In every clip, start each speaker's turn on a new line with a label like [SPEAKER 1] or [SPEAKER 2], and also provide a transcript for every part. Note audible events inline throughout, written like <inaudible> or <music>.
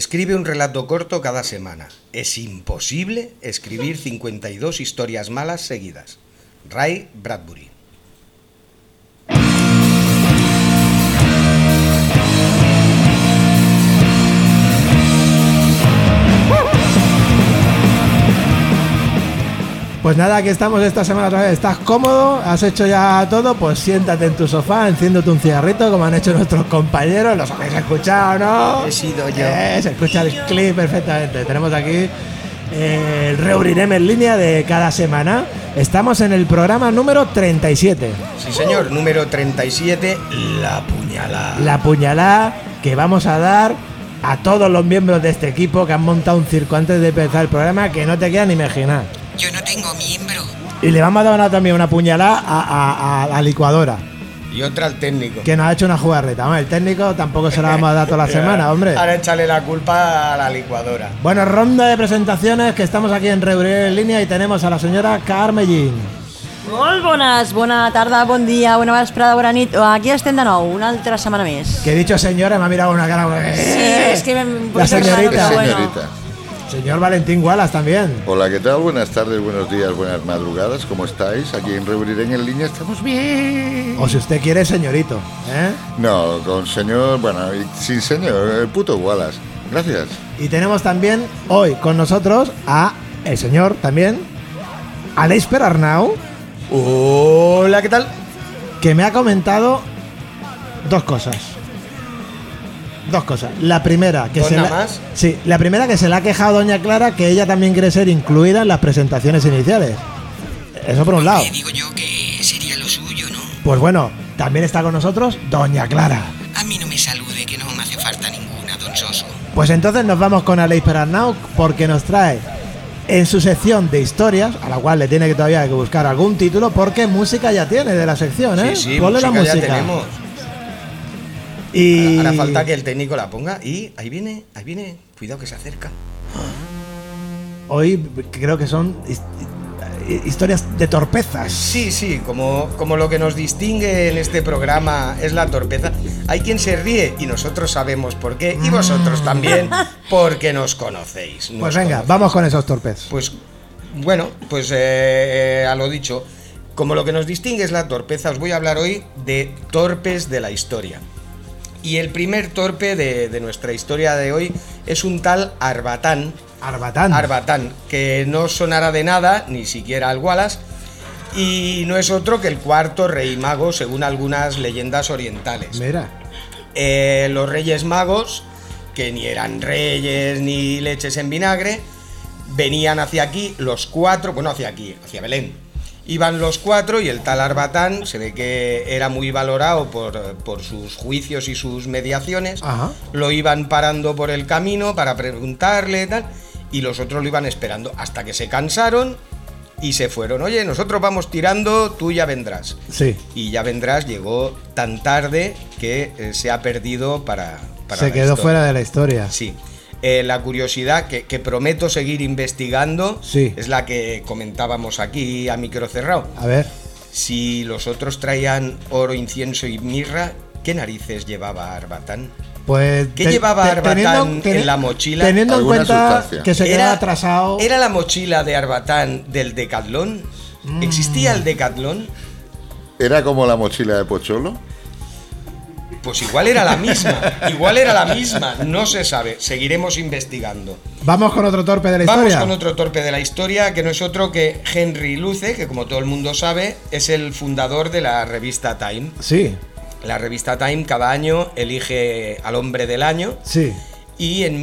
[SPEAKER 1] Escribe un relato corto cada semana. Es imposible escribir 52 historias malas seguidas. Ray Bradbury.
[SPEAKER 2] Pues nada, aquí estamos esta semana otra vez. ¿Estás cómodo? ¿Has hecho ya todo? Pues siéntate en tu sofá, enciéndote un cigarrito, como han hecho nuestros compañeros. Los habéis escuchado, ¿no?
[SPEAKER 1] He sido yo.
[SPEAKER 2] Eh, se escucha el clip perfectamente. Tenemos aquí eh, el Reubrirem en línea de cada semana. Estamos en el programa número 37.
[SPEAKER 1] Sí, señor. Número 37, La Puñalada.
[SPEAKER 2] La puñalada que vamos a dar a todos los miembros de este equipo que han montado un circo antes de empezar el programa que no te queda ni imaginar.
[SPEAKER 3] Yo no tengo miembro.
[SPEAKER 2] Y le vamos a dar una- también una puñalada a, a- a la licuadora,
[SPEAKER 1] Y otra al técnico.
[SPEAKER 2] que nos ha hecho una jugarreta. Vamos, el técnico tampoco se la vamos a dar toda la semana, hombre.
[SPEAKER 1] Ahora échale la culpa a la licuadora.
[SPEAKER 2] Bueno, ronda de presentaciones, que estamos aquí en Reunión en línea y tenemos a la señora Carmellín.
[SPEAKER 4] Molt bones, bona tarda, bon dia, bona vesprada, bona nit. Aquí estem de nou, una altra setmana més.
[SPEAKER 2] Que dicho señora me ha mirado con una cara... "Eh".
[SPEAKER 4] Sí, es que me-
[SPEAKER 2] La
[SPEAKER 4] pues, hermano,
[SPEAKER 2] señorita.
[SPEAKER 4] pero bueno.
[SPEAKER 5] Señorita.
[SPEAKER 2] Señor Valentín Wallace también.
[SPEAKER 5] Hola, ¿qué tal? Buenas tardes, buenos días, buenas madrugadas. ¿Cómo estáis? Aquí en Reubrirén en línea estamos bien.
[SPEAKER 2] O si usted quiere, señorito. ¿eh?
[SPEAKER 5] No, con señor, bueno, y sin señor, el puto Wallace. Gracias.
[SPEAKER 2] Y tenemos también hoy con nosotros a el señor también, Aleix Perarnau,
[SPEAKER 1] Hola, ¿qué tal?
[SPEAKER 2] que me ha comentado dos cosas. Dos cosas. La primera, que
[SPEAKER 1] ¿Dos
[SPEAKER 2] se
[SPEAKER 1] nada
[SPEAKER 2] la-
[SPEAKER 1] más?
[SPEAKER 2] Sí, la primera que se le ha quejado a doña Clara que ella también quiere ser incluida en las presentaciones iniciales. Eso por un lado.
[SPEAKER 3] Que digo yo que sería lo suyo, ¿no?
[SPEAKER 2] Pues bueno, también está con nosotros doña Clara.
[SPEAKER 3] A mí no me salude, que no me hace falta ninguna, don Soso.
[SPEAKER 2] Pues entonces nos vamos con Aleix Perarnau porque nos trae en su sección de historias, a la cual le tiene que todavía que buscar algún título porque música ya tiene de la sección, ¿eh?
[SPEAKER 1] Sí, sí,
[SPEAKER 2] Ponle
[SPEAKER 1] música ya tenemos.
[SPEAKER 2] Y
[SPEAKER 1] Hará falta que el técnico la ponga y ahí viene, ahí viene. Cuidado que se acerca.
[SPEAKER 2] hoy creo que son his- historias de torpezas.
[SPEAKER 1] Sí, sí, como, como lo que nos distingue en este programa es la torpeza. Hay quien se ríe y nosotros sabemos por qué y vosotros también
[SPEAKER 2] <laughs>
[SPEAKER 1] porque nos conocéis. nos
[SPEAKER 2] Pues venga,
[SPEAKER 1] conocéis.
[SPEAKER 2] vamos con esos torpes.
[SPEAKER 1] Pues bueno, pues eh, eh, a lo dicho, como lo que nos distingue es la torpeza, os voy a hablar hoy de torpes de la historia. Y el primer torpe de, de nuestra historia de hoy es un tal Arbatán,
[SPEAKER 2] Arbatán.
[SPEAKER 1] Arbatán, que no sonará de nada, ni siquiera al Wallace, y no es otro que el cuarto rey mago, según algunas leyendas orientales.
[SPEAKER 2] Mira,
[SPEAKER 1] Eh, los reyes magos, que ni eran reyes ni leches en vinagre, venían hacia aquí los cuatro, bueno, hacia aquí, hacia Belén. Iban los cuatro y el tal Arbatán se ve que era muy valorado por, por sus juicios y sus mediaciones.
[SPEAKER 2] Ajá.
[SPEAKER 1] Lo iban parando por el camino para preguntarle tal, y los otros lo iban esperando hasta que se cansaron y se fueron. Oye, nosotros vamos tirando, tú ya vendrás
[SPEAKER 2] sí.
[SPEAKER 1] y ya vendrás llegó tan tarde que eh, se ha perdido para, para
[SPEAKER 2] Se
[SPEAKER 1] la
[SPEAKER 2] quedó
[SPEAKER 1] historia.
[SPEAKER 2] fuera de la historia.
[SPEAKER 1] sí Eh, la curiosidad que, que prometo seguir investigando
[SPEAKER 2] Sí.
[SPEAKER 1] es la que comentábamos aquí a micro cerrado
[SPEAKER 2] A ver,
[SPEAKER 1] si los otros traían oro incienso y mirra qué narices llevaba Arbatán
[SPEAKER 2] pues.
[SPEAKER 1] ¿Qué
[SPEAKER 2] te-
[SPEAKER 1] llevaba
[SPEAKER 2] te-
[SPEAKER 1] Arbatán
[SPEAKER 2] teniendo- teni-
[SPEAKER 1] en la mochila?
[SPEAKER 2] Teniendo en
[SPEAKER 5] Alguna
[SPEAKER 2] cuenta
[SPEAKER 5] sustancia.
[SPEAKER 2] que se queda atrasado.
[SPEAKER 1] era la mochila de Arbatán del Decatlón
[SPEAKER 2] Mm.
[SPEAKER 1] existía el Decatlón
[SPEAKER 5] ¿Era como la mochila de Pocholo?
[SPEAKER 1] pues igual era la misma
[SPEAKER 2] <laughs>
[SPEAKER 1] igual era la misma no se sabe seguiremos investigando
[SPEAKER 2] Vamos con otro torpe de la
[SPEAKER 1] Vamos
[SPEAKER 2] historia.
[SPEAKER 1] con otro torpe de la historia, que no es otro que Henry Luce, que como todo el mundo sabe, es el fundador de la revista Time.
[SPEAKER 2] Sí,
[SPEAKER 1] La revista Time cada año elige al hombre del año
[SPEAKER 2] sí.
[SPEAKER 1] y en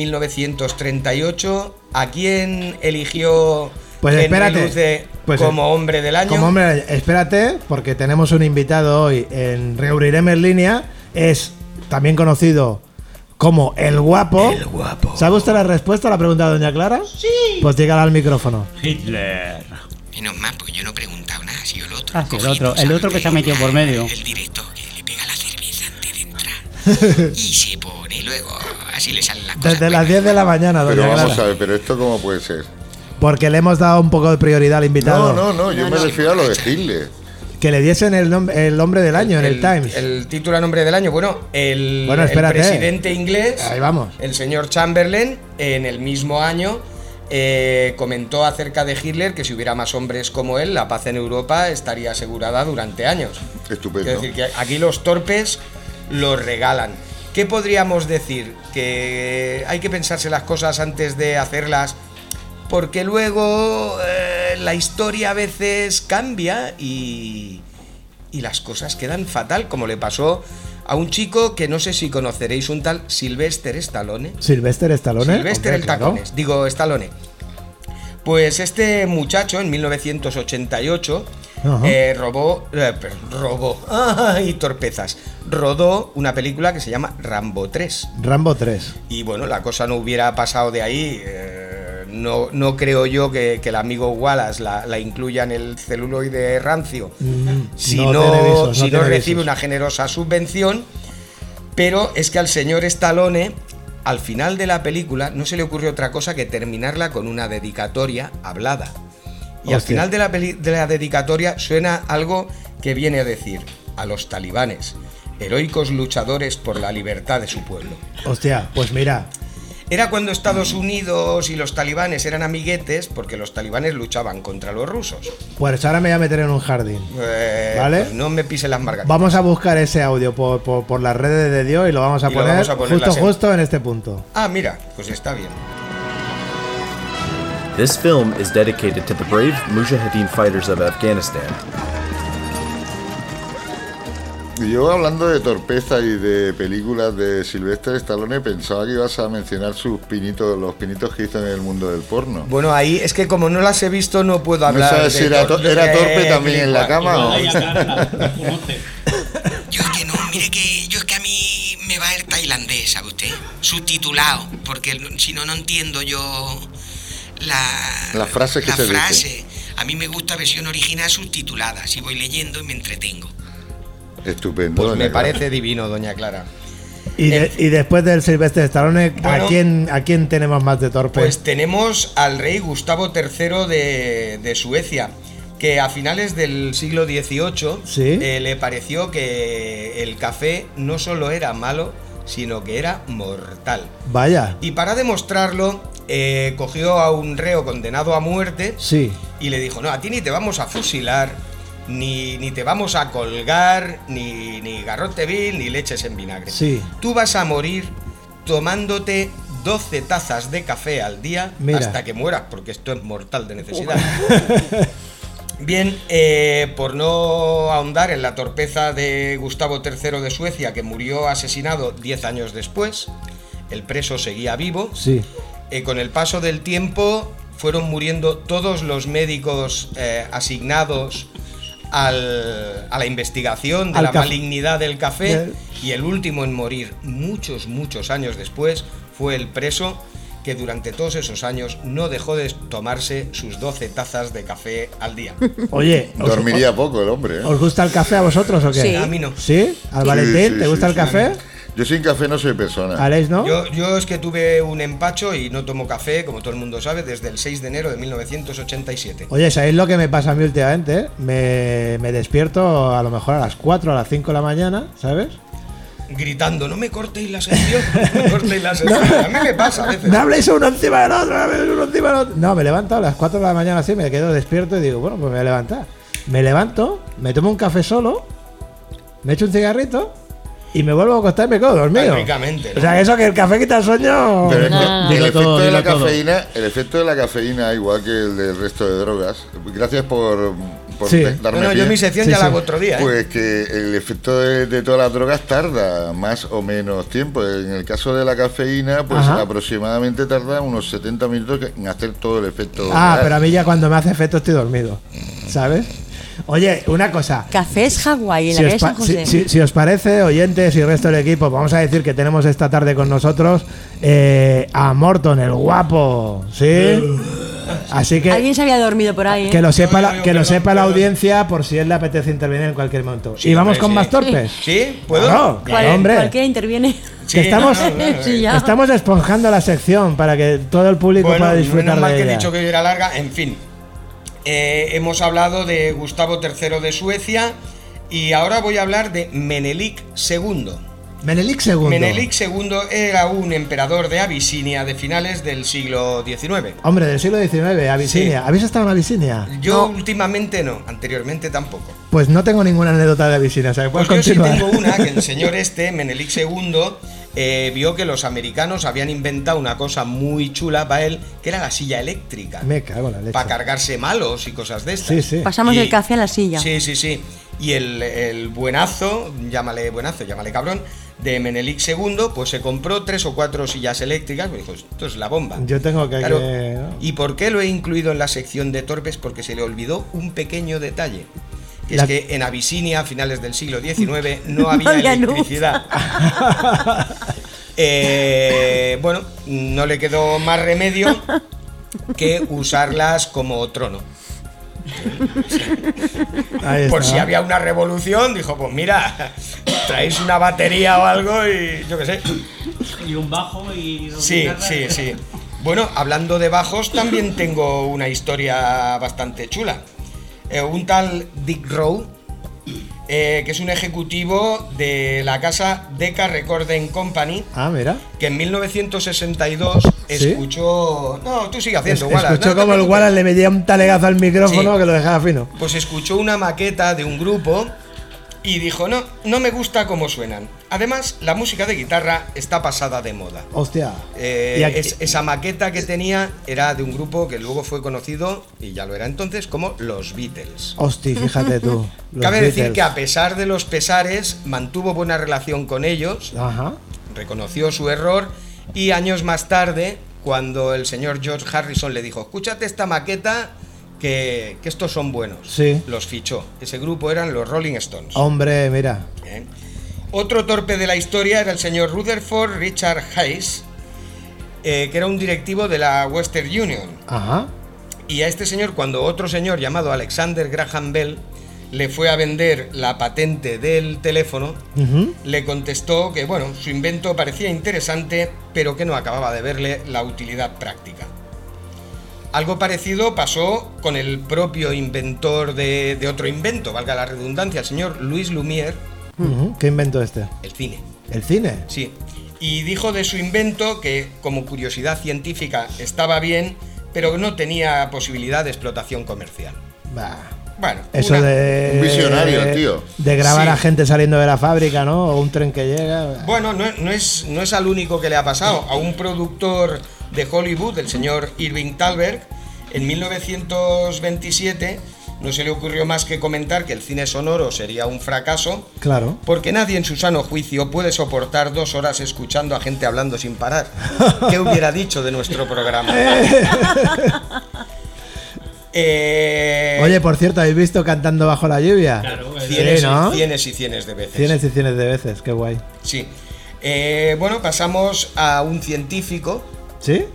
[SPEAKER 1] 1938 a quién eligió
[SPEAKER 2] Pues
[SPEAKER 1] Henry
[SPEAKER 2] espérate.
[SPEAKER 1] Luce
[SPEAKER 2] Pues
[SPEAKER 1] como
[SPEAKER 2] es-
[SPEAKER 1] hombre del año.
[SPEAKER 2] Como hombre, espérate, porque tenemos un invitado hoy en Reubrirem en línea. Es también conocido como el guapo. El guapo. ¿Sabe usted la respuesta a la pregunta de Doña Clara? Sí. Pues llega al micrófono.
[SPEAKER 6] Hitler.
[SPEAKER 3] Menos mal, porque yo no he preguntado nada, si yo el otro.
[SPEAKER 6] Ah, sí, el
[SPEAKER 3] Cogí,
[SPEAKER 6] otro,
[SPEAKER 3] pues,
[SPEAKER 6] el
[SPEAKER 3] a
[SPEAKER 6] otro que se ha
[SPEAKER 3] Ortega,
[SPEAKER 6] metido por medio.
[SPEAKER 3] El directo que le pega la cerveza antes de entrar. y se pone luego, así le salen las cosas.
[SPEAKER 2] Desde las
[SPEAKER 3] buenas.
[SPEAKER 2] 10 de la mañana, Doña
[SPEAKER 5] Pero vamos a
[SPEAKER 2] Clara.
[SPEAKER 5] ver, pero esto cómo puede ser.
[SPEAKER 2] Porque le hemos dado un poco de prioridad al invitado.
[SPEAKER 5] No, no, no, yo me refiero a lo de Hitler.
[SPEAKER 2] que le diesen el, nom- el hombre del año en el Times.
[SPEAKER 1] El título a nombre del año. Bueno, el,
[SPEAKER 2] Bueno,
[SPEAKER 1] el
[SPEAKER 2] espérate.
[SPEAKER 1] presidente inglés,
[SPEAKER 2] Ahí vamos.
[SPEAKER 1] el señor Chamberlain, en el mismo año eh, comentó acerca de Hitler que si hubiera más hombres como él, la paz en Europa estaría asegurada durante años.
[SPEAKER 5] Estupendo.
[SPEAKER 1] Quiero decir que aquí los torpes los regalan. ¿Qué podríamos decir? Que hay que pensarse las cosas antes de hacerlas, porque luego eh, la historia a veces cambia y, y las cosas quedan fatal, como le pasó a un chico que no sé si conoceréis, un tal Sylvester Stallone.
[SPEAKER 2] Sylvester Stallone.
[SPEAKER 1] Sylvester
[SPEAKER 2] hombre,
[SPEAKER 1] el
[SPEAKER 2] claro.
[SPEAKER 1] Tacones, digo Stallone. Pues este muchacho en 1988
[SPEAKER 2] Ajá.
[SPEAKER 1] eh, robó, eh, per- robó, <laughs> y torpezas, rodó una película que se llama Rambo 3.
[SPEAKER 2] Rambo 3.
[SPEAKER 1] Y bueno, la cosa no hubiera pasado de ahí. eh, no, no creo yo que, que el amigo Wallace la, la incluya en el celuloide rancio si no,
[SPEAKER 2] Mm, tiene visos,
[SPEAKER 1] si no
[SPEAKER 2] tiene
[SPEAKER 1] recibe
[SPEAKER 2] visos.
[SPEAKER 1] una generosa subvención. Pero es que al señor Stallone, al final de la película, no se le ocurrió otra cosa que terminarla con una dedicatoria hablada. Y al
[SPEAKER 2] Hostia.
[SPEAKER 1] final de la, peli- de la dedicatoria suena algo que viene a decir a los talibanes, heroicos luchadores por la libertad de su pueblo.
[SPEAKER 2] Hostia, pues mira.
[SPEAKER 1] Era cuando Estados Unidos y los talibanes eran amiguetes porque los talibanes luchaban contra los rusos.
[SPEAKER 2] Pues ahora me voy a meter en un jardín.
[SPEAKER 1] Eh,
[SPEAKER 2] Vale.
[SPEAKER 1] pues no me pise las margas.
[SPEAKER 2] Vamos a buscar ese audio por, por- por las redes de Dios y lo vamos a,
[SPEAKER 1] Y lo
[SPEAKER 2] poner,
[SPEAKER 1] vamos a poner la
[SPEAKER 2] justo,
[SPEAKER 1] serie.
[SPEAKER 2] justo en este punto.
[SPEAKER 1] Ah, mira, pues está bien.
[SPEAKER 6] This film is dedicated to the brave Mujahideen fighters of Afghanistan.
[SPEAKER 5] Y Yo hablando de torpeza y de películas de Sylvester Stallone pensaba que ibas a mencionar sus pinitos, los pinitos que hizo en el mundo del porno.
[SPEAKER 1] Bueno, ahí es que como no las he visto no puedo hablar.
[SPEAKER 5] sabes
[SPEAKER 1] de
[SPEAKER 5] si era
[SPEAKER 1] tor- Eh,
[SPEAKER 5] to- era
[SPEAKER 1] de-
[SPEAKER 5] torpe también en la cama.
[SPEAKER 1] Ah,
[SPEAKER 7] Igual ahí a Carla,
[SPEAKER 1] <laughs>
[SPEAKER 7] la conoce.
[SPEAKER 3] Yo es que no, mire que yo es que a mí me va el tailandés, ¿sabe usted? Subtitulado, porque el- si no, no entiendo yo la,
[SPEAKER 5] Las frases que
[SPEAKER 3] la
[SPEAKER 5] se dicen.
[SPEAKER 3] frase. A mí me gusta versión original subtitulada, si voy leyendo y me entretengo.
[SPEAKER 5] Estupendo.
[SPEAKER 1] Pues me
[SPEAKER 5] doña Clara.
[SPEAKER 1] parece divino, doña Clara.
[SPEAKER 2] Y, de- y después del Silvestre Stallone,
[SPEAKER 1] Bueno.
[SPEAKER 2] ¿a, quién, ¿a quién tenemos más de torpe?
[SPEAKER 1] Pues tenemos al rey Gustavo III de, de Suecia, que a finales del siglo XVIII
[SPEAKER 2] Sí.
[SPEAKER 1] eh, le pareció que el café no solo era malo, sino que era mortal.
[SPEAKER 2] Vaya.
[SPEAKER 1] Y para demostrarlo, eh, cogió a un reo condenado a muerte
[SPEAKER 2] Sí.
[SPEAKER 1] y le dijo, no, a ti ni te vamos a fusilar, ni, ni te vamos a colgar, ni, ni garrote vil, ni leches en vinagre.
[SPEAKER 2] Sí.
[SPEAKER 1] Tú vas a morir tomándote 12 tazas de café al día
[SPEAKER 2] Mira.
[SPEAKER 1] hasta que mueras, porque esto es mortal de necesidad. <laughs> Bien, eh, por no ahondar en la torpeza de Gustavo III de Suecia, que murió asesinado 10 años después, el preso seguía vivo,
[SPEAKER 2] Sí.
[SPEAKER 1] eh, con el paso del tiempo fueron muriendo todos los médicos eh, asignados al- a la investigación de
[SPEAKER 2] Al
[SPEAKER 1] la
[SPEAKER 2] caf-
[SPEAKER 1] malignidad del café
[SPEAKER 2] Del-
[SPEAKER 1] y el último en morir muchos, muchos años después fue el preso que durante todos esos años no dejó de tomarse sus 12 tazas de café al día.
[SPEAKER 2] Oye, ¿os-
[SPEAKER 5] Dormiría poco el hombre. ¿eh?
[SPEAKER 2] ¿os, gusta el café a vosotros o qué?
[SPEAKER 4] Sí.
[SPEAKER 1] A mí no.
[SPEAKER 2] ¿Sí? ¿Al
[SPEAKER 5] Sí,
[SPEAKER 2] Valentín?
[SPEAKER 5] sí,
[SPEAKER 2] ¿Te
[SPEAKER 5] sí,
[SPEAKER 2] gusta el
[SPEAKER 5] sí.
[SPEAKER 2] café?
[SPEAKER 5] Yo sin café no soy persona.
[SPEAKER 2] ¿Aleix, <laughs> no?
[SPEAKER 1] Yo, yo es que tuve un empacho y no tomo café, como todo el mundo sabe, desde el 6 de enero de 1987.
[SPEAKER 2] Oye, ¿sabéis lo que me pasa a mí últimamente? eh? Me, me despierto a lo mejor a las 4, a las 5 de la mañana, ¿sabes?
[SPEAKER 1] gritando, no me cortéis la sección, no me cortéis la
[SPEAKER 2] <laughs>
[SPEAKER 1] sección. A mí me pasa a veces.
[SPEAKER 2] No habléis uno encima del otro, no habléis uno encima del otro. No, me levanto a las 4 de la mañana así, me quedo despierto y digo, bueno, pues me voy a levantar. Me levanto, me tomo un café solo, me echo un cigarrito y me vuelvo a acostar y me quedo dormido.
[SPEAKER 1] Ay, ricamente, ¿no?
[SPEAKER 2] O sea, eso que el café quita el sueño. Ah,
[SPEAKER 5] Pero es que
[SPEAKER 4] No.
[SPEAKER 5] el,
[SPEAKER 2] Dilo
[SPEAKER 5] efecto
[SPEAKER 2] todo,
[SPEAKER 5] de la
[SPEAKER 2] dilo todo.
[SPEAKER 5] cafeína, el efecto de la cafeína, igual que el del resto de drogas, gracias por, por
[SPEAKER 2] Sí.
[SPEAKER 5] de- darme
[SPEAKER 1] No, no, yo
[SPEAKER 5] pie.
[SPEAKER 1] mi sección
[SPEAKER 2] Sí,
[SPEAKER 1] ya la
[SPEAKER 2] sí.
[SPEAKER 1] hago otro día. ¿eh?
[SPEAKER 5] Pues que el efecto de, de todas las drogas tarda más o menos tiempo. En el caso de la cafeína, pues
[SPEAKER 2] Ajá.
[SPEAKER 5] aproximadamente tarda unos 70 minutos que- en hacer todo el efecto.
[SPEAKER 2] Ah,
[SPEAKER 5] real.
[SPEAKER 2] pero a mí ya cuando me hace efecto estoy dormido, ¿sabes? Oye, una cosa.
[SPEAKER 4] Café es Hawái, en la
[SPEAKER 2] Si os,
[SPEAKER 4] calle
[SPEAKER 2] pa-
[SPEAKER 4] San José.
[SPEAKER 2] si- si- si os parece, oyentes y resto del equipo, vamos a decir que tenemos esta tarde con nosotros eh, a Morton, el guapo, ¿sí? Así que
[SPEAKER 4] Alguien se había dormido por ahí, ¿eh?
[SPEAKER 2] que lo sepa
[SPEAKER 1] Yo,
[SPEAKER 2] la,
[SPEAKER 1] yo,
[SPEAKER 2] que lo
[SPEAKER 1] perdón,
[SPEAKER 2] sepa la
[SPEAKER 1] perdón.
[SPEAKER 2] audiencia por si él le apetece intervenir en cualquier momento.
[SPEAKER 1] Sí,
[SPEAKER 2] y vamos
[SPEAKER 1] hombre,
[SPEAKER 2] con
[SPEAKER 1] sí.
[SPEAKER 2] más
[SPEAKER 1] <laughs>
[SPEAKER 2] torpes.
[SPEAKER 1] ¿Sí? ¿Puedo?
[SPEAKER 2] Claro,
[SPEAKER 4] eh. Cual-
[SPEAKER 2] claro, hombre.
[SPEAKER 4] Cualquiera interviene.
[SPEAKER 1] Sí,
[SPEAKER 2] que estamos- <laughs>
[SPEAKER 1] no, no, no, no.
[SPEAKER 4] Sí, ya.
[SPEAKER 2] Estamos esponjando la sección para que todo el público
[SPEAKER 1] Bueno,
[SPEAKER 2] pueda disfrutar
[SPEAKER 1] menos mal
[SPEAKER 2] de
[SPEAKER 1] que he
[SPEAKER 2] ella.
[SPEAKER 1] dicho que yo era larga. En fin, Eh, hemos hablado de Gustavo III de Suecia y ahora voy a hablar de Menelik II.
[SPEAKER 2] Menelik II.
[SPEAKER 1] Menelik II era un emperador de Abisinia de finales del siglo XIX.
[SPEAKER 2] Hombre, del siglo XIX, Abisinia.
[SPEAKER 1] Sí.
[SPEAKER 2] ¿Habéis estado en Abisinia?
[SPEAKER 1] Yo
[SPEAKER 2] No.
[SPEAKER 1] últimamente no, anteriormente tampoco.
[SPEAKER 2] Pues no tengo ninguna anécdota de Abisinia, o sea, que
[SPEAKER 1] Pues
[SPEAKER 2] puedes
[SPEAKER 1] yo sí
[SPEAKER 2] continuar.
[SPEAKER 1] tengo una que el señor este, Menelik II, eh, vio que los americanos habían inventado una cosa muy chula para él, que era la silla eléctrica.
[SPEAKER 2] <laughs> Me cago en la leche.
[SPEAKER 1] Para cargarse malos y cosas de estas.
[SPEAKER 2] Sí, sí.
[SPEAKER 4] Pasamos
[SPEAKER 1] Y-
[SPEAKER 4] del café a la silla.
[SPEAKER 1] Sí, sí, sí. Y el, el buenazo, llámale buenazo, llámale cabrón, de Menelik II, pues se compró tres o cuatro sillas eléctricas. Me dijo, esto es la bomba.
[SPEAKER 2] Yo tengo que...
[SPEAKER 1] Claro.
[SPEAKER 2] que- ¿no?
[SPEAKER 1] ¿Y por qué lo he incluido en la sección de torpes? Porque se le olvidó un pequeño detalle. Que
[SPEAKER 2] La-
[SPEAKER 1] es que en Abisinia, a finales del siglo
[SPEAKER 2] <laughs>
[SPEAKER 1] XIX, no había,
[SPEAKER 4] había luz.
[SPEAKER 1] electricidad. Eh, bueno, no le quedó más remedio que usarlas como trono.
[SPEAKER 2] Ahí
[SPEAKER 1] Por
[SPEAKER 2] está.
[SPEAKER 1] si había una revolución, dijo, pues mira, traéis una batería o algo y yo qué sé.
[SPEAKER 7] Y un bajo y. dos
[SPEAKER 1] Sí,
[SPEAKER 7] guitarras.
[SPEAKER 1] sí, sí. Bueno, hablando de bajos, también tengo una historia bastante chula. Eh, un tal Dick Rowe, eh, que es un ejecutivo de la casa Decca Recording Company,
[SPEAKER 2] Ah, mira.
[SPEAKER 1] que en 1962
[SPEAKER 2] ¿Sí?
[SPEAKER 1] escuchó... No, tú sigue
[SPEAKER 2] Es-
[SPEAKER 1] haciendo, Wallace,
[SPEAKER 2] escuchó
[SPEAKER 1] no te
[SPEAKER 2] como el
[SPEAKER 1] preocupes.
[SPEAKER 2] Wallace le metía un talegazo al micrófono
[SPEAKER 1] Sí.
[SPEAKER 2] que lo dejaba fino.
[SPEAKER 1] Pues escuchó una maqueta de un grupo y dijo, no, no me gusta cómo suenan. Además, la música de guitarra está pasada de moda.
[SPEAKER 2] Hostia.
[SPEAKER 1] Eh,
[SPEAKER 2] Y aquí-
[SPEAKER 1] es- esa maqueta que tenía era de un grupo que luego fue conocido, y ya lo era entonces, como los Beatles.
[SPEAKER 2] Hostia, fíjate tú.
[SPEAKER 1] <laughs>
[SPEAKER 2] los
[SPEAKER 1] Cabe decir
[SPEAKER 2] Beatles.
[SPEAKER 1] que a pesar de los pesares, mantuvo buena relación con ellos,
[SPEAKER 2] Ajá.
[SPEAKER 1] reconoció su error y años más tarde, cuando el señor George Harrison le dijo, escúchate esta maqueta, que, que estos son buenos,
[SPEAKER 2] Sí.
[SPEAKER 1] los fichó. Ese grupo eran los Rolling Stones.
[SPEAKER 2] Hombre, mira.
[SPEAKER 1] ¿Eh? Otro torpe de la historia era el señor Rutherford Richard Hayes, eh, que era un directivo de la Western Union.
[SPEAKER 2] Ajá.
[SPEAKER 1] Y a este señor, cuando otro señor llamado Alexander Graham Bell le fue a vender la patente del teléfono,
[SPEAKER 2] Ujú.
[SPEAKER 1] le contestó que, bueno, su invento parecía interesante, pero que no acababa de verle la utilidad práctica. Algo parecido pasó con el propio inventor de, de otro invento, valga la redundancia, el señor Luis Lumière, Hmm.
[SPEAKER 2] Ujú. ¿Qué invento este?
[SPEAKER 1] el cine.
[SPEAKER 2] El cine.
[SPEAKER 1] Sí. Y dijo de su invento que, como curiosidad científica, estaba bien, pero no tenía posibilidad de explotación comercial.
[SPEAKER 2] Bah.
[SPEAKER 1] Bueno,
[SPEAKER 2] Eso
[SPEAKER 1] una-
[SPEAKER 2] de.
[SPEAKER 5] un visionario, tío.
[SPEAKER 2] De grabar
[SPEAKER 1] Sí.
[SPEAKER 2] a gente saliendo de la fábrica, ¿no? O un tren que llega.
[SPEAKER 1] Bueno, no, no es, no es al único que le ha pasado. A un productor de Hollywood, el señor Irving Thalberg, en 1927 no se le ocurrió más que comentar que el cine sonoro sería un fracaso,
[SPEAKER 2] Claro.
[SPEAKER 1] porque nadie en su sano juicio puede soportar dos horas escuchando a gente hablando sin parar.
[SPEAKER 2] <laughs>
[SPEAKER 1] ¿Qué hubiera dicho de nuestro programa? Eh,
[SPEAKER 2] Oye, por cierto, ¿habéis visto cantando bajo la lluvia?
[SPEAKER 7] Claro, es-
[SPEAKER 1] cienes,
[SPEAKER 2] sí, ¿no?
[SPEAKER 1] y cienes y cienes de veces.
[SPEAKER 2] Cienes y cienes de veces, qué guay.
[SPEAKER 1] Sí. Eh, bueno, pasamos a un científico.
[SPEAKER 2] ¿Sí?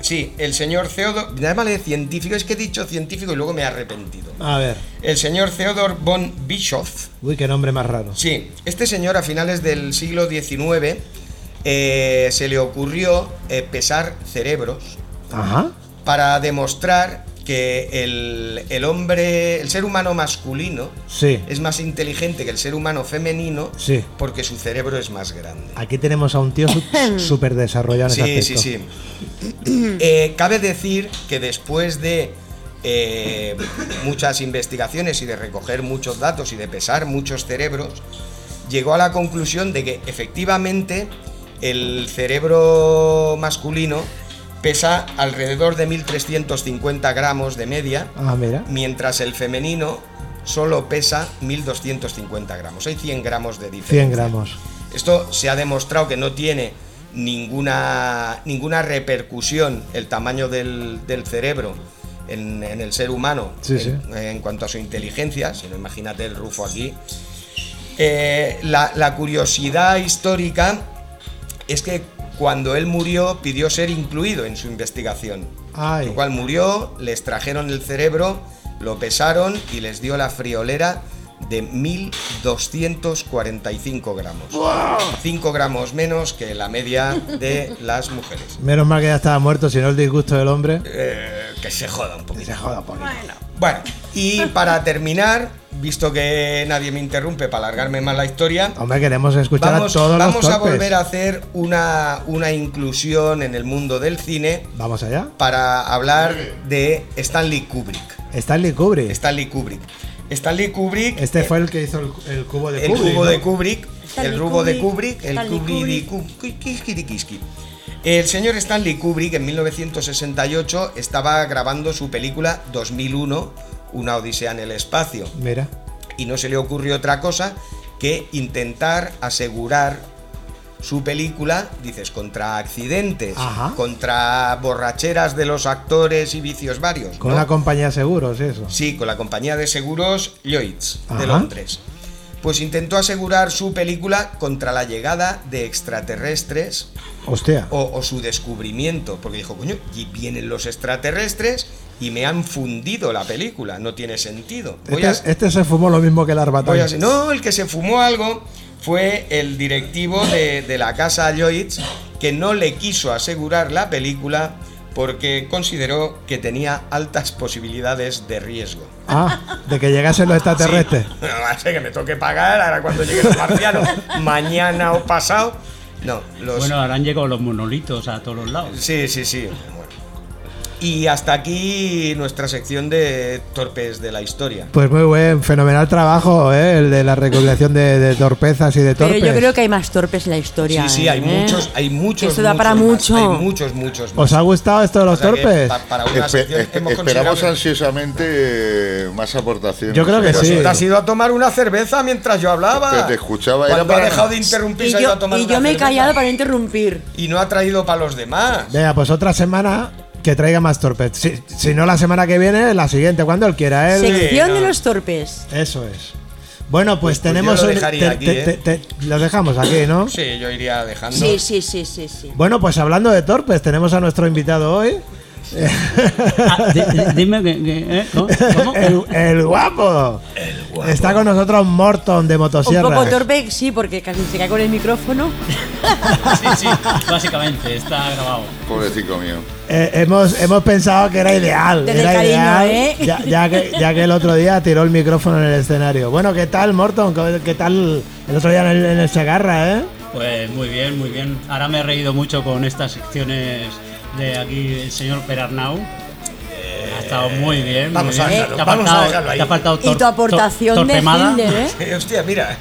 [SPEAKER 1] Sí, el señor Theodor. Llámale científico, es que he dicho científico y luego me he arrepentido.
[SPEAKER 2] A ver.
[SPEAKER 1] El señor Theodor von Bischoff.
[SPEAKER 2] Uy, qué nombre más raro.
[SPEAKER 1] Sí, este señor a finales del siglo XIX eh, se le ocurrió eh, pesar cerebros
[SPEAKER 2] Ajá.
[SPEAKER 1] para demostrar que el, el hombre, el ser humano masculino,
[SPEAKER 2] Sí.
[SPEAKER 1] es más inteligente que el ser humano femenino
[SPEAKER 2] Sí.
[SPEAKER 1] porque su cerebro es más grande.
[SPEAKER 2] Aquí tenemos a un tío súper desarrollado en ese
[SPEAKER 1] Sí, sí,
[SPEAKER 2] aspecto.
[SPEAKER 1] sí. Eh, cabe decir que después de eh, muchas investigaciones y de recoger muchos datos y de pesar muchos cerebros, llegó a la conclusión de que efectivamente el cerebro masculino pesa alrededor de 1350 gramos de media,
[SPEAKER 2] Ah, mira.
[SPEAKER 1] mientras el femenino solo pesa 1250 gramos. Hay 100 gramos de diferencia.
[SPEAKER 2] 100 gramos.
[SPEAKER 1] Esto se ha demostrado que no tiene ninguna, ninguna repercusión el tamaño del, del cerebro en, en el ser humano
[SPEAKER 2] Sí,
[SPEAKER 1] en,
[SPEAKER 2] sí.
[SPEAKER 1] en cuanto a su inteligencia, si no imagínate el rufo aquí. Eh, la, la curiosidad histórica es que cuando él murió pidió ser incluido en su investigación.
[SPEAKER 2] Ay.
[SPEAKER 1] Lo cual murió, les trajeron el cerebro, lo pesaron y les dio la friolera de 1245 gramos. 5 gramos menos que la media de las mujeres.
[SPEAKER 2] Menos mal que ya estaba muerto, si no el disgusto del hombre.
[SPEAKER 1] Eh, que se joda un poquito.
[SPEAKER 2] joda por
[SPEAKER 1] Bueno, y para terminar, visto que nadie me interrumpe para alargarme más la historia,
[SPEAKER 2] Hombre, queremos escuchar
[SPEAKER 1] vamos,
[SPEAKER 2] a todos
[SPEAKER 1] vamos
[SPEAKER 2] los
[SPEAKER 1] a
[SPEAKER 2] torpes.
[SPEAKER 1] volver a hacer una, una inclusión en el mundo del cine
[SPEAKER 2] Vamos allá.
[SPEAKER 1] para hablar de Stanley Kubrick.
[SPEAKER 2] Stanley Kubrick.
[SPEAKER 1] Stanley Kubrick. Stanley Kubrick.
[SPEAKER 2] Este
[SPEAKER 1] eh,
[SPEAKER 2] fue el que hizo el, el cubo de
[SPEAKER 1] el
[SPEAKER 2] Kubrick.
[SPEAKER 1] cubo
[SPEAKER 2] ¿no?
[SPEAKER 1] de Kubrick,
[SPEAKER 4] Stanley
[SPEAKER 1] el rubo de
[SPEAKER 4] Kubrick,
[SPEAKER 1] Kubrick, el
[SPEAKER 4] Stanley
[SPEAKER 1] Kubrick, Kubrick. El señor Stanley Kubrick en 1968 estaba grabando su película 2001, Una Odisea en el Espacio,
[SPEAKER 2] Mira.
[SPEAKER 1] y no se le ocurrió otra cosa que intentar asegurar su película, dices, contra accidentes,
[SPEAKER 2] Ajá.
[SPEAKER 1] contra borracheras de los actores y vicios varios.
[SPEAKER 2] Con
[SPEAKER 1] ¿no?
[SPEAKER 2] una compañía de seguros, eso.
[SPEAKER 1] Sí, con la compañía de seguros Lloyds
[SPEAKER 2] Ajá.
[SPEAKER 1] de Londres. Pues intentó asegurar su película contra la llegada de extraterrestres
[SPEAKER 2] Hostia.
[SPEAKER 1] o, o su descubrimiento, porque dijo, coño, y vienen los extraterrestres y me han fundido la película, no tiene sentido. Voy
[SPEAKER 2] este,
[SPEAKER 1] a-
[SPEAKER 2] este se fumó lo mismo que el arbatán.
[SPEAKER 1] voy a- no, el que se fumó algo fue el directivo de, de la casa Lloyds que no le quiso asegurar la película porque consideró que tenía altas posibilidades de riesgo.
[SPEAKER 2] Ah, de que llegasen los extraterrestres.
[SPEAKER 1] Sí. <laughs> No va a ser que me toque pagar ahora cuando llegue los <laughs> marcianos, mañana o pasado. No, los.
[SPEAKER 7] Bueno, ahora han llegado los monolitos a todos los lados.
[SPEAKER 1] Sí, sí, sí. Bueno. Y hasta aquí nuestra sección de torpes de la historia.
[SPEAKER 2] Pues muy buen, fenomenal trabajo, ¿eh? El de la recopilación de, de torpezas y de
[SPEAKER 4] Pero
[SPEAKER 2] torpes.
[SPEAKER 4] yo creo que hay más torpes en la historia.
[SPEAKER 1] Sí, sí, hay
[SPEAKER 4] ¿eh?
[SPEAKER 1] muchos, hay muchos.
[SPEAKER 4] Esto da
[SPEAKER 1] muchos
[SPEAKER 4] para
[SPEAKER 1] más.
[SPEAKER 4] mucho.
[SPEAKER 1] Hay muchos, muchos. más.
[SPEAKER 2] ¿Os ha gustado esto de los
[SPEAKER 1] O sea que
[SPEAKER 2] torpes?
[SPEAKER 1] pa- para una
[SPEAKER 5] Espe-
[SPEAKER 1] sección
[SPEAKER 5] espe-
[SPEAKER 1] hemos
[SPEAKER 5] esperamos
[SPEAKER 1] considerado-
[SPEAKER 5] ansiosamente eh, más aportaciones.
[SPEAKER 2] Yo creo que
[SPEAKER 5] Pero
[SPEAKER 2] sí.
[SPEAKER 5] eso-
[SPEAKER 1] Te has ido a tomar una cerveza mientras yo hablaba.
[SPEAKER 5] Pero te escuchaba, era
[SPEAKER 1] Cuando
[SPEAKER 5] para-
[SPEAKER 1] ha dejado de
[SPEAKER 4] Y
[SPEAKER 1] interrumpir, se ha ido
[SPEAKER 4] yo,
[SPEAKER 1] a tomar
[SPEAKER 4] y
[SPEAKER 1] una
[SPEAKER 4] yo me he
[SPEAKER 1] cerveza.
[SPEAKER 4] callado para no interrumpir.
[SPEAKER 1] Y no ha traído para los demás.
[SPEAKER 2] Venga, pues otra semana que traiga más torpes. Si, si no la semana que viene, la siguiente, cuando él quiera. él-
[SPEAKER 4] Sección
[SPEAKER 1] no.
[SPEAKER 4] de los torpes.
[SPEAKER 2] Eso es. Bueno, pues,
[SPEAKER 1] pues yo
[SPEAKER 2] tenemos...
[SPEAKER 1] lo
[SPEAKER 2] un-
[SPEAKER 1] dejaría aquí, ¿eh?
[SPEAKER 2] lo dejamos aquí, ¿no?
[SPEAKER 1] Sí, yo iría dejando.
[SPEAKER 4] Sí, sí, sí, sí, sí.
[SPEAKER 2] Bueno, pues hablando de torpes, tenemos a nuestro invitado hoy,
[SPEAKER 7] Ah, di- di- dime que. que- ¿eh? ¿Cómo?
[SPEAKER 1] <laughs>
[SPEAKER 7] ¿Cómo?
[SPEAKER 2] <laughs> el, el guapo. Está con nosotros Morton de
[SPEAKER 4] Un
[SPEAKER 2] Motosierra.
[SPEAKER 4] poco torpe, sí, porque casi se cae con el micrófono.
[SPEAKER 7] Sí, sí, básicamente, está grabado.
[SPEAKER 5] Pobrecito mío.
[SPEAKER 2] Eh, hemos, hemos pensado que era ideal.
[SPEAKER 4] Desde
[SPEAKER 2] era
[SPEAKER 4] el cariño,
[SPEAKER 2] ideal,
[SPEAKER 4] ¿eh?
[SPEAKER 2] ya, ya que, ya que el otro día tiró el micrófono en el escenario. Bueno, ¿qué tal, Morton? ¿Qué- ¿Qué tal el otro día en el, en el Segarra, eh?
[SPEAKER 7] Pues muy bien, muy bien. Ahora me he reído mucho con estas secciones de aquí el señor Perarnau. Ha estado muy bien.
[SPEAKER 1] Eh, vamos
[SPEAKER 7] muy
[SPEAKER 1] a
[SPEAKER 7] bien.
[SPEAKER 1] dejarlo,
[SPEAKER 7] Te ha
[SPEAKER 1] vamos a
[SPEAKER 7] faltado-
[SPEAKER 1] dejarlo ahí.
[SPEAKER 7] te ha faltado
[SPEAKER 4] Y
[SPEAKER 7] tor-
[SPEAKER 4] tu aportación
[SPEAKER 7] tor-
[SPEAKER 4] de
[SPEAKER 7] torpemada.
[SPEAKER 4] Hitler, ¿eh?
[SPEAKER 1] Hostia, mira.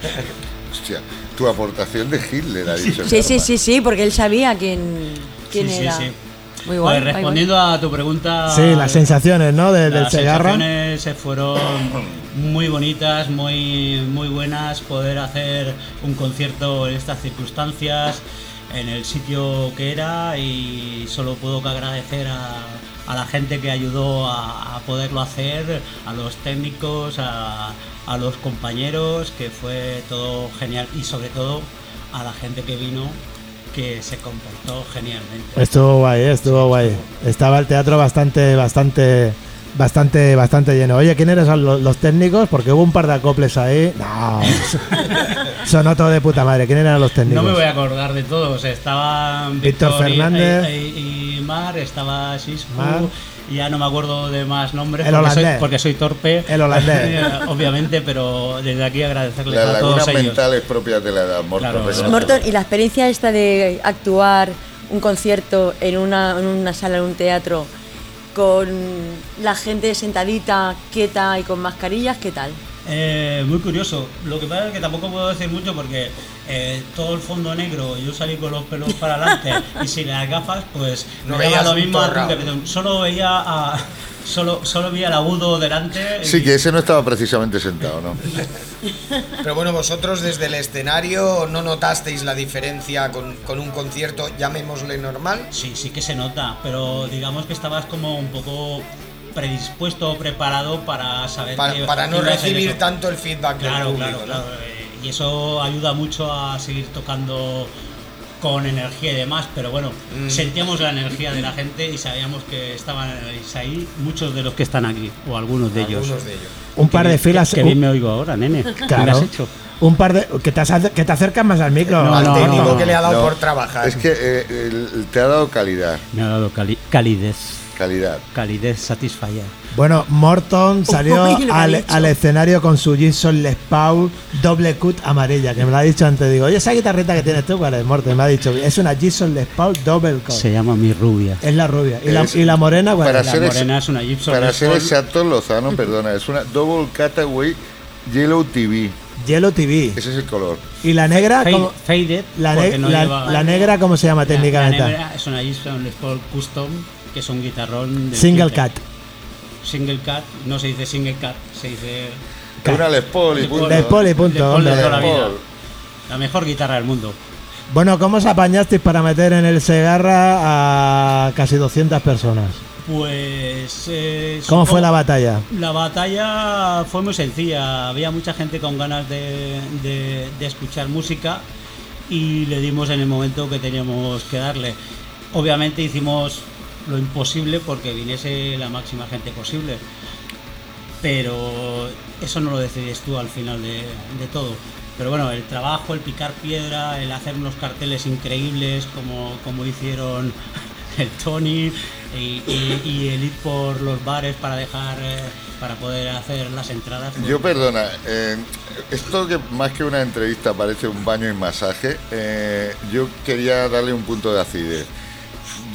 [SPEAKER 5] Hostia, tu aportación de Hitler ha dicho.
[SPEAKER 4] Sí, sí, sí, sí, porque él sabía quién, quién
[SPEAKER 7] Sí, sí,
[SPEAKER 4] era.
[SPEAKER 7] sí.
[SPEAKER 4] Muy guay.
[SPEAKER 7] Pues respondiendo a tu pregunta. eh,
[SPEAKER 2] Sí, las sensaciones, ¿no? De- del
[SPEAKER 7] Ah, Las
[SPEAKER 2] Segarra.
[SPEAKER 7] sensaciones se fueron muy bonitas, muy, muy buenas. Poder hacer un concierto en estas circunstancias, en el sitio que era, y solo puedo que agradecer a, a la gente que ayudó a, a poderlo hacer, a los técnicos, a, a los compañeros, que fue todo genial, y sobre todo a la gente que vino, que se comportó genialmente.
[SPEAKER 2] Estuvo guay, eh, estuvo guay. Estaba el teatro bastante, bastante, bastante, bastante lleno. Oye, ¿quién eres los, los técnicos? Porque hubo un par de acoples ahí. No. <laughs> Sonó todo de puta madre. ¿Quién eran los técnicos?
[SPEAKER 7] No me voy a acordar de todos. Estaban
[SPEAKER 2] Víctor
[SPEAKER 7] Víctor y-
[SPEAKER 2] Fernández.
[SPEAKER 7] y, y Mar, estaba Sisfu,
[SPEAKER 2] Mar.
[SPEAKER 7] y ya no me acuerdo de más nombres
[SPEAKER 2] El
[SPEAKER 7] porque, soy,
[SPEAKER 2] holandés.
[SPEAKER 7] porque soy torpe. eh,
[SPEAKER 2] El
[SPEAKER 7] <laughs>
[SPEAKER 2] holandés.
[SPEAKER 7] Obviamente, pero desde aquí agradecerles
[SPEAKER 5] Las
[SPEAKER 7] a todos
[SPEAKER 5] lagunas
[SPEAKER 7] ellos.
[SPEAKER 5] mentales propias de la edad, Morto.
[SPEAKER 7] Claro,
[SPEAKER 5] reconoce.
[SPEAKER 7] claro.
[SPEAKER 4] Morton, y la experiencia esta de actuar un concierto en una, en una sala, en un teatro, con la gente sentadita, quieta y con mascarillas, ¿qué tal?
[SPEAKER 7] Eh, muy curioso. Lo que pasa es que tampoco puedo decir mucho porque eh, todo el fondo negro, yo salí con los pelos para adelante y sin las gafas, pues
[SPEAKER 1] No
[SPEAKER 7] me daba
[SPEAKER 1] veías
[SPEAKER 7] lo
[SPEAKER 1] un
[SPEAKER 7] mismo.
[SPEAKER 1] torrao.
[SPEAKER 7] Solo veía a- <laughs> Solo, solo vi al agudo delante.
[SPEAKER 5] Sí,
[SPEAKER 7] y-
[SPEAKER 5] que ese no estaba precisamente sentado, ¿no?
[SPEAKER 1] Pero bueno, vosotros desde el escenario no notasteis la diferencia con, con un concierto, llamémosle normal.
[SPEAKER 7] Sí, sí que se nota, pero digamos que estabas como un poco predispuesto o preparado para saber que
[SPEAKER 1] Para, para no
[SPEAKER 7] iba a ser
[SPEAKER 1] recibir
[SPEAKER 7] eso.
[SPEAKER 1] tanto el feedback
[SPEAKER 7] Claro,
[SPEAKER 1] del
[SPEAKER 7] claro,
[SPEAKER 1] público. ¿no?
[SPEAKER 7] claro. eh, Y eso ayuda mucho a seguir tocando con energía y demás, pero bueno,
[SPEAKER 1] Mm.
[SPEAKER 7] sentíamos la energía de la gente y sabíamos que estaban eh, ahí muchos de los que están aquí, o algunos de ellos.
[SPEAKER 1] Algunos de ellos.
[SPEAKER 2] un par de
[SPEAKER 7] Qué bien-
[SPEAKER 2] filas.
[SPEAKER 7] Qué
[SPEAKER 2] un-
[SPEAKER 7] bien me oigo ahora, nene. ¿Qué me
[SPEAKER 2] Claro.
[SPEAKER 7] has hecho?
[SPEAKER 2] un par de. que te, acer- que te acercas más al micro.
[SPEAKER 1] No,
[SPEAKER 7] no,
[SPEAKER 1] al técnico
[SPEAKER 7] no.
[SPEAKER 1] que le ha dado
[SPEAKER 5] No,
[SPEAKER 1] por trabajar.
[SPEAKER 5] Es que eh, el- te ha dado calidad,
[SPEAKER 7] Me ha dado cali- calidez.
[SPEAKER 5] calidad.
[SPEAKER 7] Calidez satisfyer.
[SPEAKER 2] Bueno, Morton
[SPEAKER 4] <laughs>
[SPEAKER 2] salió
[SPEAKER 4] uy, lo que ha
[SPEAKER 2] al,
[SPEAKER 4] dicho.
[SPEAKER 2] al escenario con su Gibson Les Paul doble cut amarilla, que me lo ha dicho antes. Digo, oye, esa guitarrita que tienes tú, ¿cuál es, Morton? Me ha dicho, es una Gibson Les Paul double cut.
[SPEAKER 7] Se llama mi rubia.
[SPEAKER 2] Es la rubia. ¿Y, la,
[SPEAKER 5] Es-
[SPEAKER 2] y la morena, cuál
[SPEAKER 5] para
[SPEAKER 2] es?
[SPEAKER 7] La
[SPEAKER 5] ser ex-
[SPEAKER 7] morena es una Gibson
[SPEAKER 5] Para
[SPEAKER 7] Les
[SPEAKER 5] ser
[SPEAKER 7] Paul.
[SPEAKER 5] exacto, Lozano, perdona, es una Double Cataway Yellow TV.
[SPEAKER 2] Yellow TV.
[SPEAKER 5] Ese es el color.
[SPEAKER 2] ¿Y la negra?
[SPEAKER 7] Fade-
[SPEAKER 2] ¿cómo,
[SPEAKER 7] faded.
[SPEAKER 2] Ah, la,
[SPEAKER 7] porque
[SPEAKER 2] ne-
[SPEAKER 7] no
[SPEAKER 2] la-
[SPEAKER 7] lleva-
[SPEAKER 2] la negra, ¿cómo se llama
[SPEAKER 7] La-
[SPEAKER 2] técnicamente?
[SPEAKER 7] La negra es una Gibson Les Paul Custom, que es un guitarrón. del
[SPEAKER 2] Single
[SPEAKER 7] 15.
[SPEAKER 2] cat.
[SPEAKER 7] Single cat. No se dice single cat, se dice.
[SPEAKER 2] Ca-
[SPEAKER 5] Una Les Paul y punto.
[SPEAKER 2] Les Paul y punto,
[SPEAKER 7] Les Paul de
[SPEAKER 2] hombre.
[SPEAKER 7] toda la
[SPEAKER 5] Les
[SPEAKER 7] vida.
[SPEAKER 5] Paul.
[SPEAKER 7] La mejor guitarra del mundo.
[SPEAKER 2] Bueno, ¿cómo os apañasteis para meter en el Segarra a casi 200 personas?
[SPEAKER 7] Pues. eh,
[SPEAKER 2] ¿Cómo fue
[SPEAKER 7] supongo-
[SPEAKER 2] la batalla?
[SPEAKER 7] La batalla fue muy sencilla, había mucha gente con ganas de, de- de escuchar música y le dimos en el momento que teníamos que darle. Obviamente hicimos lo imposible porque viniese la máxima gente posible, pero eso no lo decides tú al final de, de todo. Pero bueno, el trabajo, el picar piedra, el hacer unos carteles increíbles como, como hicieron <laughs> el Tony y, y- y el ir por los bares para dejar eh, para poder hacer las entradas. pues,
[SPEAKER 5] Yo perdona, eh, esto que más que una entrevista parece un baño y masaje, eh, yo quería darle un punto de acidez.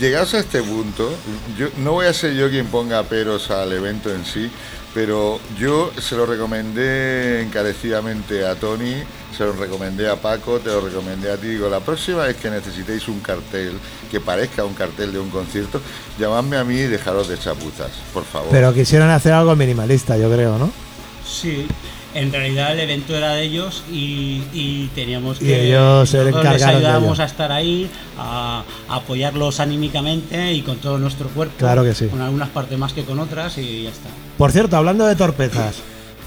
[SPEAKER 5] Llegados a este punto, yo, no voy a ser yo quien ponga peros al evento en sí, pero yo se lo recomendé encarecidamente a Tony, se lo recomendé a Paco, te lo recomendé a ti. Digo, la próxima vez que necesitéis un cartel que parezca un cartel de un concierto, llamadme a mí y dejaros de chapuzas, por favor.
[SPEAKER 2] Pero quisieron hacer algo minimalista, yo creo, ¿no?
[SPEAKER 7] Sí, en realidad el evento era de ellos y, y teníamos
[SPEAKER 2] Y
[SPEAKER 7] que.
[SPEAKER 2] ellos se
[SPEAKER 7] nosotros les
[SPEAKER 2] encargaron de
[SPEAKER 7] ayudábamos
[SPEAKER 2] ello.
[SPEAKER 7] a estar ahí, a, a apoyarlos anímicamente y con todo nuestro cuerpo.
[SPEAKER 2] Claro que sí.
[SPEAKER 7] Con algunas partes más que con otras y ya está.
[SPEAKER 2] Por cierto, hablando de torpezas,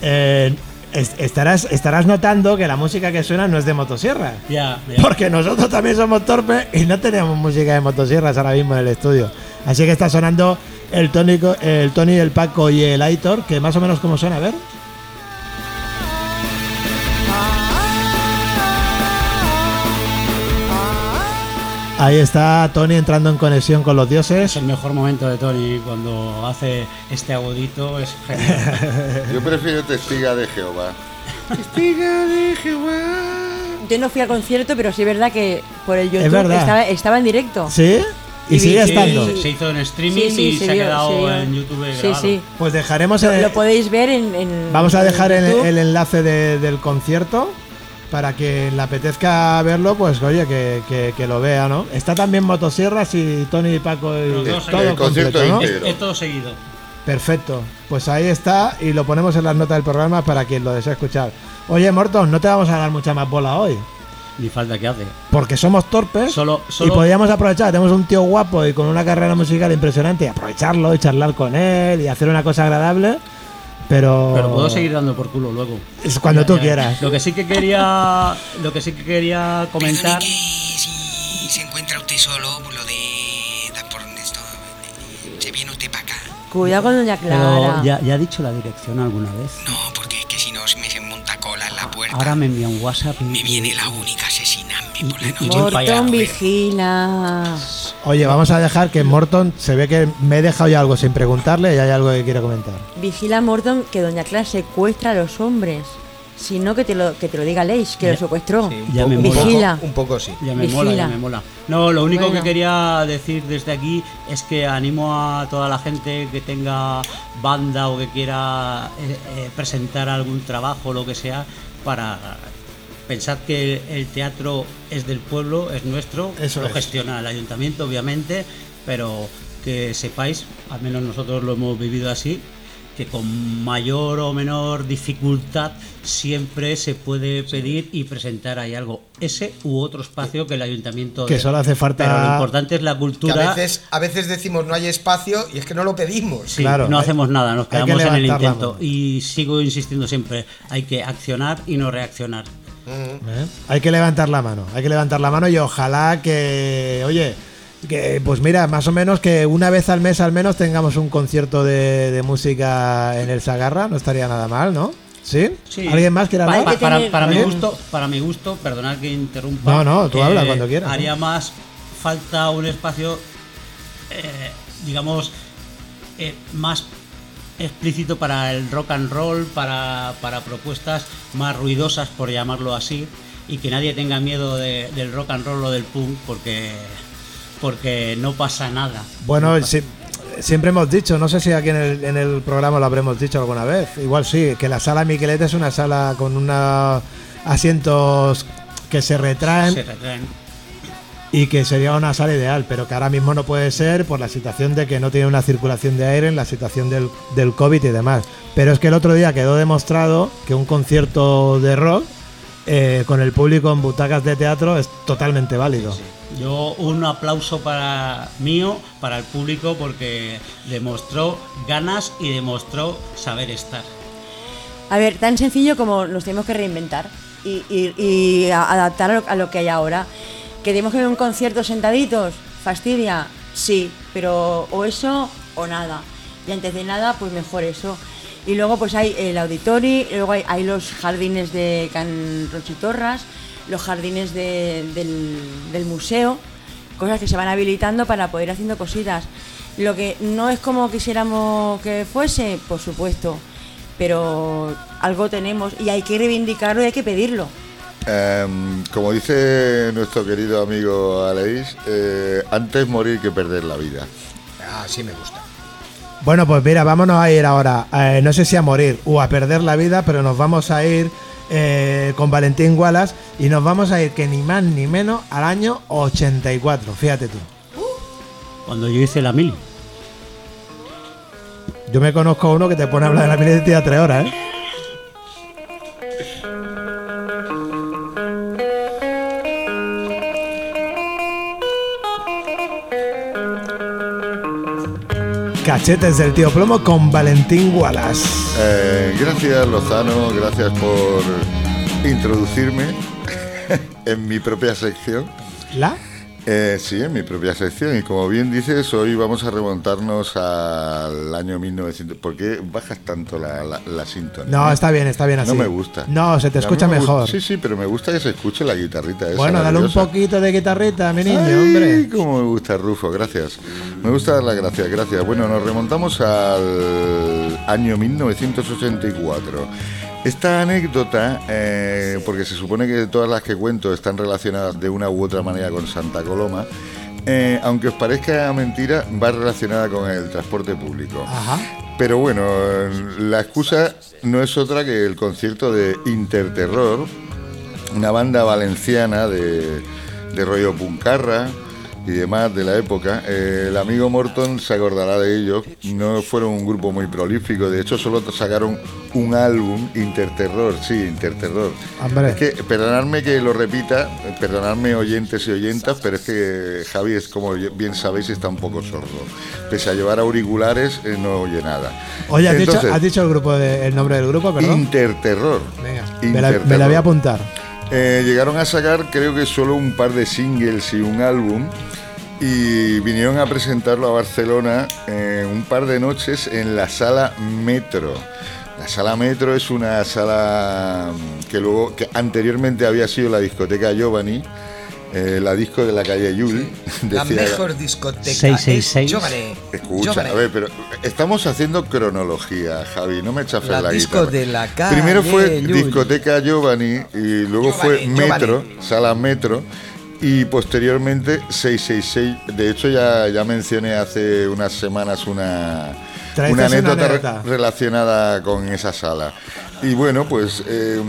[SPEAKER 2] eh, es- estarás, estarás notando que la música que suena no es de motosierra.
[SPEAKER 7] Ya, ya.
[SPEAKER 2] Porque nosotros también somos torpes y no tenemos música de motosierras ahora mismo en el estudio. Así que está sonando el, tónico, el Tony, el Paco y el Aitor, que más o menos como suena, a ver. Ahí está Tony entrando en conexión con los
[SPEAKER 7] Es
[SPEAKER 2] dioses.
[SPEAKER 7] el mejor momento de Tony cuando hace este agudito. Es genial.
[SPEAKER 5] Yo prefiero testiga de Jehová.
[SPEAKER 4] Yo no fui al concierto, pero sí es verdad que por el YouTube
[SPEAKER 2] verdad.
[SPEAKER 4] estaba, estaba en directo.
[SPEAKER 2] ¿Sí? Y
[SPEAKER 4] Y
[SPEAKER 2] sigue
[SPEAKER 4] vi-
[SPEAKER 2] estando.
[SPEAKER 4] y-
[SPEAKER 7] Se hizo en streaming
[SPEAKER 4] Sí, sí,
[SPEAKER 7] y se, ha
[SPEAKER 4] vio,
[SPEAKER 7] quedado
[SPEAKER 4] se vio.
[SPEAKER 7] en YouTube
[SPEAKER 4] Sí,
[SPEAKER 7] grabado.
[SPEAKER 4] sí.
[SPEAKER 2] Pues dejaremos el,
[SPEAKER 4] Lo podéis ver en. en-
[SPEAKER 2] Vamos a
[SPEAKER 4] en
[SPEAKER 2] dejar el,
[SPEAKER 4] YouTube.
[SPEAKER 2] el enlace de- del concierto para que le apetezca verlo, pues oye, que, que- que lo vea, ¿no? Está también Motosierras y Tony y Paco y
[SPEAKER 7] Los dos
[SPEAKER 2] todo
[SPEAKER 7] ahí.
[SPEAKER 5] El concierto
[SPEAKER 2] completo, ¿no?
[SPEAKER 5] íntegro.
[SPEAKER 7] Es, es todo seguido.
[SPEAKER 2] Perfecto. Pues ahí está y lo ponemos en las notas del programa para quien lo desee escuchar. Oye, Morton, no te vamos a dar mucha más bola hoy,
[SPEAKER 7] Ni falta que hace.
[SPEAKER 4] ¿Eh?
[SPEAKER 2] porque somos torpes
[SPEAKER 7] Solo- solo-
[SPEAKER 2] y podíamos aprovechar. Tenemos un tío guapo y con una carrera musical impresionante, y aprovecharlo y charlar con él y hacer una cosa agradable. Pero,
[SPEAKER 7] Pero puedo seguir dando por culo luego.
[SPEAKER 2] Es cuando
[SPEAKER 7] Ya,
[SPEAKER 2] tú
[SPEAKER 7] ya.
[SPEAKER 2] quieras.
[SPEAKER 7] Lo que sí que quería, lo que sí que quería
[SPEAKER 3] Perdone
[SPEAKER 7] comentar.
[SPEAKER 3] que si se encuentra usted solo, pues lo de dar por esto, eh, se viene usted para acá.
[SPEAKER 4] Cuidado con Doña Clara.
[SPEAKER 7] Pero ya, ya ha dicho la dirección alguna vez.
[SPEAKER 3] No, porque es que si no se me se monta cola en la puerta.
[SPEAKER 7] Ahora me envía un WhatsApp. y-
[SPEAKER 3] Me viene la única asesinarme por la
[SPEAKER 7] Y- y-
[SPEAKER 3] noche.
[SPEAKER 7] voy para allá,
[SPEAKER 4] Morton
[SPEAKER 7] hombre.
[SPEAKER 4] vigila.
[SPEAKER 2] Oye, vamos a dejar que Morton se ve que me he dejado ya algo sin preguntarle y hay algo que quiero comentar.
[SPEAKER 4] Vigila Morton que Doña Clara secuestra a los hombres. Sino que te lo, que te lo diga Leish, que lo secuestró.
[SPEAKER 1] Sí, un,
[SPEAKER 7] Ya
[SPEAKER 1] poco,
[SPEAKER 7] me
[SPEAKER 1] un, poco,
[SPEAKER 4] Vigila.
[SPEAKER 1] un poco sí.
[SPEAKER 7] Ya me
[SPEAKER 4] Vigila.
[SPEAKER 7] mola, ya me mola. No, lo único
[SPEAKER 4] Bueno.
[SPEAKER 7] que quería decir desde aquí es que animo a toda la gente que tenga banda o que quiera eh, eh, presentar algún trabajo, lo que sea, para pensar que el teatro es del pueblo, es nuestro,
[SPEAKER 2] Eso
[SPEAKER 7] lo
[SPEAKER 2] es.
[SPEAKER 7] gestiona el ayuntamiento, obviamente, pero que sepáis, al menos nosotros lo hemos vivido así, que con mayor o menor dificultad siempre se puede pedir y presentar ahí algo, ese u otro espacio que el ayuntamiento
[SPEAKER 2] Eh, Que
[SPEAKER 7] dé.
[SPEAKER 2] solo hace falta-
[SPEAKER 7] Pero lo importante es la
[SPEAKER 1] Que a
[SPEAKER 7] cultura.
[SPEAKER 1] veces, a veces decimos no hay espacio y es que no lo pedimos.
[SPEAKER 7] Sí,
[SPEAKER 2] Claro,
[SPEAKER 7] no
[SPEAKER 2] hay-
[SPEAKER 7] hacemos nada, nos
[SPEAKER 2] hay que
[SPEAKER 7] quedamos en el
[SPEAKER 2] levantar la
[SPEAKER 7] intento.
[SPEAKER 2] mano.
[SPEAKER 7] Y sigo insistiendo siempre, hay que accionar y no reaccionar.
[SPEAKER 2] ¿Eh? Hay que levantar la mano, hay que levantar la mano y ojalá que, oye, que pues mira, más o menos que una vez al mes al menos tengamos un concierto de, de música en el Sagarra, no estaría nada mal, ¿no? ¿Sí?
[SPEAKER 7] Sí.
[SPEAKER 2] ¿Alguien más quiere
[SPEAKER 7] Pa-
[SPEAKER 2] hablar?
[SPEAKER 4] Hay
[SPEAKER 7] pa-
[SPEAKER 4] que
[SPEAKER 7] para,
[SPEAKER 4] tener-
[SPEAKER 7] para mi
[SPEAKER 2] ¿Alguien?
[SPEAKER 7] gusto, para mi gusto, perdonad que interrumpa. eh,
[SPEAKER 2] No, no, tú habla cuando quieras,
[SPEAKER 7] Haría más falta un espacio, eh, digamos, eh, más explícito para el rock and roll, para, para propuestas más ruidosas, por llamarlo así, y que nadie tenga miedo de- del rock and roll o del punk, porque, porque no pasa nada.
[SPEAKER 2] Bueno, sí, siempre hemos dicho, no sé si aquí en el, en el programa lo habremos dicho alguna vez, igual sí, que la sala Miquelete es una sala con unos asientos que se retraen
[SPEAKER 7] Se retraen.
[SPEAKER 2] y que sería una sala ideal, pero que ahora mismo no puede ser por la situación de que no tiene una circulación de aire, en la situación del, del COVID y demás. Pero es que el otro día quedó demostrado que un concierto de rock eh, con el público en butacas de teatro es totalmente válido.
[SPEAKER 7] Yo un aplauso para mío, para el público, porque demostró ganas y demostró saber estar.
[SPEAKER 4] A ver, tan sencillo como nos tenemos que reinventar y, y- y a- adaptar a lo, a lo que hay ahora. ¿Que tenemos que ver un concierto sentaditos? ¿Fastidia? Sí, pero o eso o nada. Y antes de nada, pues mejor eso. Y luego pues hay el auditorio, luego hay, hay los jardines de Can Rochitorras, los jardines de- del, del museo, cosas que se van habilitando para poder ir haciendo cositas. Lo que no es como quisiéramos que fuese, por supuesto, pero algo tenemos y hay que reivindicarlo y hay que pedirlo.
[SPEAKER 5] Em, como dice nuestro querido amigo Aleix, eh, antes morir que perder la vida.
[SPEAKER 1] Así Ah, me gusta.
[SPEAKER 2] Bueno, pues mira, vámonos a ir ahora, eh, no sé si a morir o a perder la vida, pero nos vamos a ir eh, con Valentín Wallace y nos vamos a ir que ni más ni menos al año 84, fíjate tú.
[SPEAKER 7] Cuando yo hice la mil.
[SPEAKER 2] Yo me conozco uno que te pone a hablar de la milicia a tres horas, ¿eh? Cachetes del tío plomo con Valentín Wallace.
[SPEAKER 5] Eh, gracias Lozano, gracias por introducirme <laughs> en mi propia sección.
[SPEAKER 2] ¿La?
[SPEAKER 5] Eh, sí, en mi propia sección. Y como bien dices, hoy vamos a remontarnos al año 1900. ¿Por qué bajas tanto la, la- la sintonía?
[SPEAKER 2] No, está bien, está bien así.
[SPEAKER 5] No me gusta.
[SPEAKER 2] No, se te
[SPEAKER 5] A mí
[SPEAKER 2] escucha
[SPEAKER 5] me gu-
[SPEAKER 2] mejor.
[SPEAKER 5] Sí, sí, pero me gusta que se escuche la guitarrita. Esa
[SPEAKER 2] bueno, dale un
[SPEAKER 5] maravillosa.
[SPEAKER 2] poquito de guitarrita, mi niño,
[SPEAKER 5] Ay,
[SPEAKER 2] hombre.
[SPEAKER 5] cómo me gusta Rufo, gracias. Me gusta dar las gracias, gracias. Bueno, nos remontamos al año 1984. Esta anécdota, eh, porque se supone que todas las que cuento están relacionadas de una u otra manera con Santa Coloma, eh, aunque os parezca mentira, va relacionada con el transporte público.
[SPEAKER 2] Ajá.
[SPEAKER 5] Pero bueno, la excusa no es otra que el concierto de Interterror, una banda valenciana de, de rollo puncarra y demás de la época. Eh, el amigo Morton se acordará de ellos. No fueron un grupo muy prolífico, de hecho solo sacaron un álbum, Interterror, sí, Interterror.
[SPEAKER 2] Hombre.
[SPEAKER 5] Es que, perdonadme que lo repita, perdonadme oyentes y oyentas, pero es que Javi, es como bien sabéis, está un poco sordo. Pese a llevar auriculares, eh, no oye nada.
[SPEAKER 2] Oye, ¿has,
[SPEAKER 5] Entonces,
[SPEAKER 2] dicho, has dicho el, grupo de- el nombre del grupo, perdón?
[SPEAKER 5] Interterror.
[SPEAKER 2] Venga, me la, me la voy a
[SPEAKER 5] Interterror.
[SPEAKER 2] apuntar.
[SPEAKER 5] Eh, llegaron a sacar creo que solo un par de singles y un álbum y vinieron a presentarlo a Barcelona eh, un par de noches en la sala Metro. La sala Metro es una sala mm, que luego que anteriormente había sido la discoteca Giovanni, eh, la disco de la calle Yul. <laughs>
[SPEAKER 1] La
[SPEAKER 5] decía-
[SPEAKER 1] mejor discoteca.
[SPEAKER 7] 666.
[SPEAKER 1] es Giovane.
[SPEAKER 5] Escucha,
[SPEAKER 1] Giovane.
[SPEAKER 5] a ver, pero estamos haciendo cronología, Javi, no me chafes la,
[SPEAKER 1] La disco
[SPEAKER 5] guitarra.
[SPEAKER 1] de la calle
[SPEAKER 5] Primero fue
[SPEAKER 1] Llull.
[SPEAKER 5] discoteca Giovanni y luego fue
[SPEAKER 1] Giovanni,
[SPEAKER 5] Metro,
[SPEAKER 1] Giovanni.
[SPEAKER 5] sala Metro y posteriormente 666. De hecho ya ya mencioné hace unas semanas una
[SPEAKER 2] Traes
[SPEAKER 5] una
[SPEAKER 2] una
[SPEAKER 5] anécdota re-
[SPEAKER 2] anécdota.
[SPEAKER 5] relacionada con esa sala. Y bueno, pues eh,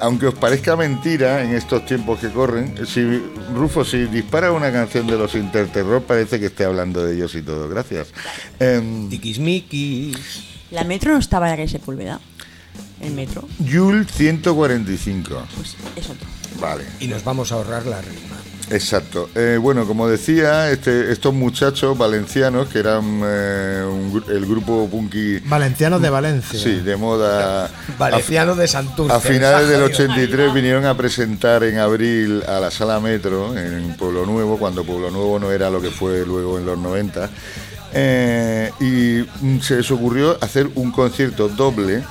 [SPEAKER 5] aunque os parezca mentira en estos tiempos que corren, si Rufo, si dispara una canción de los Interterror, parece que esté hablando de ellos y todo. Gracias. Em,
[SPEAKER 1] Tiquismiquis.
[SPEAKER 4] La metro no estaba en aquel Sepúlveda. El metro,
[SPEAKER 5] Yul 145.
[SPEAKER 4] pues es otro.
[SPEAKER 5] Vale.
[SPEAKER 1] Y nos vamos a ahorrar la rima.
[SPEAKER 5] Exacto. Eh, bueno, como decía, este- estos muchachos valencianos, que eran eh, un gru- el grupo punky
[SPEAKER 2] Valencianos de Valencia.
[SPEAKER 5] sí, de moda
[SPEAKER 1] Valenciano de Santurce.
[SPEAKER 5] A finales
[SPEAKER 1] <laughs>
[SPEAKER 5] del
[SPEAKER 1] Adiós.
[SPEAKER 5] 83 vinieron a presentar en abril a la Sala Metro en Pueblo Nuevo, cuando Pueblo Nuevo no era lo que fue luego en los 90. eh, y mm, se les ocurrió hacer un concierto doble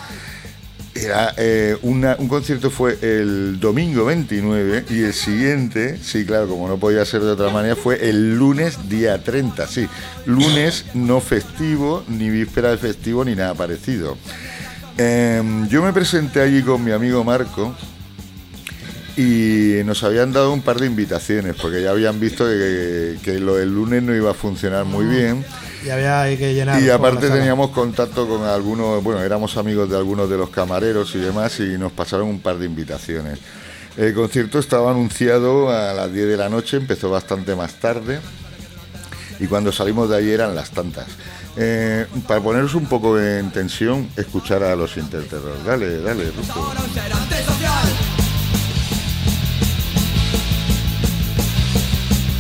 [SPEAKER 5] Era, eh, una- un concierto fue el domingo 29 y el siguiente, sí, claro, como no podía ser de otra manera, fue el lunes día 30, sí. Lunes no festivo, ni víspera de festivo, ni nada parecido. Em, yo me presenté allí con mi amigo Marco y nos habían dado un par de invitaciones porque ya habían visto que, que lo del lunes no iba a funcionar muy bien.
[SPEAKER 2] Y había hay que llenar.
[SPEAKER 5] Y
[SPEAKER 2] un poco
[SPEAKER 5] aparte
[SPEAKER 2] la sala.
[SPEAKER 5] teníamos contacto con algunos, bueno, éramos amigos de algunos de los camareros y demás y nos pasaron un par de invitaciones. El concierto estaba anunciado a las 10 de la noche, empezó bastante más tarde y cuando salimos de ahí eran las tantas. Eh, para poneros un poco en tensión, escuchar a los Interterror. Dale, dale, Rupo.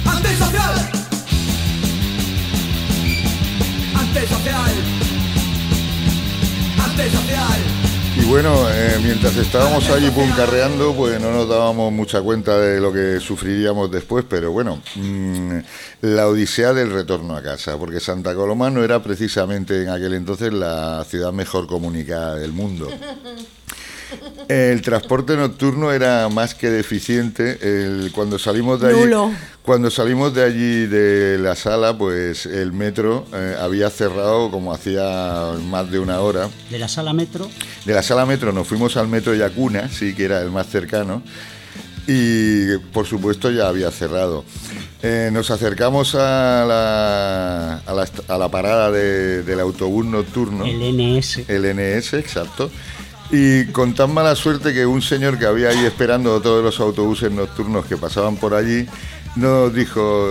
[SPEAKER 8] Antisocial. Antisocial. Antisocial.
[SPEAKER 5] Y bueno, eh, mientras estábamos allí puncarreando, pues no nos dábamos mucha cuenta de lo que sufriríamos después, pero bueno, mm, la odisea del retorno a casa, porque Santa Coloma no era precisamente en aquel entonces la ciudad mejor comunicada del mundo. El transporte nocturno era más que deficiente. El- cuando salimos de allí,
[SPEAKER 4] Nulo.
[SPEAKER 5] cuando salimos de allí de la sala, pues el metro eh, había cerrado como hacía más de una hora.
[SPEAKER 7] De la sala metro,
[SPEAKER 5] De la sala metro nos fuimos al metro Yacuna, sí, que era el más cercano, y por supuesto ya había cerrado. Eh, nos acercamos a la, a la, est- a la parada de- del autobús nocturno,
[SPEAKER 7] el NS.
[SPEAKER 5] LNS, exacto, y con tan mala suerte que un señor que había ahí esperando todos los autobuses nocturnos que pasaban por allí, nos dijo,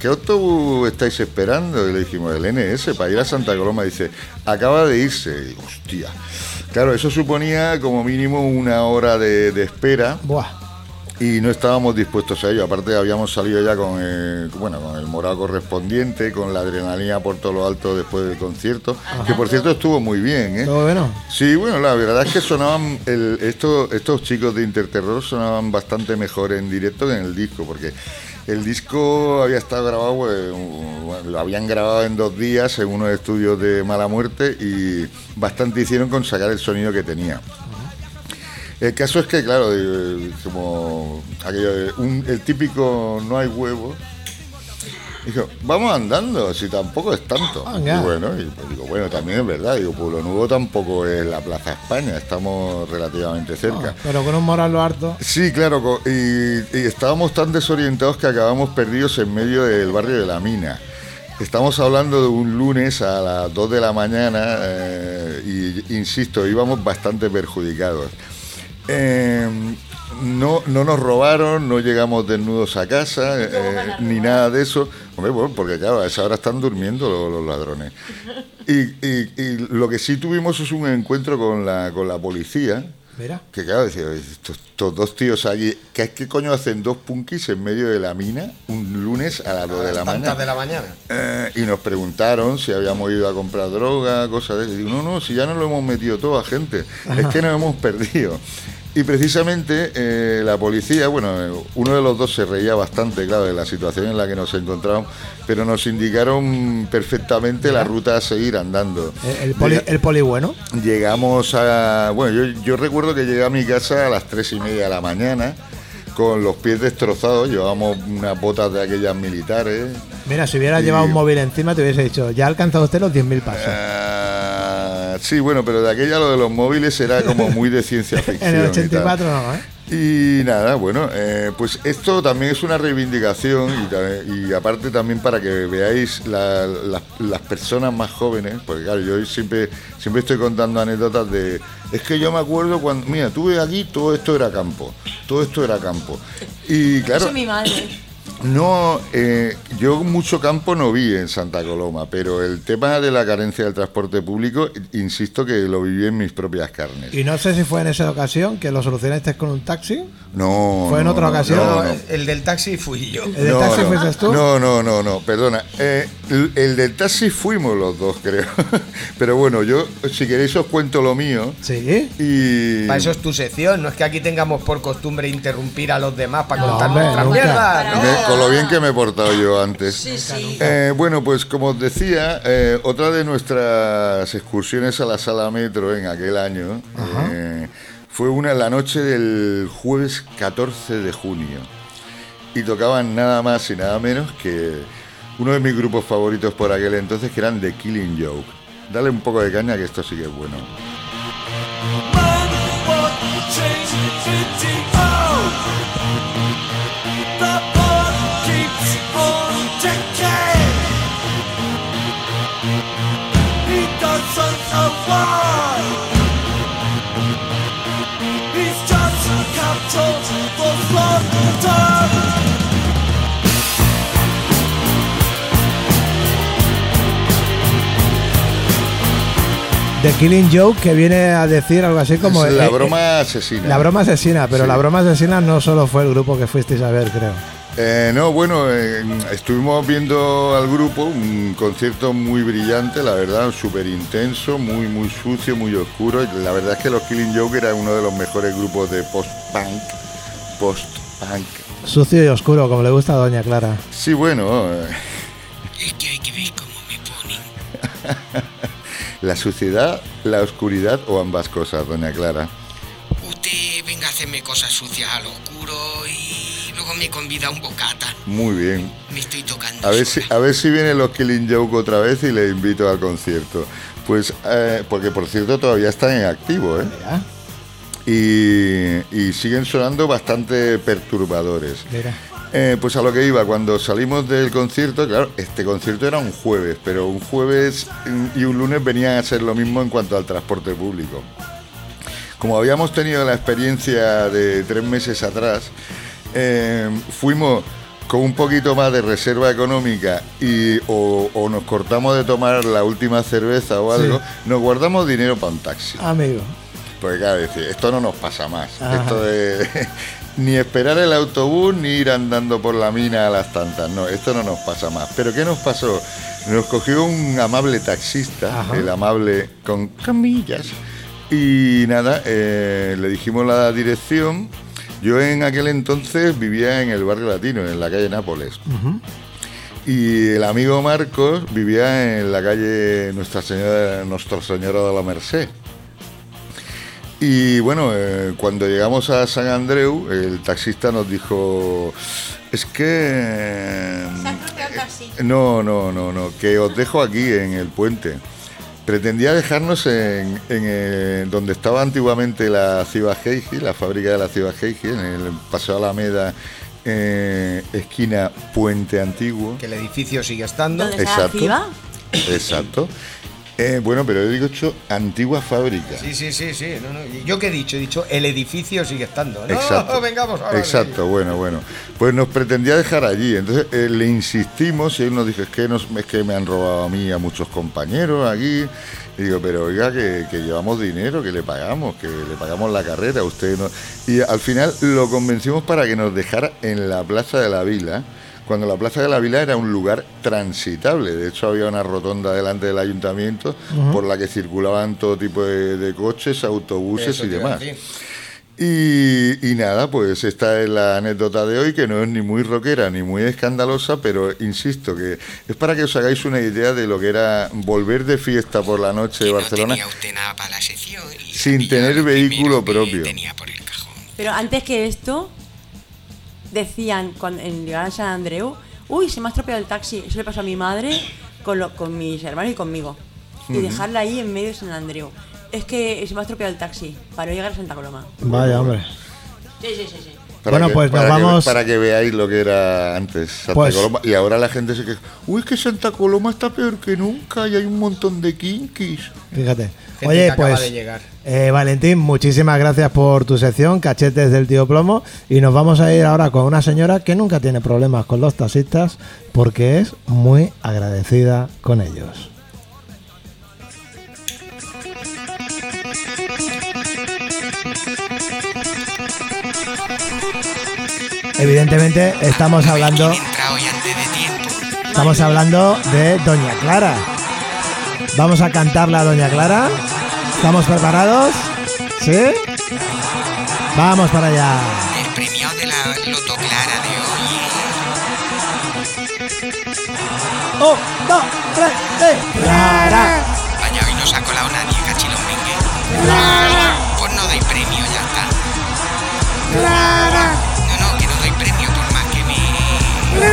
[SPEAKER 5] ¿qué autobús estáis esperando? Y le dijimos, el NS, para ir a Santa Coloma. Dice, acaba de irse. Y digo, hostia. Claro, eso suponía como mínimo una hora de, de espera
[SPEAKER 2] Buah.
[SPEAKER 5] y no estábamos dispuestos a ello. Aparte habíamos salido ya con, eh, bueno, con el morado correspondiente, con la adrenalina por todo lo alto después del concierto, que por cierto estuvo muy bien. ¿eh?
[SPEAKER 2] Todo bueno.
[SPEAKER 5] Sí, bueno, la verdad es que sonaban, el- esto- estos chicos de Interterror sonaban bastante mejor en directo que en el disco, porque el disco había estado grabado, pues, bueno, lo habían grabado en dos días en unos estudios de Mala Muerte y bastante hicieron con sacar el sonido que tenía. El caso es que, claro, eh, como aquello de un- el típico no hay huevos. Dijo, vamos andando, si tampoco es tanto.
[SPEAKER 2] Ah,
[SPEAKER 5] Y
[SPEAKER 2] ya.
[SPEAKER 5] bueno, y pues digo, bueno, también es verdad. Digo, Pueblo Nuevo tampoco es la Plaza España, estamos relativamente cerca.
[SPEAKER 2] Pero con un moral lo harto.
[SPEAKER 5] Sí, claro, co- y, y estábamos tan desorientados que acabamos perdidos en medio del barrio de la mina. Estamos hablando de un lunes a las 2 de la mañana eh, y, insisto, íbamos bastante perjudicados. Eh, no, no nos robaron, no llegamos desnudos a casa, eh, ni nada de eso. Hombre, bueno, porque claro, a esa hora están durmiendo lo- los, ladrones. Y, y- y lo que sí tuvimos es un encuentro con la, con la policía,
[SPEAKER 2] Mira.
[SPEAKER 5] que claro, decía, estos, estos dos tíos allí, ¿qué, qué coño hacen dos punkis en medio de la mina un lunes a las 2 de
[SPEAKER 2] Ah,
[SPEAKER 5] la
[SPEAKER 1] Tantas
[SPEAKER 5] mañana?
[SPEAKER 1] de la mañana.
[SPEAKER 5] Eh, y nos preguntaron si habíamos ido a comprar droga, cosas de eso. Digo, no, no, si ya nos lo hemos metido todo a gente, es que nos hemos perdido. Y precisamente eh, la policía, bueno, eh, uno de los dos se reía bastante, claro, de la situación en la que nos encontramos, pero nos indicaron perfectamente la ruta a seguir andando.
[SPEAKER 2] Eh, El poli,
[SPEAKER 5] Llega-
[SPEAKER 2] el poli bueno.
[SPEAKER 5] Llegamos a. Bueno, yo, yo recuerdo que llegué a mi casa a las tres y media de la mañana con los pies destrozados. Llevábamos unas botas de aquellas militares.
[SPEAKER 2] Mira, si hubiera
[SPEAKER 5] Sí. Eh,
[SPEAKER 2] llevado un móvil encima, te hubiese dicho, ya ha alcanzado usted los 10.000 pasos.
[SPEAKER 5] Ah, sí, bueno, pero de aquella lo de los móviles era como muy de ciencia ficción.
[SPEAKER 2] <laughs> En el
[SPEAKER 5] y tal.
[SPEAKER 2] 84 no, ¿eh?
[SPEAKER 5] Y nada, bueno, eh, pues esto también es una reivindicación y, ta- y aparte también para que veáis la- la- las personas más jóvenes, porque claro, yo siempre, siempre estoy contando anécdotas de, es que yo me acuerdo cuando, mira, tuve aquí, todo esto era campo, todo esto era campo. Y claro,
[SPEAKER 4] Eso mi madre.
[SPEAKER 5] no, eh, yo mucho campo no vi en Santa Coloma, pero el tema de la carencia del transporte público, insisto que lo viví en mis propias carnes.
[SPEAKER 2] Y no sé si fue en esa ocasión que lo solucionaste con un taxi.
[SPEAKER 5] No.
[SPEAKER 2] Fue en
[SPEAKER 5] no,
[SPEAKER 2] otra
[SPEAKER 5] no,
[SPEAKER 2] ocasión.
[SPEAKER 5] no,
[SPEAKER 1] No,
[SPEAKER 5] no.
[SPEAKER 1] el del taxi fui yo.
[SPEAKER 2] ¿El del taxi fuiste tú?
[SPEAKER 5] No, no, no, no, perdona. Eh, el, el del taxi fuimos los dos, <laughs> creo. Pero bueno, yo, si queréis, os cuento lo mío.
[SPEAKER 2] Sí.
[SPEAKER 5] Y.
[SPEAKER 1] Para eso es tu sección, no es que aquí tengamos por costumbre interrumpir a los demás para
[SPEAKER 2] No,
[SPEAKER 1] contar
[SPEAKER 2] hombre,
[SPEAKER 1] nuestras
[SPEAKER 2] nunca.
[SPEAKER 1] mierdas.
[SPEAKER 5] Me-
[SPEAKER 1] No,
[SPEAKER 5] Con lo bien que me he portado yo antes. Eh, bueno, pues como os decía, eh, otra de nuestras excursiones a la sala metro en aquel año eh, fue una en la noche del jueves 14 de junio. Y tocaban nada más y nada menos que uno de mis grupos favoritos por aquel entonces, que eran The Killing Joke. Dale un poco de caña que esto sí que es bueno.
[SPEAKER 9] oh.
[SPEAKER 2] The Killing Joke que viene a decir algo así como.
[SPEAKER 5] Es la
[SPEAKER 2] eh, eh,
[SPEAKER 5] broma asesina.
[SPEAKER 2] la broma asesina, pero
[SPEAKER 5] Sí.
[SPEAKER 2] la broma asesina no solo fue el grupo que fuisteis a ver, creo.
[SPEAKER 5] Eh, no, bueno, eh, estuvimos viendo al grupo, un concierto muy brillante, la verdad, súper intenso, muy, muy sucio, muy oscuro. Y La verdad es que los Killing Joke eran uno de los mejores grupos de post-punk. Post-punk.
[SPEAKER 2] Sucio y oscuro, como le gusta a Doña Clara.
[SPEAKER 5] Sí, bueno, eh,
[SPEAKER 3] Es que hay que ver cómo me ponen.
[SPEAKER 5] la suciedad, la oscuridad o ambas cosas, doña Clara.
[SPEAKER 3] Usted venga a hacerme cosas sucias a lo oscuro y luego me convida a un bocata.
[SPEAKER 5] Muy bien.
[SPEAKER 3] Me estoy tocando.
[SPEAKER 5] A ver, si,
[SPEAKER 3] sola.
[SPEAKER 5] a ver si vienen los Killing Joke otra vez y les invito al concierto. Pues, eh, porque por cierto todavía están en activo, ¿eh?
[SPEAKER 2] Mira,
[SPEAKER 5] y, y siguen sonando bastante perturbadores.
[SPEAKER 2] mira.
[SPEAKER 5] Eh, pues a lo que iba, cuando salimos del concierto, claro, este concierto era un jueves, pero un jueves y un lunes venían a ser lo mismo en cuanto al transporte público. Como habíamos tenido la experiencia de tres meses atrás, eh, fuimos con un poquito más de reserva económica y o, o nos cortamos de tomar la última cerveza o algo, nos guardamos dinero para un taxi.
[SPEAKER 2] Amigo.
[SPEAKER 5] Porque claro, decir, esto no nos pasa más.
[SPEAKER 2] Ajá.
[SPEAKER 5] Esto de <laughs> ni esperar el autobús ni ir andando por la mina a las tantas. No, esto no nos pasa más. Pero ¿qué nos pasó? Nos cogió un amable taxista,
[SPEAKER 2] Ajá.
[SPEAKER 5] el amable con camillas. Y nada, eh, le dijimos la dirección. Yo en aquel entonces vivía en el barrio latino, en la calle Nápoles. Y el amigo Marcos vivía en la calle Nuestra Señora, Nuestra Señora de la Merced. Y bueno, eh, cuando llegamos a San Andreu, el taxista nos dijo, es que... No, no, no, no, que os dejo aquí en el puente. Pretendía dejarnos en, en, eh, donde estaba antiguamente la Ciba Heiji, la fábrica de la Ciba Heiji, en el Paseo Alameda, eh, esquina Puente Antiguo.
[SPEAKER 1] Que el edificio sigue estando.
[SPEAKER 4] ¿Dónde está la Ciba?
[SPEAKER 5] Exacto. Eh, bueno, pero yo digo hecho antigua fábrica.
[SPEAKER 1] Sí, sí, sí, sí. No, no. ¿Yo qué he dicho? He dicho, el edificio sigue estando. No, <laughs> Oh,
[SPEAKER 5] Exacto.
[SPEAKER 1] vengamos ahora.
[SPEAKER 5] Exacto, bueno, bueno. Pues nos pretendía dejar allí. Entonces eh, le insistimos y él nos dijo, es que, nos, es que me han robado a mí y a muchos compañeros aquí. Y digo, pero oiga, que, que llevamos dinero, que le pagamos, que le pagamos la carrera. Usted no... Y al final lo convencimos para que nos dejara en la Plaza de la Vila. Cuando la Plaza de la Vila era un lugar transitable, de hecho había una rotonda delante del ayuntamiento por la que circulaban todo tipo de, de coches, autobuses
[SPEAKER 1] Eso
[SPEAKER 5] y
[SPEAKER 1] te iba a
[SPEAKER 5] demás.
[SPEAKER 1] decir.
[SPEAKER 5] Y, y nada, pues esta es la anécdota de hoy, que no es ni muy rockera ni muy escandalosa, pero insisto que es para que os hagáis una idea de lo que era volver de fiesta por la noche
[SPEAKER 3] Que
[SPEAKER 5] de
[SPEAKER 3] no
[SPEAKER 5] Barcelona.
[SPEAKER 3] tenía usted nada para la sección. y la
[SPEAKER 5] Sin
[SPEAKER 3] pillaba
[SPEAKER 5] tener
[SPEAKER 3] lo primero
[SPEAKER 5] vehículo
[SPEAKER 3] que
[SPEAKER 5] propio.
[SPEAKER 3] Tenía por el cajón.
[SPEAKER 4] Pero antes que esto, decían cuando, en llegar a San Andreu, uy, se me ha estropeado el taxi. Eso le pasó a mi madre con, lo- con mis hermanos y conmigo. Y dejarla ahí en medio de San Andreu. Es que se me ha estropeado el taxi para no llegar a Santa Coloma.
[SPEAKER 2] Vaya, hombre.
[SPEAKER 4] Sí, sí, sí. sí.
[SPEAKER 5] Para
[SPEAKER 2] Bueno,
[SPEAKER 5] que-
[SPEAKER 2] pues nos
[SPEAKER 5] para que-
[SPEAKER 2] vamos-
[SPEAKER 5] para que veáis lo que era antes Santa
[SPEAKER 2] Pues-
[SPEAKER 5] Coloma. Y ahora la gente se queja. Uy, es que Santa Coloma está peor que nunca y hay un montón de kinkis.
[SPEAKER 2] Fíjate.
[SPEAKER 1] que
[SPEAKER 2] Oye,
[SPEAKER 1] acaba
[SPEAKER 2] pues.
[SPEAKER 1] de llegar.
[SPEAKER 2] eh, Valentín, muchísimas gracias por tu sección, cachetes del tío plomo. Y nos vamos a ir ahora con una señora que nunca tiene problemas con los taxistas porque es muy agradecida con ellos. Evidentemente estamos hablando,
[SPEAKER 3] He entrado Ah, hoy antes de tiempo.
[SPEAKER 2] estamos hablando de Doña Clara. Vamos a cantarla a Doña Clara. ¿Estamos preparados? ¿Sí? Vamos para allá.
[SPEAKER 3] El premiado de la Loto Clara de hoy. ¿eh?
[SPEAKER 2] Un, dos, tres, eh. Clara.
[SPEAKER 3] Vaya, hoy no se ha colado nadie, cachilombingue. Pues no doy premio, ya está. No, no, que no doy premio, por más que me. Que no,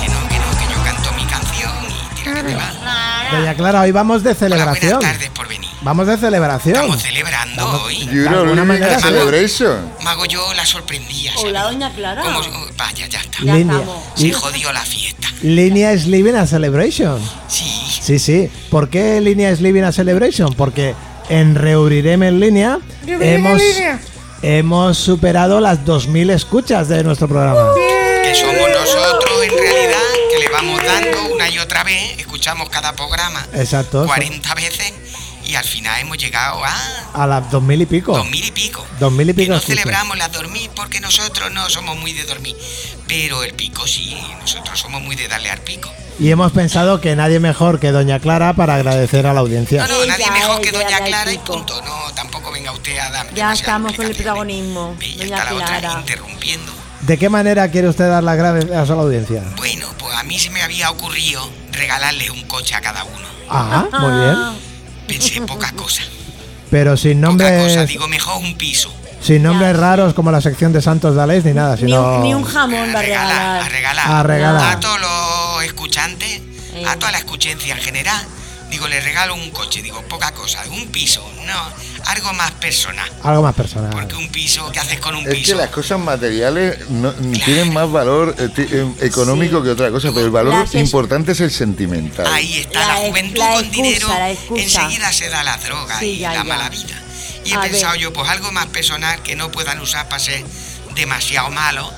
[SPEAKER 3] que no, que yo canto mi canción y tira que te va.
[SPEAKER 2] Doña Clara, hoy vamos de
[SPEAKER 3] Hola,
[SPEAKER 2] celebración.
[SPEAKER 3] buenas tardes por venir.
[SPEAKER 2] Vamos de celebración.
[SPEAKER 3] Estamos celebrando hoy.
[SPEAKER 5] Euro
[SPEAKER 2] alguna
[SPEAKER 5] Living
[SPEAKER 2] manera, sí.
[SPEAKER 5] Celebration.
[SPEAKER 3] Mago, yo la sorprendía. ¿sabes?
[SPEAKER 4] Hola, doña Clara.
[SPEAKER 3] Como- oh, Vaya, ya está.
[SPEAKER 4] Ya
[SPEAKER 2] Línea.
[SPEAKER 4] estamos.
[SPEAKER 3] Se jodió la fiesta.
[SPEAKER 2] Línea is living a celebration.
[SPEAKER 3] Sí.
[SPEAKER 2] Sí, sí. ¿Por qué Línea es Living a Celebration? Porque en Reubrireme en línea hemos, hemos superado las 2.000 escuchas de nuestro programa.
[SPEAKER 3] Que somos nosotros, en realidad, que le vamos dando una y otra vez. Escuchamos cada programa
[SPEAKER 2] Exacto.
[SPEAKER 3] 40 veces y al final hemos llegado a
[SPEAKER 2] A las 2.000 y pico.
[SPEAKER 3] dos mil y pico.
[SPEAKER 2] Dos mil y
[SPEAKER 3] Que
[SPEAKER 2] pico
[SPEAKER 3] no
[SPEAKER 2] escuchas.
[SPEAKER 3] celebramos las dormir porque nosotros no somos muy de dormir. Pero el pico sí, nosotros somos muy de darle al pico.
[SPEAKER 2] Y hemos pensado que nadie mejor que Doña Clara para agradecer a la audiencia.
[SPEAKER 3] No, no,
[SPEAKER 4] Ella
[SPEAKER 3] nadie mejor
[SPEAKER 4] es
[SPEAKER 3] que
[SPEAKER 4] de
[SPEAKER 3] Doña
[SPEAKER 4] al
[SPEAKER 3] Clara y
[SPEAKER 4] pico.
[SPEAKER 3] punto. No, tampoco venga usted a
[SPEAKER 4] Ya
[SPEAKER 3] dar. demasiadas
[SPEAKER 4] estamos con el
[SPEAKER 3] explicaciones.
[SPEAKER 4] protagonismo,
[SPEAKER 3] Ve, ya
[SPEAKER 4] doña
[SPEAKER 3] está la otra
[SPEAKER 4] Clara.
[SPEAKER 3] interrumpiendo.
[SPEAKER 2] ¿De qué manera quiere usted dar las gracias a la audiencia?
[SPEAKER 3] Bueno, pues a mí se me había ocurrido regalarle un coche a cada uno.
[SPEAKER 2] Ah, muy bien.
[SPEAKER 3] Pensé
[SPEAKER 4] <laughs>
[SPEAKER 3] pocas cosas.
[SPEAKER 2] Pero sin
[SPEAKER 3] Poca cosa,
[SPEAKER 2] nombres,
[SPEAKER 3] digo mejor un piso.
[SPEAKER 2] sin nombres raros como la sección de Santos Dalés ni
[SPEAKER 9] Ah,
[SPEAKER 2] nada,
[SPEAKER 4] Ni un,
[SPEAKER 2] sino
[SPEAKER 4] ni un jamón va
[SPEAKER 3] A
[SPEAKER 4] a
[SPEAKER 3] regalar, a
[SPEAKER 4] regalar.
[SPEAKER 3] regalar.
[SPEAKER 2] A regalar.
[SPEAKER 3] A todos los escuchantes, a toda la escuchencia en general. Digo, le regalo un coche, digo, poca cosa, un piso, no, algo más personal.
[SPEAKER 2] algo más personal.
[SPEAKER 3] Porque un piso, ¿qué haces con un
[SPEAKER 5] Es que
[SPEAKER 3] piso?
[SPEAKER 5] las cosas materiales no- tienen más valor eh, ti- eh, económico
[SPEAKER 4] Sí.
[SPEAKER 5] que otra cosa, pero el valor
[SPEAKER 4] Las es-
[SPEAKER 5] importante es el sentimental.
[SPEAKER 3] Ahí está
[SPEAKER 4] La
[SPEAKER 3] la,
[SPEAKER 4] ex-
[SPEAKER 3] juventud
[SPEAKER 4] la
[SPEAKER 3] con
[SPEAKER 4] excusa,
[SPEAKER 3] dinero.
[SPEAKER 4] la excusa.
[SPEAKER 3] Enseguida se da la droga
[SPEAKER 4] Sí,
[SPEAKER 3] y
[SPEAKER 4] ya,
[SPEAKER 3] la
[SPEAKER 4] ya.
[SPEAKER 3] mala vida. Y he
[SPEAKER 4] A ver.
[SPEAKER 3] pensado yo, pues algo más personal que no puedan usar para ser demasiado malo.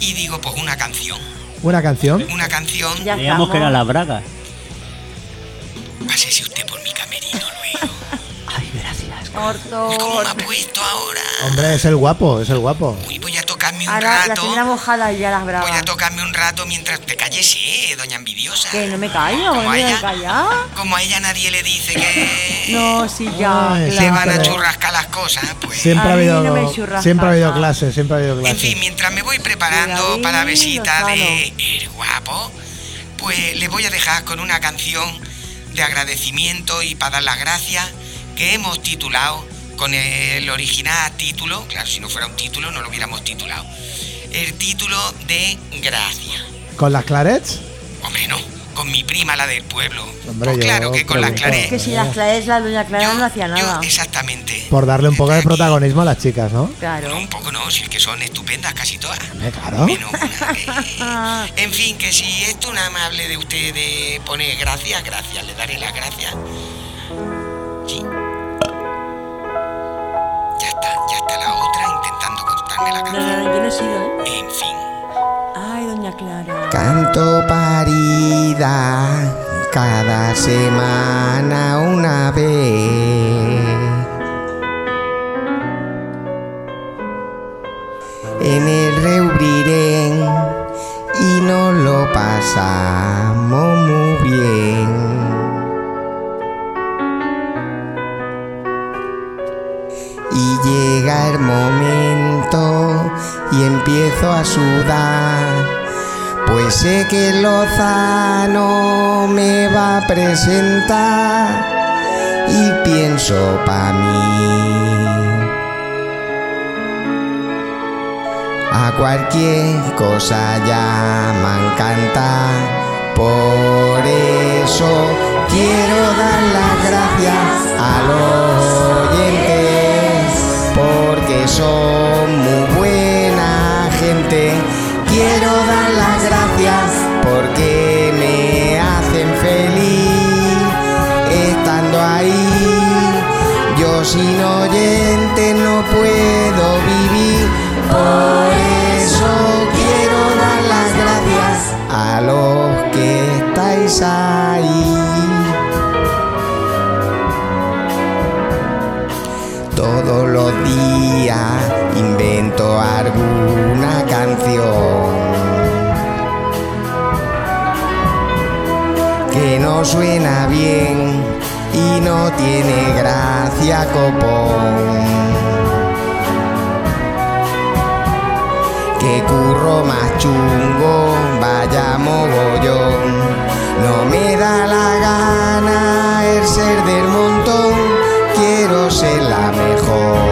[SPEAKER 3] Y digo, pues una canción.
[SPEAKER 2] Una canción.
[SPEAKER 3] Una canción.
[SPEAKER 4] Ya
[SPEAKER 7] Creíamos
[SPEAKER 4] estamos.
[SPEAKER 7] que era la braga.
[SPEAKER 3] Pásese usted por mi camerino luego.
[SPEAKER 4] Orto.
[SPEAKER 3] ¿Cómo me ha puesto ahora?
[SPEAKER 2] Hombre, es el guapo, es el guapo.
[SPEAKER 3] Uy, voy a tocarme un
[SPEAKER 4] Ahora la
[SPEAKER 3] rato.
[SPEAKER 4] tendrá mojada y ya las
[SPEAKER 3] Voy a
[SPEAKER 4] bravas.
[SPEAKER 3] tocarme un rato mientras te calles, eh, doña envidiosa.
[SPEAKER 4] Que no me callo,
[SPEAKER 3] Como
[SPEAKER 4] no
[SPEAKER 3] a
[SPEAKER 4] me
[SPEAKER 3] ella-
[SPEAKER 4] calla.
[SPEAKER 3] Como a ella nadie le dice que
[SPEAKER 4] No, sí, ya.
[SPEAKER 2] Ay,
[SPEAKER 3] le van a
[SPEAKER 2] siempre.
[SPEAKER 3] churrascar las cosas, pues.
[SPEAKER 2] Siempre ha
[SPEAKER 4] A mí
[SPEAKER 2] habido,
[SPEAKER 4] no me churras,
[SPEAKER 2] siempre ha habido
[SPEAKER 4] jaja.
[SPEAKER 2] clases, siempre ha habido
[SPEAKER 3] En
[SPEAKER 2] clases.
[SPEAKER 3] fin, mientras me voy preparando
[SPEAKER 4] Cuidadín,
[SPEAKER 3] para la visita de
[SPEAKER 4] Lozano.
[SPEAKER 3] El Guapo, pues le voy a dejar con una canción de agradecimiento y para dar las gracias que hemos titulado con el original título, claro, si no fuera un título no lo hubiéramos titulado, el título de Gracias.
[SPEAKER 2] Con las clarets,
[SPEAKER 3] Hombre, no, con mi prima, la del pueblo.
[SPEAKER 2] Hombre,
[SPEAKER 3] pues
[SPEAKER 2] yo
[SPEAKER 3] claro que con las
[SPEAKER 2] preguntaba.
[SPEAKER 3] claré.
[SPEAKER 4] Es que si las claes, la doña Clara no hacía nada.
[SPEAKER 3] exactamente.
[SPEAKER 2] por darle un poco de
[SPEAKER 3] Desde aquí,
[SPEAKER 2] protagonismo a las chicas, ¿no?
[SPEAKER 3] No,
[SPEAKER 4] Claro.
[SPEAKER 3] un poco no, si es que son estupendas casi todas.
[SPEAKER 2] Eh, Claro.
[SPEAKER 3] Menos una que- En fin, que si esto un amable de usted de pone gracias, gracias, le daré las gracias. Sí. Ya está, ya está la otra intentando cortarme la
[SPEAKER 4] No,
[SPEAKER 3] canción.
[SPEAKER 4] no, no, yo no he sido, ¿eh?
[SPEAKER 3] En fin.
[SPEAKER 4] Ay, doña Clara.
[SPEAKER 9] Canto parida cada semana una vez. En el Reubrirén y nos lo pasamos muy bien. Y llega el momento y empiezo a sudar. Pues sé que Lozano me va a presentar y pienso pa' mí. A cualquier cosa llaman cantar, por eso quiero dar las gracias a los oyentes, porque son muy buena gente. Quiero dar las gracias porque me hacen feliz estando ahí. Yo sin oyente no puedo vivir, por eso quiero dar las gracias a los que estáis ahí. Todos los días invento alguna canción. que no suena bien y no tiene gracia copón. Que curro más chungo, vaya mogollón. No me da la gana el ser del montón, quiero ser la mejor.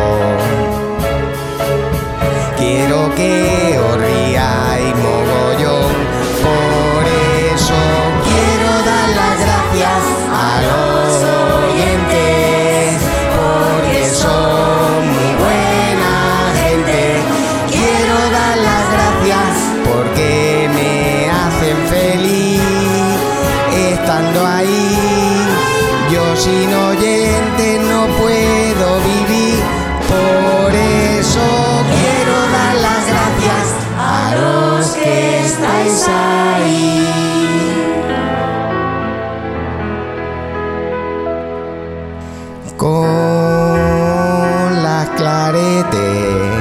[SPEAKER 9] Quiero que os riáis mogollón, por eso quiero dar las gracias a los oyentes, porque son muy buena gente. Quiero dar las gracias porque me hacen feliz estando ahí. Yo sin oyentes no puedo vivir, por eso quiero dar las gracias a los que estáis ahí. con las claretes.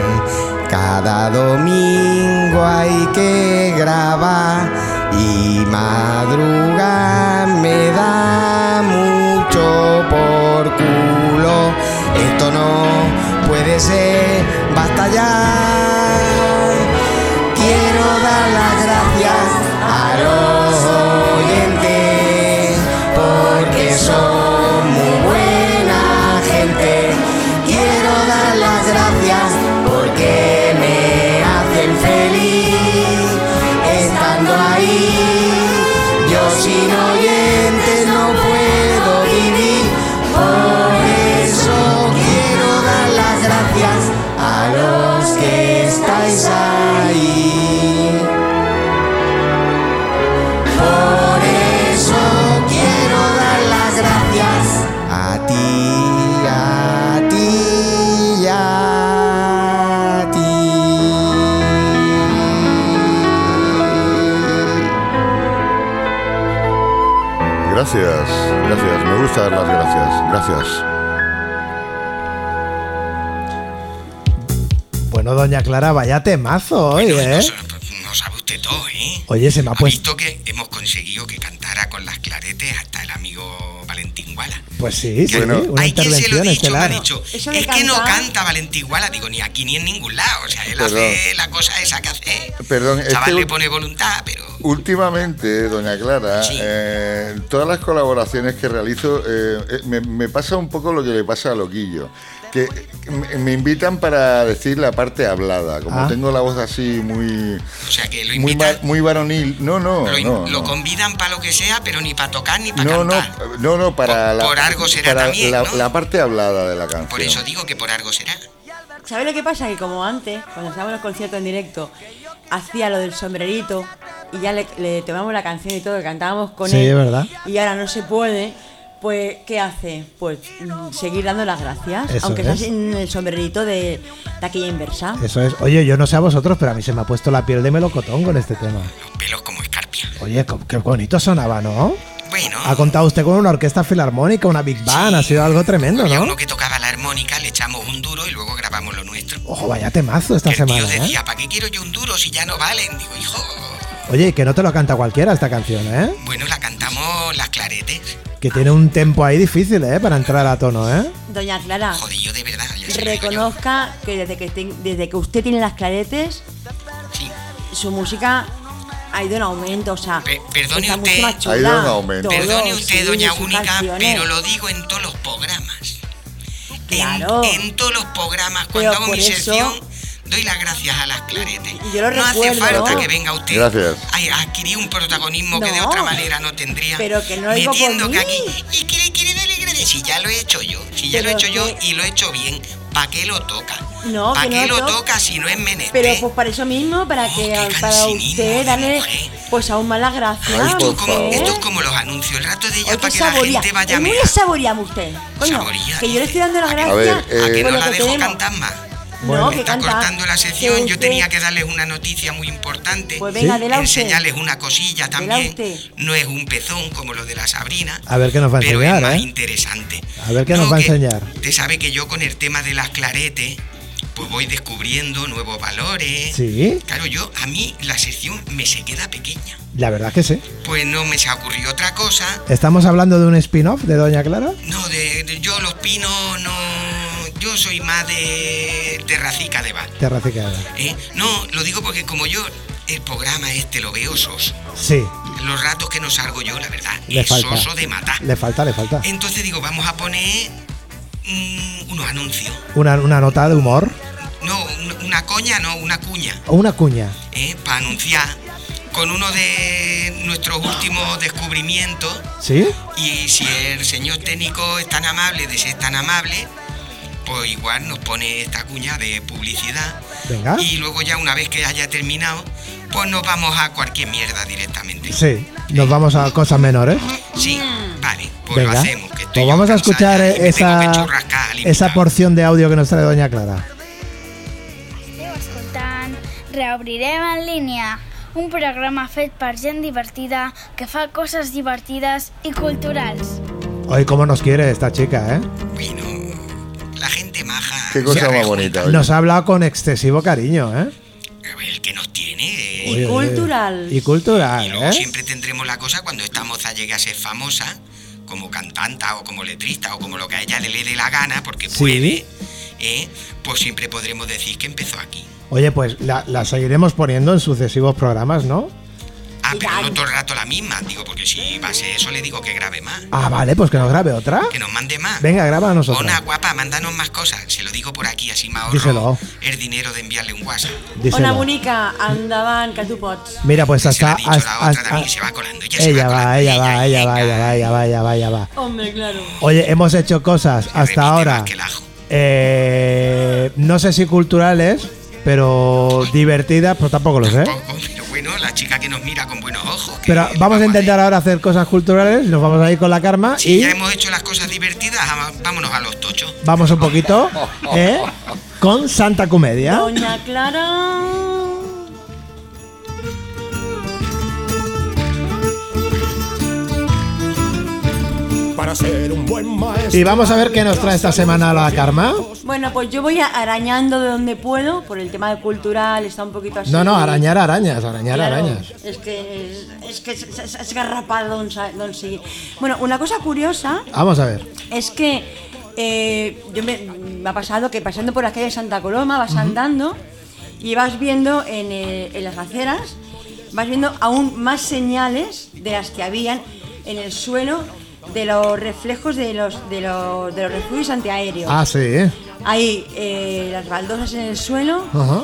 [SPEAKER 9] Cada domingo hay que grabar y madrugar me da mucho por culo. Esto no puede ser, basta ya. Quiero dar las gracias a los oyentes porque son muy buena gente. Quiero dar las gracias porque me hacen feliz estando ahí. Yo sin oyentes no puedo vivir, por eso quiero dar las gracias a los que estáis ahí. Por eso quiero dar las gracias a ti, a ti y a ti.
[SPEAKER 5] Gracias, gracias. Me gusta dar las gracias. Gracias.
[SPEAKER 2] Bueno, doña Clara, vaya temazo hoy,
[SPEAKER 3] Bueno,
[SPEAKER 2] ¿eh?
[SPEAKER 3] no, no sabe usted todo, ¿eh?
[SPEAKER 2] Oye, se me ha
[SPEAKER 3] ha
[SPEAKER 2] puesto...
[SPEAKER 3] visto que hemos conseguido que cantara con las claretes hasta el amigo Valentín Guala.
[SPEAKER 2] Pues sí, sí,
[SPEAKER 5] Bueno,
[SPEAKER 2] una
[SPEAKER 3] Hay quien se lo
[SPEAKER 2] intervención
[SPEAKER 3] he dicho, me ha
[SPEAKER 2] estelar.
[SPEAKER 3] dicho, es
[SPEAKER 4] Eso de
[SPEAKER 3] que no
[SPEAKER 4] cantar-
[SPEAKER 3] canta Valentín Guala, digo, ni aquí ni en ningún lado. O sea, él
[SPEAKER 5] Perdón.
[SPEAKER 3] hace la cosa esa que hace.
[SPEAKER 5] Perdón, este es
[SPEAKER 3] el chaval
[SPEAKER 5] que-
[SPEAKER 3] le pone voluntad, pero.
[SPEAKER 5] Últimamente, doña Clara,
[SPEAKER 3] Sí.
[SPEAKER 5] eh, todas las colaboraciones que realizo eh, eh, me, me pasa un poco lo que le pasa a Loquillo, que me, me invitan para decir la parte hablada, como
[SPEAKER 2] Ah.
[SPEAKER 5] tengo la voz así muy
[SPEAKER 3] O sea, que lo
[SPEAKER 5] muy,
[SPEAKER 3] invitan.
[SPEAKER 5] va- muy varonil. No, no,
[SPEAKER 3] lo, in-
[SPEAKER 5] no,
[SPEAKER 3] lo
[SPEAKER 5] no.
[SPEAKER 3] convidan para lo que sea, pero ni para tocar ni para
[SPEAKER 5] No, no,
[SPEAKER 3] cantar.
[SPEAKER 5] no, no, para,
[SPEAKER 3] Por-
[SPEAKER 5] la,
[SPEAKER 3] por algo será
[SPEAKER 5] para
[SPEAKER 3] también,
[SPEAKER 5] la,
[SPEAKER 3] ¿no?
[SPEAKER 5] la parte hablada de la canción.
[SPEAKER 3] Por eso digo que por algo será.
[SPEAKER 4] ¿Sabes lo que pasa? Que como antes, cuando estábamos en los conciertos en directo, hacía lo del sombrerito y ya le, le tomamos la canción y todo, que cantábamos con
[SPEAKER 2] Sí,
[SPEAKER 4] él.
[SPEAKER 2] es verdad.
[SPEAKER 4] Y ahora no se puede. Pues, ¿qué hace? Pues mm, seguir dando las gracias,
[SPEAKER 2] Eso
[SPEAKER 4] aunque sea
[SPEAKER 2] es.
[SPEAKER 4] sin el sombrerito de taquilla inversa.
[SPEAKER 2] Eso es. Oye, yo no sé a vosotros, pero a mí se me ha puesto la piel de melocotón con este tema.
[SPEAKER 3] Los pelos como escarpia.
[SPEAKER 2] Oye, co- qué bonito sonaba, ¿no?
[SPEAKER 3] Bueno,
[SPEAKER 5] Ah,
[SPEAKER 2] Ha contado usted con una orquesta filarmónica, una big band, ha sido algo tremendo,
[SPEAKER 3] había
[SPEAKER 2] ¿no?
[SPEAKER 3] uno que tocaba la armónica, le echamos un duro y luego grabamos lo nuestro.
[SPEAKER 5] Oh,
[SPEAKER 2] Ojo, vaya temazo esta
[SPEAKER 3] Que el
[SPEAKER 2] semana,
[SPEAKER 3] tío
[SPEAKER 2] ¿eh?
[SPEAKER 3] decía, ¿para qué quiero yo un duro si ya no valen? Digo, hijo,
[SPEAKER 2] Oye, que no te lo canta cualquiera esta canción, ¿eh?
[SPEAKER 3] bueno, la cantamos las claretes.
[SPEAKER 2] Que tiene un tempo ahí difícil, ¿eh? Para entrar a tono, ¿eh?
[SPEAKER 4] Doña Clara,
[SPEAKER 3] Jodillo de verdad. ya se lo digo yo.
[SPEAKER 4] reconozca que desde que, ten- desde que usted tiene las claretes,
[SPEAKER 3] Sí.
[SPEAKER 4] su música ha ido en aumento, o sea,
[SPEAKER 3] Pe- perdone
[SPEAKER 4] está
[SPEAKER 3] usted.
[SPEAKER 4] mucho más chula.
[SPEAKER 5] Ha ido en aumento.
[SPEAKER 4] Todo,
[SPEAKER 3] Perdone usted,
[SPEAKER 4] sí,
[SPEAKER 3] doña
[SPEAKER 4] sus
[SPEAKER 3] Única,
[SPEAKER 4] canciones.
[SPEAKER 3] pero lo digo en todos los programas. En-
[SPEAKER 4] Claro.
[SPEAKER 3] En, todos los programas, cuando
[SPEAKER 4] Pero
[SPEAKER 3] hago
[SPEAKER 4] por
[SPEAKER 3] mi
[SPEAKER 4] eso-
[SPEAKER 3] sección, doy las gracias a las claretes.
[SPEAKER 4] Y yo lo
[SPEAKER 3] no hace
[SPEAKER 4] recuerdo.
[SPEAKER 3] falta que venga usted
[SPEAKER 5] Gracias.
[SPEAKER 3] a a adquirir un protagonismo que de
[SPEAKER 4] No.
[SPEAKER 3] otra manera no tendría.
[SPEAKER 4] Pero que no lo digo por
[SPEAKER 3] Metiendo que
[SPEAKER 4] mí.
[SPEAKER 3] aquí. Y que le quiere darle gracias. Si ya lo he hecho yo, si ya lo he
[SPEAKER 4] Pero
[SPEAKER 3] hecho yo
[SPEAKER 4] que-
[SPEAKER 3] y lo he hecho bien, ¿para qué lo toca?
[SPEAKER 4] No,
[SPEAKER 3] ¿Para
[SPEAKER 4] que
[SPEAKER 3] qué
[SPEAKER 4] no
[SPEAKER 3] lo
[SPEAKER 4] lo to-
[SPEAKER 3] toca si no es menester?
[SPEAKER 4] Pero pues para eso mismo, para
[SPEAKER 3] Oh,
[SPEAKER 4] que
[SPEAKER 3] qué
[SPEAKER 4] para
[SPEAKER 3] cansinismo de
[SPEAKER 4] usted darle
[SPEAKER 3] mujer.
[SPEAKER 4] pues aún más las gracias.
[SPEAKER 5] Ay, por
[SPEAKER 3] esto, es
[SPEAKER 4] ¿eh?
[SPEAKER 3] como,
[SPEAKER 5] favor.
[SPEAKER 3] esto es como los anuncios, el rato de ella
[SPEAKER 4] Hoy
[SPEAKER 3] para
[SPEAKER 4] que
[SPEAKER 3] que la
[SPEAKER 4] saboría.
[SPEAKER 3] gente vaya a
[SPEAKER 4] Es muy
[SPEAKER 3] mear.
[SPEAKER 4] saboría usted. Coño,
[SPEAKER 3] Saboría,
[SPEAKER 4] que yo le estoy dando las
[SPEAKER 3] a que-
[SPEAKER 4] gracias
[SPEAKER 5] a ver, eh,
[SPEAKER 3] ¿A que
[SPEAKER 4] por
[SPEAKER 3] no
[SPEAKER 4] lo
[SPEAKER 3] la
[SPEAKER 4] que
[SPEAKER 3] dejo
[SPEAKER 4] tenemos.
[SPEAKER 3] cantar más?
[SPEAKER 4] No,
[SPEAKER 3] Me
[SPEAKER 4] que
[SPEAKER 3] está
[SPEAKER 4] canta.
[SPEAKER 3] cortando la sección, yo
[SPEAKER 4] usted-
[SPEAKER 3] tenía que darles una noticia muy importante.
[SPEAKER 4] Pues venga, dela usted.
[SPEAKER 3] Enseñarles una cosilla
[SPEAKER 4] Dela
[SPEAKER 3] también.
[SPEAKER 4] usted.
[SPEAKER 3] No es un pezón como lo de la Sabrina.
[SPEAKER 2] A ver qué nos va a
[SPEAKER 3] pero
[SPEAKER 2] enseñar,
[SPEAKER 3] es más
[SPEAKER 2] ¿eh?
[SPEAKER 3] interesante.
[SPEAKER 2] A ver qué nos va a
[SPEAKER 3] que
[SPEAKER 2] enseñar.
[SPEAKER 3] Usted sabe que yo con el tema de las claretes, pues voy descubriendo nuevos valores.
[SPEAKER 2] Sí,
[SPEAKER 3] Claro, yo, a mí la sección me se queda pequeña.
[SPEAKER 2] la verdad que sí.
[SPEAKER 3] Pues no me se ha ocurrido otra cosa.
[SPEAKER 2] ¿Estamos hablando de un spin-off de Doña Clara?
[SPEAKER 3] No, de, de- yo los pinos no. Yo soy más de terracica de bar.
[SPEAKER 2] Terracicada.
[SPEAKER 3] ¿eh? No, lo digo porque como yo el programa este lo veo soso.
[SPEAKER 2] Sí,
[SPEAKER 3] Los ratos que no salgo yo, la verdad,
[SPEAKER 2] le
[SPEAKER 3] es
[SPEAKER 2] falta.
[SPEAKER 3] soso de matar. Eh.
[SPEAKER 2] Le falta, le falta.
[SPEAKER 3] Entonces digo, vamos a poner mm, unos anuncios.
[SPEAKER 2] Una, una nota de humor
[SPEAKER 3] No, un- una coña, no, una cuña,
[SPEAKER 2] o una cuña.
[SPEAKER 3] ¿eh? para anunciar con uno de nuestros últimos descubrimientos.
[SPEAKER 2] ¿Sí?
[SPEAKER 3] Y si el señor técnico es tan amable, de ser tan amable, pues igual nos pone esta cuña de publicidad.
[SPEAKER 2] Venga.
[SPEAKER 3] Y luego ya una vez que haya terminado, pues nos vamos a cualquier mierda directamente.
[SPEAKER 2] Sí, nos vamos a cosas menores.
[SPEAKER 3] Sí, vale, pues lo
[SPEAKER 2] Venga.
[SPEAKER 3] hacemos. Que estoy
[SPEAKER 2] Pues
[SPEAKER 3] yo
[SPEAKER 2] vamos a
[SPEAKER 3] cansada
[SPEAKER 2] escuchar
[SPEAKER 3] y me
[SPEAKER 2] eh,
[SPEAKER 3] tengo que
[SPEAKER 2] esa,
[SPEAKER 3] churrascar a
[SPEAKER 2] esa
[SPEAKER 3] limpiar.
[SPEAKER 2] porción de audio que nos trae Doña Clara.
[SPEAKER 10] Us escoltant Reobrirem en línia, un programa fet per gent divertida que fa coses divertides i culturals.
[SPEAKER 2] Hoy, cómo nos quiere esta chica, ¿eh?
[SPEAKER 3] Bueno, la gente maja.
[SPEAKER 5] Qué cosa
[SPEAKER 3] se
[SPEAKER 5] más
[SPEAKER 3] reúne.
[SPEAKER 5] bonita. oye.
[SPEAKER 2] Nos ha hablado con excesivo cariño, ¿eh?
[SPEAKER 3] A ver, el que nos tiene. eh.
[SPEAKER 4] Y
[SPEAKER 2] Oye,
[SPEAKER 4] cultural.
[SPEAKER 2] Y cultural,
[SPEAKER 3] Luego
[SPEAKER 2] ¿eh?
[SPEAKER 3] siempre tendremos la cosa cuando esta moza llegue a ser famosa, como cantanta o como letrista o como lo que a ella le, le dé la gana, porque
[SPEAKER 2] Sí.
[SPEAKER 3] puede, ¿eh? pues siempre podremos decir que empezó aquí.
[SPEAKER 2] Oye, pues la, la seguiremos poniendo en sucesivos programas, ¿no?
[SPEAKER 3] Ah, pero no todo el rato la misma, digo, porque si va a ser eso le digo que grabe más,
[SPEAKER 2] Ah, vale, pues que nos grabe otra.
[SPEAKER 3] que nos mande más.
[SPEAKER 2] Venga, graba a nosotros.
[SPEAKER 3] Ona, guapa, mándanos más cosas. Se lo digo por aquí, así me ahorro
[SPEAKER 2] Díselo.
[SPEAKER 3] el dinero de enviarle un WhatsApp.
[SPEAKER 4] Hola,
[SPEAKER 2] Díselo.
[SPEAKER 4] bonica, andaban, que tu pots.
[SPEAKER 2] Mira, pues
[SPEAKER 3] Se la
[SPEAKER 2] hasta.
[SPEAKER 3] ha dicho la
[SPEAKER 2] hasta-
[SPEAKER 3] otra
[SPEAKER 2] hasta-
[SPEAKER 3] también, se va colando, ella se
[SPEAKER 2] ella
[SPEAKER 3] va
[SPEAKER 2] va,
[SPEAKER 3] colando,
[SPEAKER 2] ella
[SPEAKER 3] ella,
[SPEAKER 2] va, ella va,
[SPEAKER 3] venga.
[SPEAKER 2] ella va, ella va, ella va, ella va.
[SPEAKER 4] Hombre, claro.
[SPEAKER 2] Oye, hemos hecho cosas
[SPEAKER 3] Repite
[SPEAKER 2] hasta
[SPEAKER 3] más
[SPEAKER 2] ahora.
[SPEAKER 3] que el ajo.
[SPEAKER 2] eh, no sé si culturales, pero divertidas, pues tampoco lo sé.
[SPEAKER 3] Tampoco, pero bueno, la chica que nos mira con buenos ojos. que
[SPEAKER 2] Pero vamos a intentar
[SPEAKER 3] hacer-
[SPEAKER 2] ahora hacer cosas culturales, nos vamos a ir con la karma
[SPEAKER 3] Si
[SPEAKER 2] y
[SPEAKER 3] ya hemos hecho las cosas divertidas, ama- vámonos a los tochos.
[SPEAKER 2] vamos un poquito eh, con Santa Comedia.
[SPEAKER 4] Doña Clara.
[SPEAKER 8] Para ser un buen maestro.
[SPEAKER 2] Y vamos a ver qué nos trae esta semana la karma.
[SPEAKER 4] Bueno, pues yo voy a- arañando de donde puedo, por el tema de cultural, está un poquito así.
[SPEAKER 2] No, no, arañar arañas, arañar
[SPEAKER 4] Claro,
[SPEAKER 2] arañas.
[SPEAKER 4] Es que es, es que es, es- es garrapado, don Sa- don Sigui. Bueno, una cosa curiosa
[SPEAKER 2] Vamos a ver.
[SPEAKER 4] es que eh, yo me, me ha pasado que pasando por la calle de Santa Coloma vas andando y vas viendo en, eh, en las aceras, vas viendo aún más señales de las que habían en el suelo de los reflejos de los, de los, de los refugios antiaéreos.
[SPEAKER 2] Ah, sí, ¿eh?
[SPEAKER 4] Hay eh, las baldosas en el suelo.
[SPEAKER 2] Ajá.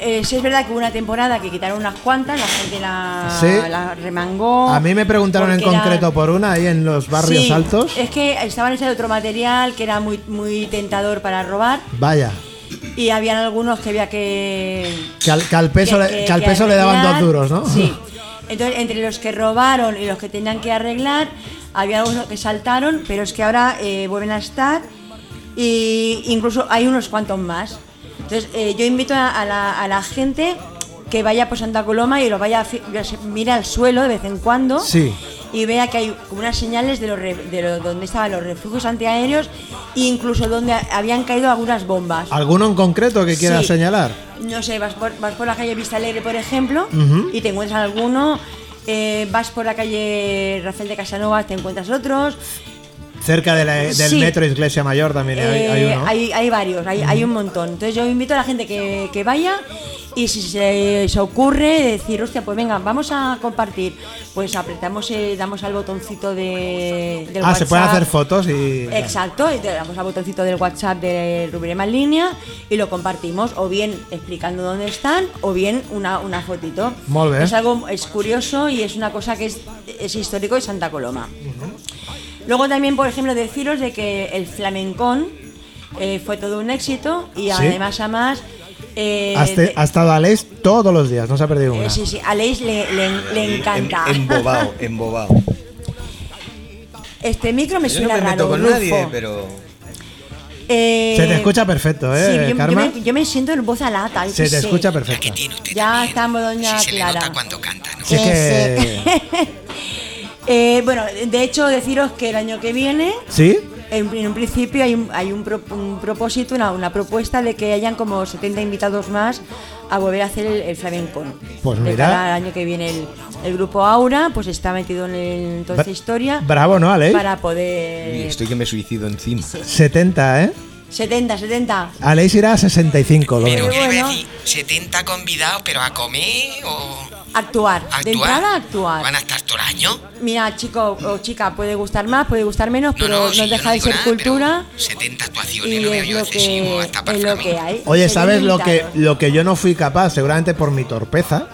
[SPEAKER 4] Eh, sí es verdad que hubo una temporada que quitaron unas cuantas, la gente la,
[SPEAKER 2] Sí.
[SPEAKER 4] la remangó.
[SPEAKER 2] A mí me preguntaron en
[SPEAKER 4] porque eran-
[SPEAKER 2] concreto por una ahí en los barrios
[SPEAKER 4] Sí, eh,
[SPEAKER 2] altos.
[SPEAKER 4] Es que estaban hechas de otro material que era muy, muy tentador para robar
[SPEAKER 2] Vaya,
[SPEAKER 4] y habían algunos que había que...
[SPEAKER 2] que al, que al peso,
[SPEAKER 4] que-
[SPEAKER 2] le,
[SPEAKER 4] que-
[SPEAKER 2] que al
[SPEAKER 4] que
[SPEAKER 2] peso le daban dos
[SPEAKER 4] arreglar.
[SPEAKER 2] duros, ¿no? <laughs>
[SPEAKER 4] Sí. Entonces, entre los que robaron y los que tenían que arreglar, había algunos que saltaron, pero es que ahora eh, vuelven a estar y incluso hay unos cuantos más. Entonces, eh, yo invito a, a la, a la gente que vaya por Santa Coloma y lo vaya a fi- mira al suelo de vez en cuando
[SPEAKER 2] Sí.
[SPEAKER 4] y vea que hay como unas señales de, los re- de lo- donde estaban los refugios antiaéreos e incluso donde habían caído algunas bombas.
[SPEAKER 2] ¿Alguno en concreto que quieras
[SPEAKER 4] Sí.
[SPEAKER 2] señalar?
[SPEAKER 4] No sé, vas por, vas por la calle Vista Alegre, por ejemplo,
[SPEAKER 2] Ujú.
[SPEAKER 4] y te encuentras alguno. eh, vas por la calle Rafael de Casanova, te encuentras otros.
[SPEAKER 2] Cerca de la- del
[SPEAKER 4] Sí.
[SPEAKER 2] metro Iglesia Mayor también hay,
[SPEAKER 4] Eh,
[SPEAKER 2] hay uno.
[SPEAKER 4] hay- hay varios, hay, hay un montón. Entonces yo invito a la gente que, que vaya y si se, se ocurre decir, hostia, pues venga, vamos a compartir, pues apretamos, eh, damos al botoncito de, del
[SPEAKER 2] ah, se pueden
[SPEAKER 4] WhatsApp.
[SPEAKER 2] hacer fotos y.
[SPEAKER 4] Exacto, y te damos al botoncito del WhatsApp de Rubirema en línea y lo compartimos, o bien explicando dónde están, o bien una, una fotito.
[SPEAKER 2] Molt bé.
[SPEAKER 4] Es algo es curioso y es una cosa que es, es histórico de Santa Coloma. Luego también, por ejemplo, deciros de que el flamencón eh, fue todo un éxito y
[SPEAKER 2] Sí.
[SPEAKER 4] además a más... eh,
[SPEAKER 2] Ha, este-
[SPEAKER 4] de-
[SPEAKER 2] ha estado Alex todos los días, no se ha perdido
[SPEAKER 4] eh,
[SPEAKER 2] una.
[SPEAKER 4] sí, sí, a Leis le, le- le encanta.
[SPEAKER 11] Em-
[SPEAKER 4] <laughs>
[SPEAKER 11] embobado, embobado.
[SPEAKER 4] Este micro me
[SPEAKER 11] Yo no
[SPEAKER 4] suena
[SPEAKER 11] me meto
[SPEAKER 4] raro,
[SPEAKER 11] con
[SPEAKER 4] Rufo.
[SPEAKER 11] nadie, pero.
[SPEAKER 4] Eh,
[SPEAKER 2] Se te escucha perfecto,
[SPEAKER 4] Sí,
[SPEAKER 2] ¿eh,
[SPEAKER 4] yo- yo,
[SPEAKER 2] Karma?
[SPEAKER 4] me, yo me siento en voz a lata. yo
[SPEAKER 2] se
[SPEAKER 4] qué
[SPEAKER 2] te
[SPEAKER 4] sé.
[SPEAKER 2] escucha
[SPEAKER 3] La que
[SPEAKER 2] perfecto.
[SPEAKER 3] tiene usted
[SPEAKER 4] Ya
[SPEAKER 3] también.
[SPEAKER 4] estamos, doña
[SPEAKER 3] Sí, se le
[SPEAKER 4] Clara.
[SPEAKER 3] nota cuando canta, ¿no?
[SPEAKER 2] Si es
[SPEAKER 4] Ese.
[SPEAKER 2] que-
[SPEAKER 4] Eh, bueno, de hecho, deciros que el año que viene,
[SPEAKER 2] ¿Sí?
[SPEAKER 4] <laughs> en, en un principio, hay un, hay un, pro- un propósito, una, una propuesta de que hayan como 70 invitados más a volver a hacer el, el flamencón.
[SPEAKER 2] Pues
[SPEAKER 4] De
[SPEAKER 2] mira.
[SPEAKER 4] cara al año que viene el, el grupo Aura, pues está metido en el- toda
[SPEAKER 2] Bra-
[SPEAKER 4] esta historia
[SPEAKER 2] Bravo, ¿no, Alex?
[SPEAKER 4] Eh, para poder.
[SPEAKER 11] Uy, Estoy que me suicido encima.
[SPEAKER 2] 70, ¿eh?
[SPEAKER 4] 70, 70.
[SPEAKER 2] Aleix irá a 65, lo
[SPEAKER 4] Pero
[SPEAKER 2] veo.
[SPEAKER 4] qué bueno.
[SPEAKER 3] 70 convidados, pero a comer o
[SPEAKER 4] Actuar. De entrada, actuar.
[SPEAKER 3] van a estar todo el año.
[SPEAKER 4] Mira, chico o chica, puede gustar más, puede gustar menos, pero no, deja de ser cultura.
[SPEAKER 3] 70
[SPEAKER 4] y
[SPEAKER 3] actuaciones, lo veo
[SPEAKER 4] es
[SPEAKER 3] yo
[SPEAKER 4] lo
[SPEAKER 3] excesivo.
[SPEAKER 4] que,
[SPEAKER 3] hasta para
[SPEAKER 4] es lo
[SPEAKER 3] mí.
[SPEAKER 4] que hay.
[SPEAKER 2] Oye,
[SPEAKER 4] Sería
[SPEAKER 2] ¿sabes lo que,
[SPEAKER 4] limitado.
[SPEAKER 2] lo que yo no fui capaz? Seguramente por mi torpeza.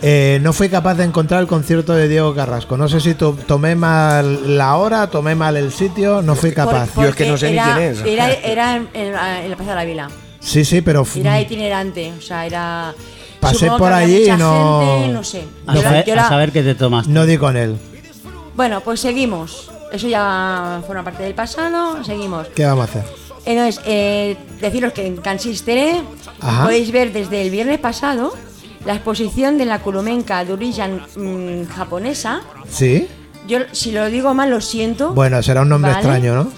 [SPEAKER 2] eh, no fui capaz de encontrar el concierto de Diego Carrasco. No sé si to- tomé mal la hora, tomé mal el sitio, no fui capaz.
[SPEAKER 4] Por- porque era-
[SPEAKER 2] <laughs>
[SPEAKER 4] Era, era en, en la- en la Plaza de la Vila.
[SPEAKER 2] sí, sí, pero fu-
[SPEAKER 4] Era itinerante, o sea, era.
[SPEAKER 2] Pasé
[SPEAKER 4] supongo que
[SPEAKER 2] por
[SPEAKER 4] había
[SPEAKER 2] allí y
[SPEAKER 4] mucha
[SPEAKER 2] no-
[SPEAKER 4] gente, no sé.
[SPEAKER 2] A
[SPEAKER 4] Yo la-
[SPEAKER 2] saber-
[SPEAKER 4] yo
[SPEAKER 2] a
[SPEAKER 4] la-
[SPEAKER 2] saber-
[SPEAKER 7] A ver qué te tomas.
[SPEAKER 2] no di con él.
[SPEAKER 4] Bueno, pues seguimos. Eso ya forma parte del pasado, seguimos.
[SPEAKER 2] ¿Qué vamos a hacer?
[SPEAKER 4] Entonces, eh, deciros que en Cansistere
[SPEAKER 2] Ajá.
[SPEAKER 4] podéis ver desde el viernes pasado la exposición de la Kurumenka de origen mm, japonesa.
[SPEAKER 2] ¿Sí?
[SPEAKER 4] Yo, si lo digo mal, lo siento.
[SPEAKER 2] Bueno, será un nombre
[SPEAKER 4] ¿Vale?
[SPEAKER 2] extraño, ¿no?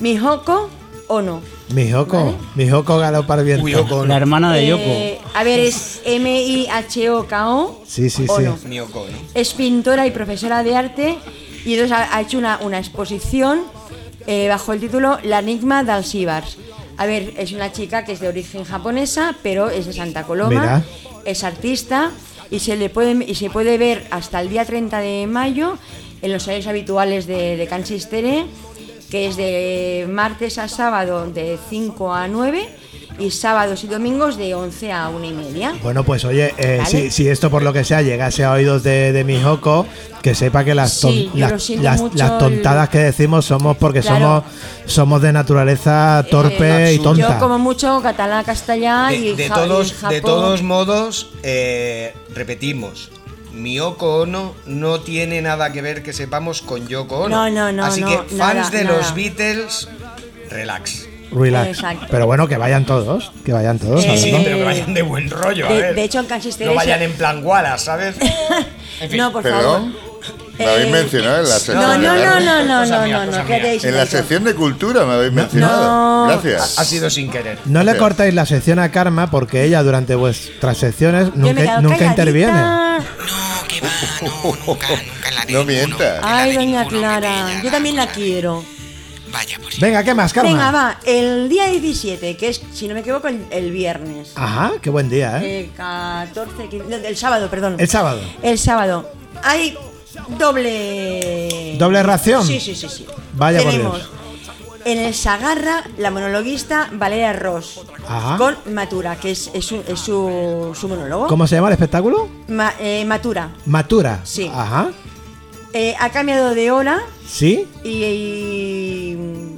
[SPEAKER 4] Mijoko Ono.
[SPEAKER 2] Mijoko. Mijoko Galopar Viento.
[SPEAKER 7] La
[SPEAKER 2] Ah,
[SPEAKER 7] hermana de
[SPEAKER 4] Eh, a ver, es M-I-H-O-K-O.
[SPEAKER 2] Sí, sí, sí.
[SPEAKER 4] Ono.
[SPEAKER 1] ¿eh?
[SPEAKER 4] Es pintora y profesora de arte y entonces ha, ha hecho una, una exposición eh, bajo el título La enigma de Alcibars. A ver, es una chica que es de origen japonesa, pero es de Santa Coloma,
[SPEAKER 2] Mira.
[SPEAKER 4] es artista y se le puede y se puede ver hasta el día 30 de mayo en los horarios habituales de, de Cansistere, que es de martes a sábado de 5 a 9 y sábados y domingos de 11 a 1 y media.
[SPEAKER 2] Bueno, pues oye, eh,
[SPEAKER 4] Vale.
[SPEAKER 2] si, si esto por lo que sea llegase a oídos de, de Mijoko, que sepa que las, ton-
[SPEAKER 4] Sí, yo
[SPEAKER 2] las,
[SPEAKER 4] lo siento
[SPEAKER 2] las-
[SPEAKER 4] mucho
[SPEAKER 2] las tontadas
[SPEAKER 4] el-
[SPEAKER 2] que decimos somos porque
[SPEAKER 4] Claro.
[SPEAKER 2] somos somos de naturaleza torpe
[SPEAKER 4] Eh,
[SPEAKER 2] y tonta.
[SPEAKER 4] Yo como mucho catalán, castellán
[SPEAKER 1] De,
[SPEAKER 4] y
[SPEAKER 1] de
[SPEAKER 4] ja- y
[SPEAKER 1] todos,
[SPEAKER 4] Japón.
[SPEAKER 1] de todos modos, eh, repetimos. Miyoko Ono no tiene nada que ver que sepamos con Yoko Ono.
[SPEAKER 4] No, no, no,
[SPEAKER 1] Así
[SPEAKER 4] no,
[SPEAKER 1] que fans
[SPEAKER 4] nada,
[SPEAKER 1] de
[SPEAKER 4] nada.
[SPEAKER 1] los Beatles, relax.
[SPEAKER 2] Relax.
[SPEAKER 4] Exacto.
[SPEAKER 2] Pero bueno, que vayan todos, que vayan todos.
[SPEAKER 1] Sí,
[SPEAKER 2] a
[SPEAKER 1] sí,
[SPEAKER 2] verlo.
[SPEAKER 1] pero que vayan de buen rollo. a
[SPEAKER 4] Eh, de-
[SPEAKER 1] ver.
[SPEAKER 4] de hecho, en Cansistere
[SPEAKER 1] No
[SPEAKER 4] se-
[SPEAKER 1] vayan en plan Wallace, ¿sabes? En fin.
[SPEAKER 4] No, por
[SPEAKER 5] Perdón,
[SPEAKER 4] favor.
[SPEAKER 5] me habéis
[SPEAKER 4] Eh,
[SPEAKER 5] mencionado en la sección.
[SPEAKER 4] No,
[SPEAKER 5] de
[SPEAKER 4] no, no,
[SPEAKER 5] arte.
[SPEAKER 4] no, no,
[SPEAKER 1] Cosa
[SPEAKER 4] no,
[SPEAKER 1] mía,
[SPEAKER 4] no, no,
[SPEAKER 1] cosa
[SPEAKER 4] que
[SPEAKER 1] mía.
[SPEAKER 4] hayáis
[SPEAKER 5] En la
[SPEAKER 4] dicho.
[SPEAKER 5] sección de cultura me habéis mencionado.
[SPEAKER 4] No.
[SPEAKER 5] Gracias.
[SPEAKER 1] Ha sido sin querer.
[SPEAKER 2] No le
[SPEAKER 5] Sí.
[SPEAKER 2] cortáis la sección a Karma porque ella durante vuestras secciones
[SPEAKER 4] Yo me he
[SPEAKER 2] nunca,
[SPEAKER 4] quedado
[SPEAKER 2] nunca
[SPEAKER 4] calladita.
[SPEAKER 2] interviene.
[SPEAKER 3] No, que va,
[SPEAKER 5] <laughs>
[SPEAKER 3] no, nunca, nunca en la de
[SPEAKER 5] No
[SPEAKER 3] ninguno.
[SPEAKER 5] mientas.
[SPEAKER 4] Ay, doña
[SPEAKER 3] ninguno, que
[SPEAKER 4] Clara,
[SPEAKER 3] te
[SPEAKER 4] yo también la quiero.
[SPEAKER 3] Vaya, por
[SPEAKER 2] Venga, ¿qué más, Karma?
[SPEAKER 4] Venga, va, el día 17, que es, si no me equivoco, el, el viernes.
[SPEAKER 2] Ajá, qué buen día, ¿eh?
[SPEAKER 4] Eh, 14, 15, no, el sábado, perdón.
[SPEAKER 2] El sábado.
[SPEAKER 4] El sábado. Hay doble.
[SPEAKER 2] ¿Doble ración?
[SPEAKER 4] Sí, sí, sí. sí.
[SPEAKER 2] Vaya por
[SPEAKER 4] Tenemos En el Sagarra, la monologuista Valeria Ross.
[SPEAKER 2] Ajá.
[SPEAKER 4] Con Matura, que es, es su, es su, su monólogo.
[SPEAKER 2] ¿Cómo se llama el espectáculo?
[SPEAKER 4] Ma- eh, Matura.
[SPEAKER 2] Matura.
[SPEAKER 4] Sí.
[SPEAKER 2] Ajá.
[SPEAKER 4] Eh, ha cambiado de hora
[SPEAKER 2] ¿Sí?
[SPEAKER 4] y. y- mm,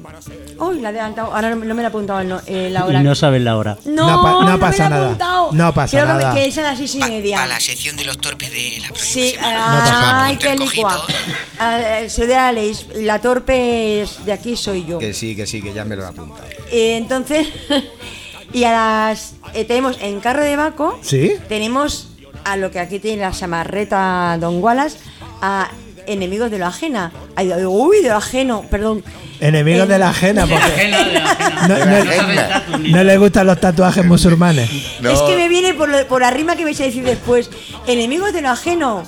[SPEAKER 4] Uy, la he adelantado. Ahora no, me- no me la he apuntado el no- eh, la hora.
[SPEAKER 7] Y no sabes la hora.
[SPEAKER 4] No,
[SPEAKER 2] No pa- no
[SPEAKER 4] me la he
[SPEAKER 2] pasa nada.
[SPEAKER 4] apuntado.
[SPEAKER 2] No pasa
[SPEAKER 4] Creo que me-
[SPEAKER 2] nada.
[SPEAKER 4] que es a las seis y media.
[SPEAKER 3] Para la sección de los torpes de la próxima
[SPEAKER 4] Sí, ah,
[SPEAKER 3] semana.
[SPEAKER 4] ay,
[SPEAKER 3] Apunta
[SPEAKER 4] qué
[SPEAKER 3] el
[SPEAKER 4] licua.
[SPEAKER 3] cojito.
[SPEAKER 4] Ah, Soy de la ley, la torpe es- de aquí soy yo.
[SPEAKER 1] Que sí, que sí, que ya me lo he apuntado.
[SPEAKER 4] Eh, entonces, <laughs> y a las. eh, tenemos en Carro de Baco,
[SPEAKER 2] ¿Sí?
[SPEAKER 4] tenemos a lo que aquí tiene la samarreta Don Wallace, a enemigos de lo ajena. Ay, ay, uy, de lo ajeno, perdón.
[SPEAKER 2] Enemigos
[SPEAKER 4] En-
[SPEAKER 2] de la ajena, porque
[SPEAKER 7] Ajena, de ajena.
[SPEAKER 2] no, no-
[SPEAKER 7] No sabes datos ni
[SPEAKER 2] no le gustan los tatuajes musulmanes.
[SPEAKER 5] No.
[SPEAKER 4] <laughs> Es que me viene por, lo- por la rima que vais a decir después. Enemigos de lo ajeno.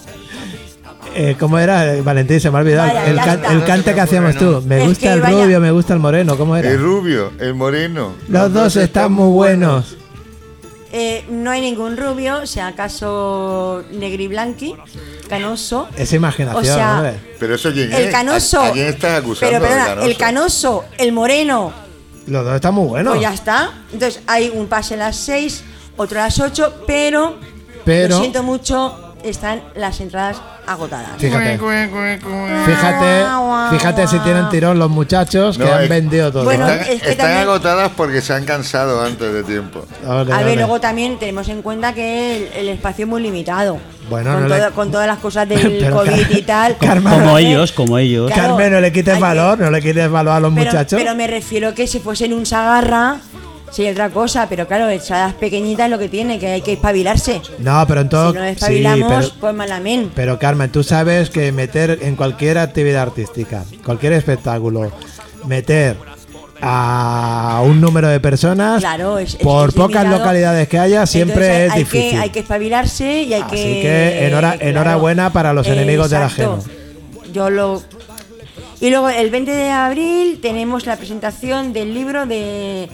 [SPEAKER 2] Eh, ¿Cómo era, eh, Valentín? Se me ha olvidado.
[SPEAKER 4] Vaya,
[SPEAKER 2] el,
[SPEAKER 4] ya
[SPEAKER 2] can-
[SPEAKER 4] está.
[SPEAKER 2] el
[SPEAKER 4] No
[SPEAKER 2] cante
[SPEAKER 1] se
[SPEAKER 2] que
[SPEAKER 1] me
[SPEAKER 2] hacíamos
[SPEAKER 1] ocurre,
[SPEAKER 2] tú. Me
[SPEAKER 4] Es
[SPEAKER 2] gusta
[SPEAKER 4] que
[SPEAKER 2] el
[SPEAKER 4] vaya-
[SPEAKER 2] rubio, me gusta el moreno. ¿Cómo era?
[SPEAKER 5] El rubio, el moreno.
[SPEAKER 2] Los dos están muy buenos.
[SPEAKER 4] Eh, no hay ningún rubio, si acaso negri blanqui, canoso.
[SPEAKER 2] Esa imaginación,
[SPEAKER 4] O sea,
[SPEAKER 2] hombre.
[SPEAKER 5] Pero eso quién es?
[SPEAKER 4] El canoso.
[SPEAKER 5] ¿A, a quién estás acusando
[SPEAKER 4] Pero perdona,
[SPEAKER 5] de canoso?
[SPEAKER 4] el canoso, el moreno.
[SPEAKER 2] Los dos están muy buenos.
[SPEAKER 4] Pues ya está. Entonces hay un pase a las 6, otro a las 8, pero,
[SPEAKER 2] Pero-
[SPEAKER 4] lo siento mucho, están las entradas agotadas.
[SPEAKER 2] Fíjate. Fíjate, fíjate si tienen tirón los muchachos que
[SPEAKER 5] No,
[SPEAKER 2] han
[SPEAKER 5] es-
[SPEAKER 2] vendido todo.
[SPEAKER 4] Bueno,
[SPEAKER 5] están
[SPEAKER 4] Ah, es que
[SPEAKER 5] están
[SPEAKER 4] también-
[SPEAKER 5] agotadas porque se han cansado antes de tiempo.
[SPEAKER 2] Ole,
[SPEAKER 4] A
[SPEAKER 2] ole.
[SPEAKER 4] ver, luego también tenemos en cuenta que el, el espacio es muy limitado.
[SPEAKER 2] Bueno,
[SPEAKER 4] con,
[SPEAKER 2] no le-
[SPEAKER 4] todo- con todas las
[SPEAKER 2] <laughs>
[SPEAKER 4] cosas del
[SPEAKER 2] Pero,
[SPEAKER 4] COVID y tal.
[SPEAKER 2] Carmen-
[SPEAKER 7] Como
[SPEAKER 4] Entonces,
[SPEAKER 7] ellos, como ellos.
[SPEAKER 4] Claro,
[SPEAKER 2] Carmen, no le
[SPEAKER 4] hay
[SPEAKER 2] quites
[SPEAKER 4] que-
[SPEAKER 2] valor, no le quites valor a los
[SPEAKER 4] pero,
[SPEAKER 2] muchachos.
[SPEAKER 4] Pero me refiero que si fuese en un sagarra sería otra cosa, pero claro, echadas pequeñitas es lo que tiene, que hay que espabilarse.
[SPEAKER 2] no, pero en todo.
[SPEAKER 4] si no
[SPEAKER 2] sí,
[SPEAKER 4] espabilamos,
[SPEAKER 2] pero-
[SPEAKER 4] pues malamente.
[SPEAKER 2] Pero Carmen, tú sabes que meter en cualquier actividad artística, cualquier espectáculo, meter a un número de personas,
[SPEAKER 4] Claro, es- es-
[SPEAKER 2] por
[SPEAKER 4] es
[SPEAKER 2] pocas
[SPEAKER 4] limitado.
[SPEAKER 2] localidades que haya, siempre
[SPEAKER 4] Entonces,
[SPEAKER 2] es
[SPEAKER 4] hay
[SPEAKER 2] difícil.
[SPEAKER 4] Que, hay que espabilarse y hay
[SPEAKER 2] Así
[SPEAKER 4] que.
[SPEAKER 2] que enhora- enhorabuena para los enemigos del
[SPEAKER 4] exacto. Yo lo. Y luego el 20 de abril tenemos la presentación del libro de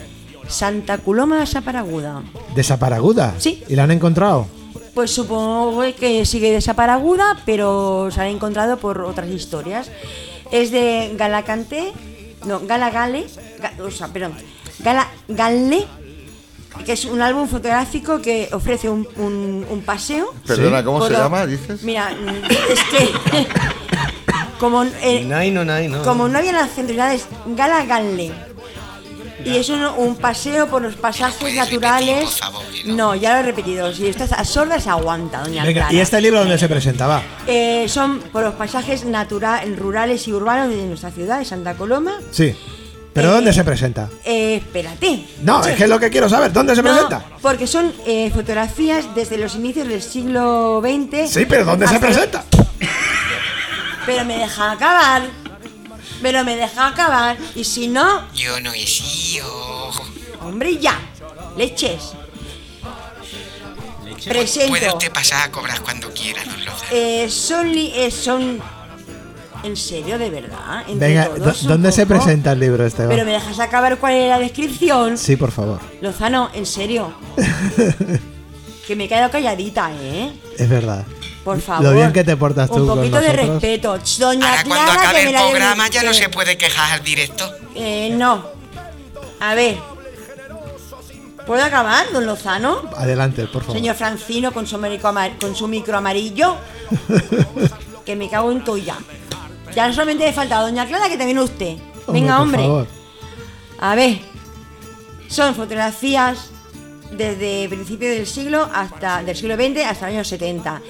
[SPEAKER 4] Santa Coloma Saparaguda.
[SPEAKER 2] ¿Desaparaguda?
[SPEAKER 4] Sí.
[SPEAKER 2] ¿Y la han encontrado?
[SPEAKER 4] Pues supongo que sigue desaparaguda, pero se ha encontrado por otras historias. Es de Galacante, no, Gala Gale, Ga- o sea, perdón, Gala Gale, que es un álbum fotográfico que ofrece un, un- un paseo.
[SPEAKER 5] Perdona, ¿cómo
[SPEAKER 4] por
[SPEAKER 5] se
[SPEAKER 4] la-
[SPEAKER 5] llama, dices?
[SPEAKER 4] Mira, mm, es que. <laughs> como, eh,
[SPEAKER 1] Nay, no, nay, no.
[SPEAKER 4] como no había en las centralidades, Gala Gale. Y es un, un paseo por los pasajes naturales. no. ya lo he repetido. Si estás a sordas, aguanta, doña
[SPEAKER 2] Venga,
[SPEAKER 4] Clara.
[SPEAKER 2] ¿y este libro dónde se presentaba?
[SPEAKER 4] Eh, son por los pasajes natura- rurales y urbanos de nuestra ciudad, de Santa Coloma.
[SPEAKER 2] Sí. ¿Pero dónde se presenta?
[SPEAKER 4] Eh, espérate.
[SPEAKER 2] No, es que es lo que quiero saber. ¿Dónde se
[SPEAKER 4] No,
[SPEAKER 2] presenta?
[SPEAKER 4] Porque son eh, fotografías desde los inicios del siglo XX.
[SPEAKER 2] Sí, pero ¿dónde se
[SPEAKER 4] hasta-
[SPEAKER 2] presenta?
[SPEAKER 4] Pero me deja acabar. Pero me deja acabar. Y si no,
[SPEAKER 3] Yo no he sido.
[SPEAKER 4] hombre, ya. Leches. Presento.
[SPEAKER 3] Puede usted pasar a cobrar cuando quiera, don Loza.
[SPEAKER 4] Eh, son, li- eh, son. En serio, de verdad. Entre
[SPEAKER 2] Venga,
[SPEAKER 4] todos,
[SPEAKER 2] ¿dó- ¿dónde
[SPEAKER 4] un
[SPEAKER 2] se
[SPEAKER 4] poco.
[SPEAKER 2] presenta el libro,
[SPEAKER 4] Pero
[SPEAKER 2] Esteban?
[SPEAKER 4] me dejas acabar cuál es la descripción.
[SPEAKER 2] Sí, por favor.
[SPEAKER 4] Lozano, en
[SPEAKER 2] <laughs>
[SPEAKER 4] serio. que me he quedado calladita, ¿eh?
[SPEAKER 2] Es verdad.
[SPEAKER 4] Por favor.
[SPEAKER 2] Lo bien que te portas tú
[SPEAKER 4] Un
[SPEAKER 2] con
[SPEAKER 4] poquito de
[SPEAKER 2] nosotros.
[SPEAKER 4] respeto. Ch, Doña
[SPEAKER 3] Ahora,
[SPEAKER 4] Clara,
[SPEAKER 3] cuando
[SPEAKER 4] que
[SPEAKER 3] acabe
[SPEAKER 4] me
[SPEAKER 3] el
[SPEAKER 4] la debe
[SPEAKER 3] programa, ya no
[SPEAKER 4] usted.
[SPEAKER 3] se puede quejar al directo.
[SPEAKER 4] Eh, no. A ver. ¿Puedo acabar, don Lozano?
[SPEAKER 2] Adelante, por favor.
[SPEAKER 4] Señor Francino con su, merico amar- con su micro
[SPEAKER 2] <laughs>
[SPEAKER 4] amarillo. que me cago en tuya. Ya no solamente le falta a doña Clara que también usted. Venga,
[SPEAKER 2] por
[SPEAKER 4] hombre.
[SPEAKER 2] favor.
[SPEAKER 4] A ver, son fotografías desde principio del siglo hasta del siglo XX hasta el año 70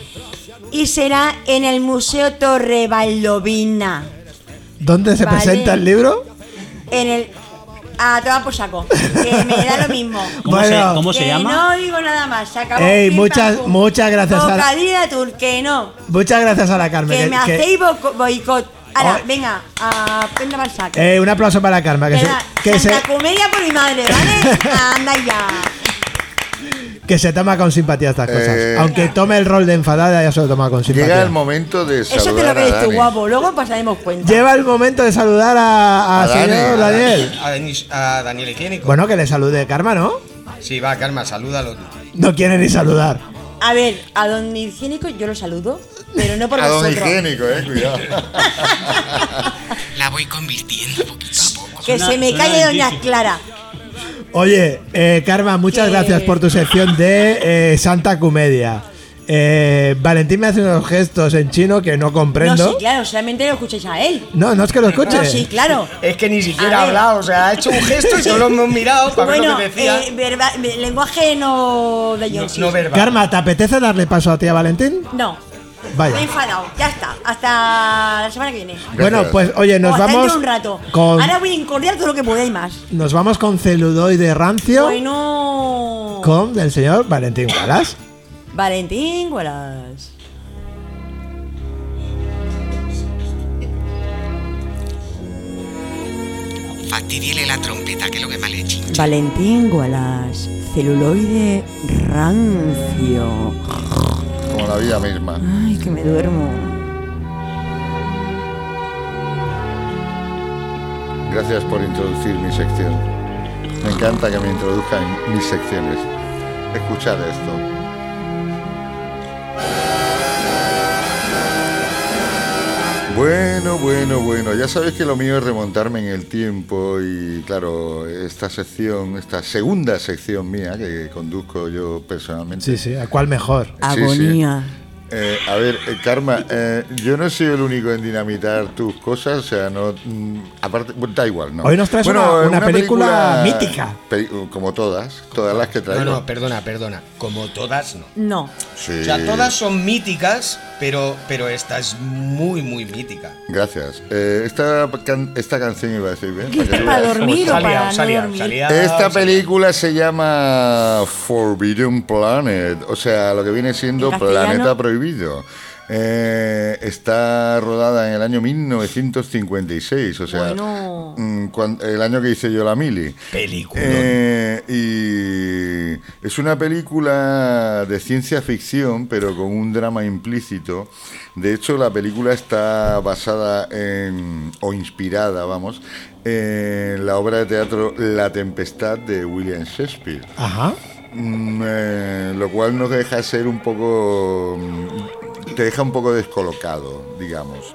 [SPEAKER 4] y será en el Museo Torre Vallovina.
[SPEAKER 2] ¿Dónde se
[SPEAKER 4] Vale.
[SPEAKER 2] presenta el libro?
[SPEAKER 4] En el a toma por saco, que Eh, me da lo
[SPEAKER 2] <laughs>
[SPEAKER 4] mismo.
[SPEAKER 7] ¿Cómo
[SPEAKER 2] Bueno.
[SPEAKER 7] se, cómo se
[SPEAKER 4] Que No
[SPEAKER 7] llama?
[SPEAKER 4] digo nada más, se acabó.
[SPEAKER 2] Ey,
[SPEAKER 4] Pim,
[SPEAKER 2] muchas-
[SPEAKER 4] pam, pum.
[SPEAKER 2] muchas gracias a la-
[SPEAKER 4] Bocadilla Tour, que no,
[SPEAKER 2] Muchas gracias a la Carmen.
[SPEAKER 4] que
[SPEAKER 2] que-
[SPEAKER 4] me
[SPEAKER 2] que-
[SPEAKER 4] hacéis boco- boicot. Ahora,
[SPEAKER 2] Ay.
[SPEAKER 4] venga, a prenda para el saco.
[SPEAKER 2] Eh, un aplauso para la Carmen, que, se,
[SPEAKER 4] Venga,
[SPEAKER 2] que, se,
[SPEAKER 4] Santa comedia por mi madre,
[SPEAKER 2] <laughs>
[SPEAKER 4] ¿vale? Anda ya.
[SPEAKER 2] que se toma con simpatía estas cosas.
[SPEAKER 5] Eh.
[SPEAKER 2] Aunque tome el rol de enfadada, ya se lo toma con simpatía.
[SPEAKER 5] Llega el momento de
[SPEAKER 4] Eso te lo
[SPEAKER 5] saludar a
[SPEAKER 4] crees tú,
[SPEAKER 5] Dani.
[SPEAKER 4] guapo. Luego pasaremos cuenta.
[SPEAKER 2] Lleva el momento de saludar a, a
[SPEAKER 5] A Dani,
[SPEAKER 2] señor
[SPEAKER 5] a Dani.
[SPEAKER 2] Daniel.
[SPEAKER 1] A, Denis- a Daniel Higiénico.
[SPEAKER 2] Bueno, que le salude Karma, ¿no?
[SPEAKER 1] Sí, va, Karma, salúdalo tú.
[SPEAKER 2] No quiere ni saludar.
[SPEAKER 4] A ver, a don higiénico yo lo saludo, pero no por
[SPEAKER 5] A don
[SPEAKER 4] vosotros.
[SPEAKER 5] higiénico, eh, cuidado. <laughs>
[SPEAKER 3] La voy convirtiendo poquito a poco.
[SPEAKER 4] Que
[SPEAKER 7] Suena-
[SPEAKER 4] se me
[SPEAKER 7] suena
[SPEAKER 4] calle doña
[SPEAKER 7] dentista.
[SPEAKER 4] Clara.
[SPEAKER 2] Oye, eh, Karma, muchas
[SPEAKER 4] Que-
[SPEAKER 2] gracias por tu sección de eh, Santa Comedia. Eh, Valentín me hace unos gestos en chino que no
[SPEAKER 4] No,
[SPEAKER 2] comprendo.
[SPEAKER 4] sí, claro, solamente lo escucháis a él.
[SPEAKER 2] No, no es que lo escuche.
[SPEAKER 4] No, sí, claro.
[SPEAKER 1] Es que ni siquiera
[SPEAKER 4] A
[SPEAKER 1] ha
[SPEAKER 4] ver.
[SPEAKER 1] hablado, o sea, ha hecho un gesto y solo hemos mirado para
[SPEAKER 4] bueno,
[SPEAKER 1] ver lo que decía.
[SPEAKER 4] eh, verba- me- lenguaje no de
[SPEAKER 1] no,
[SPEAKER 4] Jones.
[SPEAKER 1] no verbal.
[SPEAKER 2] Karma, ¿te apetece darle paso a ti a Valentín?
[SPEAKER 4] No, me he
[SPEAKER 2] Vaya.
[SPEAKER 4] enfadado. Ya está. Hasta la semana que viene.
[SPEAKER 2] Bueno, pues oye,
[SPEAKER 4] O
[SPEAKER 2] nos
[SPEAKER 4] Oh, hasta
[SPEAKER 2] vamos
[SPEAKER 4] dentro de un rato.
[SPEAKER 2] con
[SPEAKER 4] Ahora voy a incordiar todo lo que podáis más.
[SPEAKER 2] nos vamos con celuloide rancio
[SPEAKER 4] Bueno.
[SPEAKER 2] con el señor Valentín Wallace.
[SPEAKER 4] Valentín Gualas.
[SPEAKER 3] Fastidiele la trompeta, que es lo que mal he hecho.
[SPEAKER 4] Valentín Gualas, celuloide rancio.
[SPEAKER 5] Como la vida misma.
[SPEAKER 4] Ay, que me duermo.
[SPEAKER 5] Gracias por introducir mi sección. Me encanta que me introduzcan mis secciones. Escuchar esto. Bueno, bueno, bueno. Ya sabéis que lo mío es remontarme en el tiempo y claro, esta sección, esta segunda sección mía que conduzco yo personalmente.
[SPEAKER 2] Sí, sí, ¿a cuál mejor?
[SPEAKER 5] Sí, sí.
[SPEAKER 4] Agonía.
[SPEAKER 5] Eh, a ver, eh, Karma, eh, yo no soy el único en dinamitar tus cosas, o sea, no. mm, aparte, bueno, da igual, ¿no?
[SPEAKER 2] Hoy nos traes una-
[SPEAKER 5] eh,
[SPEAKER 2] una película mítica.
[SPEAKER 5] peli- uh, como todas, todas las que
[SPEAKER 1] No,
[SPEAKER 5] traigo.
[SPEAKER 1] no, perdona, perdona. Como todas, no.
[SPEAKER 4] No.
[SPEAKER 5] Sí.
[SPEAKER 1] O sea, todas son míticas, pero, pero esta es muy, muy mítica.
[SPEAKER 5] Gracias. Eh, esta, can- esta canción iba a decir bien. para que tú
[SPEAKER 4] ¿Para
[SPEAKER 5] veas.
[SPEAKER 4] dormir o para no dormir?
[SPEAKER 5] Esta película se llama Forbidden Planet, o sea, lo que viene siendo
[SPEAKER 4] ¿En castellano?
[SPEAKER 5] Planeta Prohibido. Eh, está rodada en el año 1956, o sea,
[SPEAKER 4] Bueno.
[SPEAKER 5] mm, cuan- el año que hice yo la mili.
[SPEAKER 1] Película.
[SPEAKER 5] Eh, y es una película de ciencia ficción, pero con un drama implícito. De hecho, la película está basada en, o inspirada, vamos, en la obra de teatro La Tempestad de William Shakespeare.
[SPEAKER 2] Ajá.
[SPEAKER 5] Mm, eh, lo cual nos deja ser un poco. mm, Te deja un poco descolocado, digamos.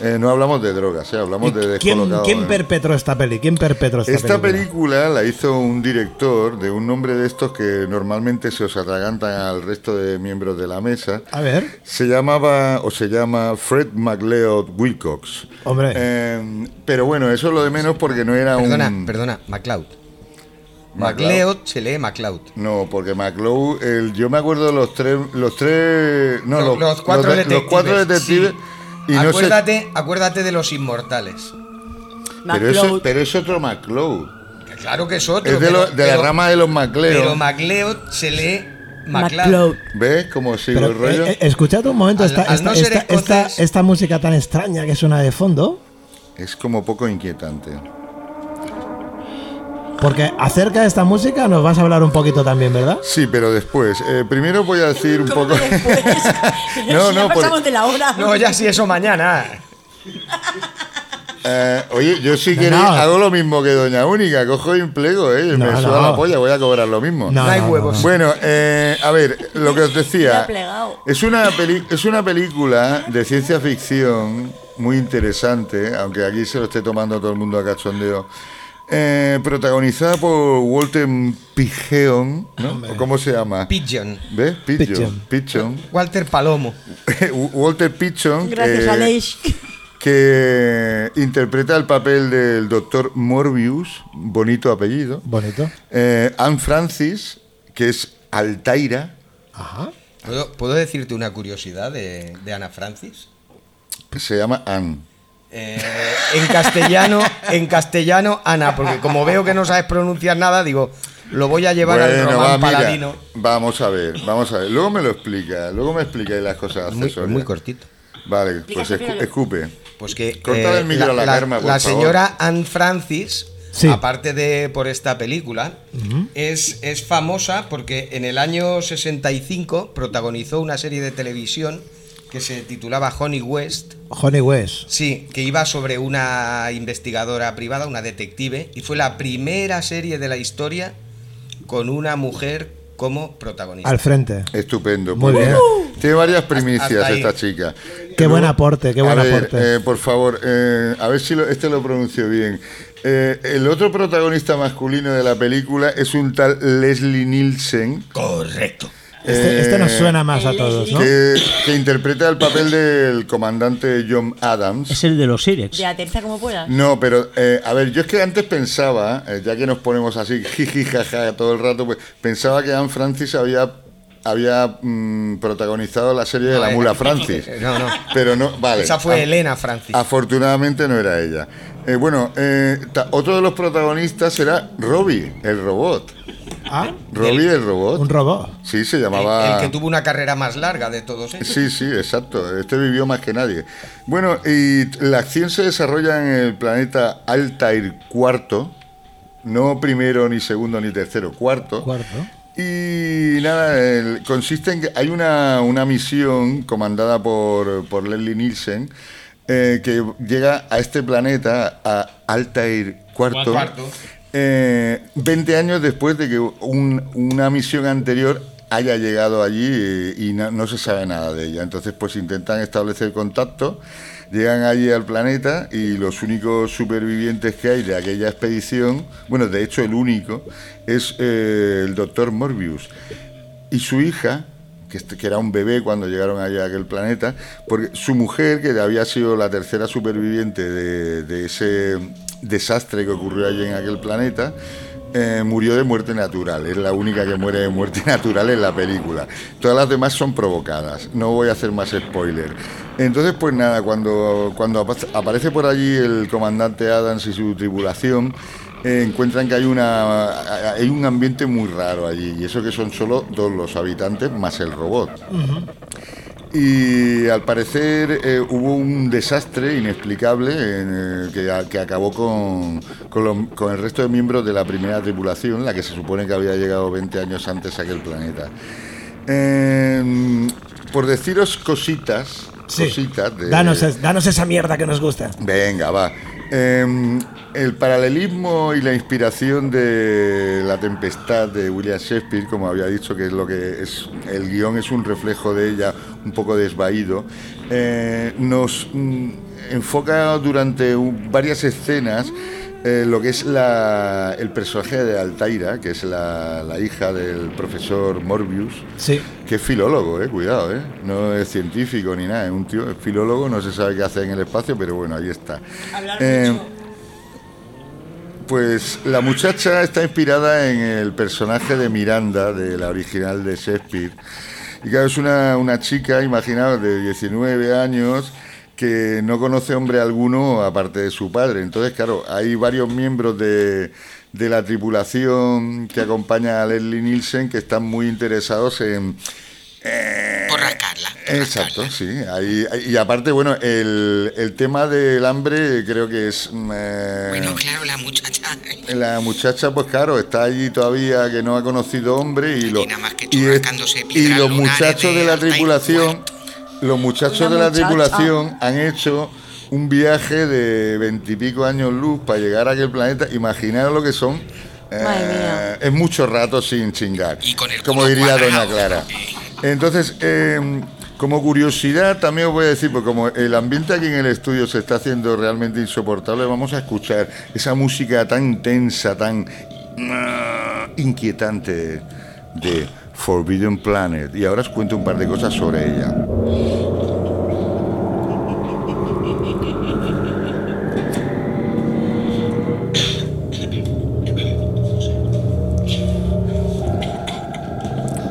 [SPEAKER 5] Eh, no hablamos de drogas, eh, hablamos de
[SPEAKER 2] ¿Quién,
[SPEAKER 5] descolocado.
[SPEAKER 2] quién
[SPEAKER 5] eh.
[SPEAKER 2] perpetró esta peli? ¿Quién perpetró esta,
[SPEAKER 5] Esta
[SPEAKER 2] película?
[SPEAKER 5] película la hizo un director de un nombre de estos que normalmente se os atragantan al resto de miembros de la mesa.
[SPEAKER 2] A ver.
[SPEAKER 5] Se llamaba o se llama Fred MacLeod Wilcox.
[SPEAKER 2] Hombre.
[SPEAKER 5] Eh, pero bueno, eso es lo de menos porque no era
[SPEAKER 1] Perdona,
[SPEAKER 5] un.
[SPEAKER 1] perdona, MacLeod.
[SPEAKER 5] MacLeod.
[SPEAKER 1] MacLeod se lee MacLeod.
[SPEAKER 5] No, porque McLeod, el, yo me acuerdo los tres, los tres, no,
[SPEAKER 1] Lo-
[SPEAKER 5] los,
[SPEAKER 1] los, cuatro
[SPEAKER 5] los de-
[SPEAKER 1] detectives.
[SPEAKER 5] los cuatro detectives, y
[SPEAKER 1] sí.
[SPEAKER 5] no sé,
[SPEAKER 1] acuérdate, acuérdate de los inmortales.
[SPEAKER 5] pero, eso, pero es otro MacLeod,
[SPEAKER 1] Que Claro que es otro.
[SPEAKER 5] es de,
[SPEAKER 1] pero-
[SPEAKER 5] lo- de la
[SPEAKER 1] pero-
[SPEAKER 5] rama de los MacLeod.
[SPEAKER 1] Pero MacLeod se lee MacLeod.
[SPEAKER 4] MacLeod.
[SPEAKER 5] ¿Ves cómo sigo
[SPEAKER 2] Pero,
[SPEAKER 5] el rollo?
[SPEAKER 2] eh, eh, escuchad un momento
[SPEAKER 1] Al-
[SPEAKER 2] esta,
[SPEAKER 1] al
[SPEAKER 2] esta-
[SPEAKER 1] no ser
[SPEAKER 2] esta- esta-
[SPEAKER 1] escocés-
[SPEAKER 2] esta música tan extraña que suena de fondo,
[SPEAKER 5] es como poco inquietante.
[SPEAKER 2] porque acerca de esta música nos vas a hablar un poquito también, ¿verdad?
[SPEAKER 5] Sí, pero después, eh, primero voy a decir un
[SPEAKER 4] ¿Cómo
[SPEAKER 5] poco...
[SPEAKER 4] que
[SPEAKER 5] <laughs>
[SPEAKER 4] después?
[SPEAKER 5] No,
[SPEAKER 4] <laughs> Si
[SPEAKER 5] no,
[SPEAKER 4] ya
[SPEAKER 5] por-
[SPEAKER 4] pasamos de la hora.
[SPEAKER 1] No, ya sí, eso mañana.
[SPEAKER 5] Eh, oye, yo si
[SPEAKER 2] No,
[SPEAKER 5] queréis
[SPEAKER 2] no.
[SPEAKER 5] hago lo mismo que Doña Única, cojo y empleo, ¿eh?
[SPEAKER 2] No,
[SPEAKER 5] me suda
[SPEAKER 2] no.
[SPEAKER 5] la polla, voy a cobrar lo mismo.
[SPEAKER 1] No hay huevos.
[SPEAKER 5] Bueno, eh, a ver, lo que os
[SPEAKER 4] Me
[SPEAKER 5] decía.
[SPEAKER 4] ha plegado.
[SPEAKER 5] Es una, peli- es una película de ciencia ficción muy interesante, aunque aquí se lo esté tomando todo el mundo a cachondeo. eh, protagonizada por Walter Pigeon, ¿no? ¿O ¿Cómo se llama?
[SPEAKER 1] Pigeon.
[SPEAKER 5] ¿Ves? Pigeon.
[SPEAKER 2] Pigeon.
[SPEAKER 5] <laughs> Pigeon.
[SPEAKER 1] Walter Palomo.
[SPEAKER 5] Walter Pigeon.
[SPEAKER 4] <laughs> Gracias,
[SPEAKER 5] que-
[SPEAKER 4] Aleix.
[SPEAKER 5] que interpreta el papel del doctor Morbius, bonito apellido.
[SPEAKER 2] Bonito.
[SPEAKER 5] Eh, Anne Francis, que es Altaira.
[SPEAKER 2] Ajá.
[SPEAKER 1] ¿Puedo, puedo decirte una curiosidad de, de Ana Francis?
[SPEAKER 5] que Se llama Anne.
[SPEAKER 1] Eh, en castellano, en castellano, Ana, porque como veo que no sabes pronunciar nada, digo, lo voy a llevar al
[SPEAKER 5] Bueno, va,
[SPEAKER 1] román
[SPEAKER 5] mira,
[SPEAKER 1] paladino.
[SPEAKER 5] vamos a ver, vamos a ver. Luego me lo explica, luego me explica las cosas
[SPEAKER 1] Muy,
[SPEAKER 5] accesorias.
[SPEAKER 1] muy cortito.
[SPEAKER 5] Vale, pues escu- escupe.
[SPEAKER 1] Pues que
[SPEAKER 5] Cortale el micro a la Karma, por
[SPEAKER 1] la
[SPEAKER 5] favor.
[SPEAKER 1] señora Anne Francis,
[SPEAKER 2] Sí.
[SPEAKER 1] aparte de por esta película, es, es famosa porque en el año 65 protagonizó una serie de televisión que se titulaba Honey West,
[SPEAKER 2] Honey West.
[SPEAKER 1] sí, que iba sobre una investigadora privada, una detective, y fue la primera serie de la historia con una mujer como protagonista.
[SPEAKER 2] Al frente.
[SPEAKER 5] Estupendo.
[SPEAKER 2] Muy
[SPEAKER 5] pues
[SPEAKER 2] bien.
[SPEAKER 5] mira, Tiene varias primicias
[SPEAKER 1] Hasta ahí.
[SPEAKER 5] esta chica.
[SPEAKER 2] Qué
[SPEAKER 5] Luego-
[SPEAKER 2] buen aporte, qué buen
[SPEAKER 5] a ver,
[SPEAKER 2] aporte.
[SPEAKER 5] eh, por favor, eh, a ver si lo- este lo pronuncio bien. Eh, el otro protagonista masculino de la película es un tal Leslie Nielsen,
[SPEAKER 1] Correcto.
[SPEAKER 2] este, este nos
[SPEAKER 5] eh,
[SPEAKER 2] suena más a todos, ¿no?
[SPEAKER 5] que, que interpreta el papel del comandante John Adams.
[SPEAKER 7] Es el de los Sirex.
[SPEAKER 4] De aterza como puedas.
[SPEAKER 5] No, pero eh, a ver, yo es que antes pensaba, eh, ya que nos ponemos así, <laughs> jiji, jaja, todo el rato, pues, pensaba que Anne Francis había, había mm, protagonizado la serie de
[SPEAKER 1] No,
[SPEAKER 5] la
[SPEAKER 1] eh,
[SPEAKER 5] mula Francis.
[SPEAKER 1] <laughs> No, no.
[SPEAKER 5] Pero no, vale.
[SPEAKER 1] Esa fue
[SPEAKER 5] Ah,
[SPEAKER 1] Elena Francis.
[SPEAKER 5] Afortunadamente no era ella. Eh, bueno, eh, ta- otro de los protagonistas era Robbie, el robot.
[SPEAKER 2] Ah,
[SPEAKER 5] Robbie, el
[SPEAKER 2] un
[SPEAKER 5] robot.
[SPEAKER 2] robot.
[SPEAKER 5] Sí, se
[SPEAKER 1] El,
[SPEAKER 5] llamaba...
[SPEAKER 1] el que tuvo una carrera más larga de todos ellos.
[SPEAKER 5] Sí, sí, exacto. Este vivió más que nadie. Bueno, y la acción se desarrolla en el planeta Altair cuarto, no primero, ni segundo, ni tercero, cuarto.
[SPEAKER 2] Cuarto.
[SPEAKER 5] Y nada, el- consiste en que hay una, una misión comandada por, por Leslie Nielsen eh, que llega a este planeta, a Altair Cuarto,
[SPEAKER 1] Cuarto.
[SPEAKER 5] eh, 20 años después de que un- una misión anterior haya llegado allí eh, y na- no se sabe nada de ella. Entonces pues intentan establecer contacto, llegan allí al planeta y los únicos supervivientes que hay de aquella expedición, bueno, de hecho el único, es eh, el doctor Morbius y su hija, que, este- que era un bebé cuando llegaron allá a aquel planeta, porque su mujer, que había sido la tercera superviviente de, de ese desastre que ocurrió allí en aquel planeta, eh, murió de muerte natural. Es la única que muere de muerte <laughs> natural en la película. Todas las demás son provocadas. No voy a hacer más spoiler. Entonces, pues nada, cuando, cuando apa- aparece por allí el comandante Adams y su tripulación, eh, encuentran que hay una hay un ambiente muy raro allí y eso que son solo dos los habitantes más el robot Y al parecer eh, hubo un desastre inexplicable en, eh, que, a- que acabó con, con los- con el resto de miembros de la primera tripulación, la que se supone que había llegado 20 años antes a aquel planeta. Eh, por deciros cositas, cositas de,
[SPEAKER 2] Danos, es- danos esa mierda que nos gusta.
[SPEAKER 5] Venga, va. Eh, el paralelismo y la inspiración de La Tempestad de William Shakespeare, como había dicho, que es lo que es. El guión es un reflejo de ella, un poco desvaído, eh, nos mm, enfoca durante un- varias escenas. eh, lo que es la- el personaje de Altaira, que es la, la hija del profesor Morbius,
[SPEAKER 2] Sí.
[SPEAKER 5] que es filólogo, eh, cuidado, eh. No es científico ni nada, es un tío, es filólogo, no se sabe qué hace en el espacio, pero bueno, ahí está. Eh, pues la muchacha está inspirada en el personaje de Miranda, de la original de Shakespeare. Y claro, es una, una chica, imaginaos, de 19 años que no conoce hombre alguno aparte de su padre. Entonces, claro, hay varios miembros de, de la tripulación que acompaña a Leslie Nielsen que están muy interesados en... Eh, Exacto, sí. Ahí- ahí- y aparte, bueno, el, el tema del hambre creo que es... mm, eh,
[SPEAKER 3] Bueno, claro, la muchacha.
[SPEAKER 5] la muchacha, pues claro, está allí todavía que no ha conocido hombre y, los- y, es- y los muchachos de la tripulación, los muchachos
[SPEAKER 11] Una
[SPEAKER 5] de la
[SPEAKER 11] muchacha.
[SPEAKER 5] tripulación han hecho un viaje de veintipico años luz para llegar a aquel planeta. Imaginaos lo que son. eh, es mucho rato sin chingar, como diría doña Clara. Entonces, eh, como curiosidad, también os voy a decir, porque como el ambiente aquí en el estudio se está haciendo realmente insoportable, vamos a escuchar esa música tan tensa, tan ah, inquietante de Forbidden Planet. Y ahora os cuento un par de cosas sobre ella.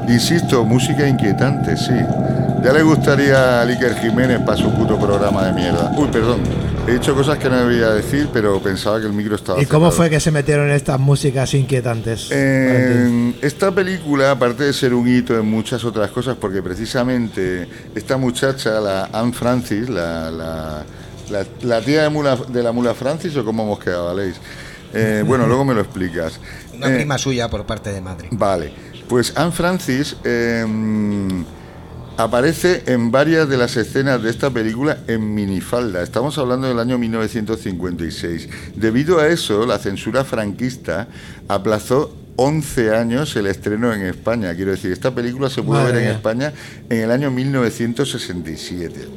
[SPEAKER 5] Insisto, música inquietante, sí. Ya le gustaría a Iker Jiménez para su puto programa de mierda. Uy, perdón. He dicho cosas que no debía decir, pero pensaba que el micro estaba.
[SPEAKER 2] ¿Y cómo
[SPEAKER 5] cerrado.
[SPEAKER 2] fue que se metieron estas músicas inquietantes? Valentín?
[SPEAKER 5] Eh, esta película, aparte de ser un hito en muchas otras cosas, porque precisamente esta muchacha, la Anne Francis, la, la- la- la tía de, Mula- de la mula Francis, o cómo hemos quedado, Aleix. Eh, bueno, luego me lo explicas.
[SPEAKER 1] Una
[SPEAKER 5] Eh,
[SPEAKER 1] prima suya por parte de madre.
[SPEAKER 5] Vale, pues Anne Francis eh, aparece en varias de las escenas de esta película en minifalda. Estamos hablando del año 1956. Debido a eso, la censura franquista aplazó 11 años el estreno en España. Quiero decir, esta película se pudo
[SPEAKER 2] Madre
[SPEAKER 5] ver en
[SPEAKER 2] mía.
[SPEAKER 5] España en el año 1967.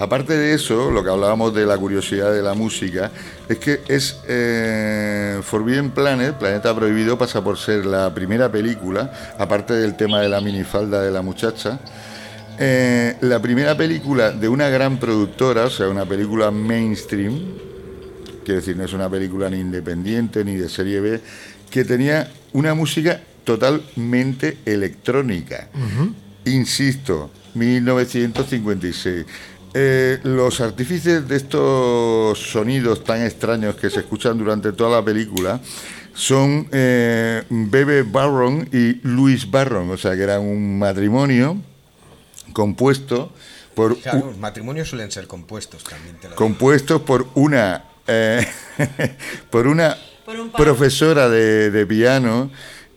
[SPEAKER 5] Aparte de eso, lo que hablábamos de la curiosidad de la música, es que es eh, Forbidden Planet, Planeta Prohibido, pasa por ser la primera película, aparte del tema de la minifalda de la muchacha, eh, la primera película de una gran productora, o sea, una película mainstream, quiero decir, no es una película ni independiente ni de serie B, que tenía una música totalmente electrónica. Insisto, 1956. Eh, los artífices de estos sonidos tan extraños que se escuchan durante toda la película son eh, Bebe Barron y Louis Barron, o sea que eran un matrimonio compuesto por u-
[SPEAKER 1] Claro, los matrimonios suelen ser compuestos también. Te lo digo.
[SPEAKER 5] compuestos por una eh, <laughs> por una
[SPEAKER 1] Por un par.
[SPEAKER 5] profesora de, de piano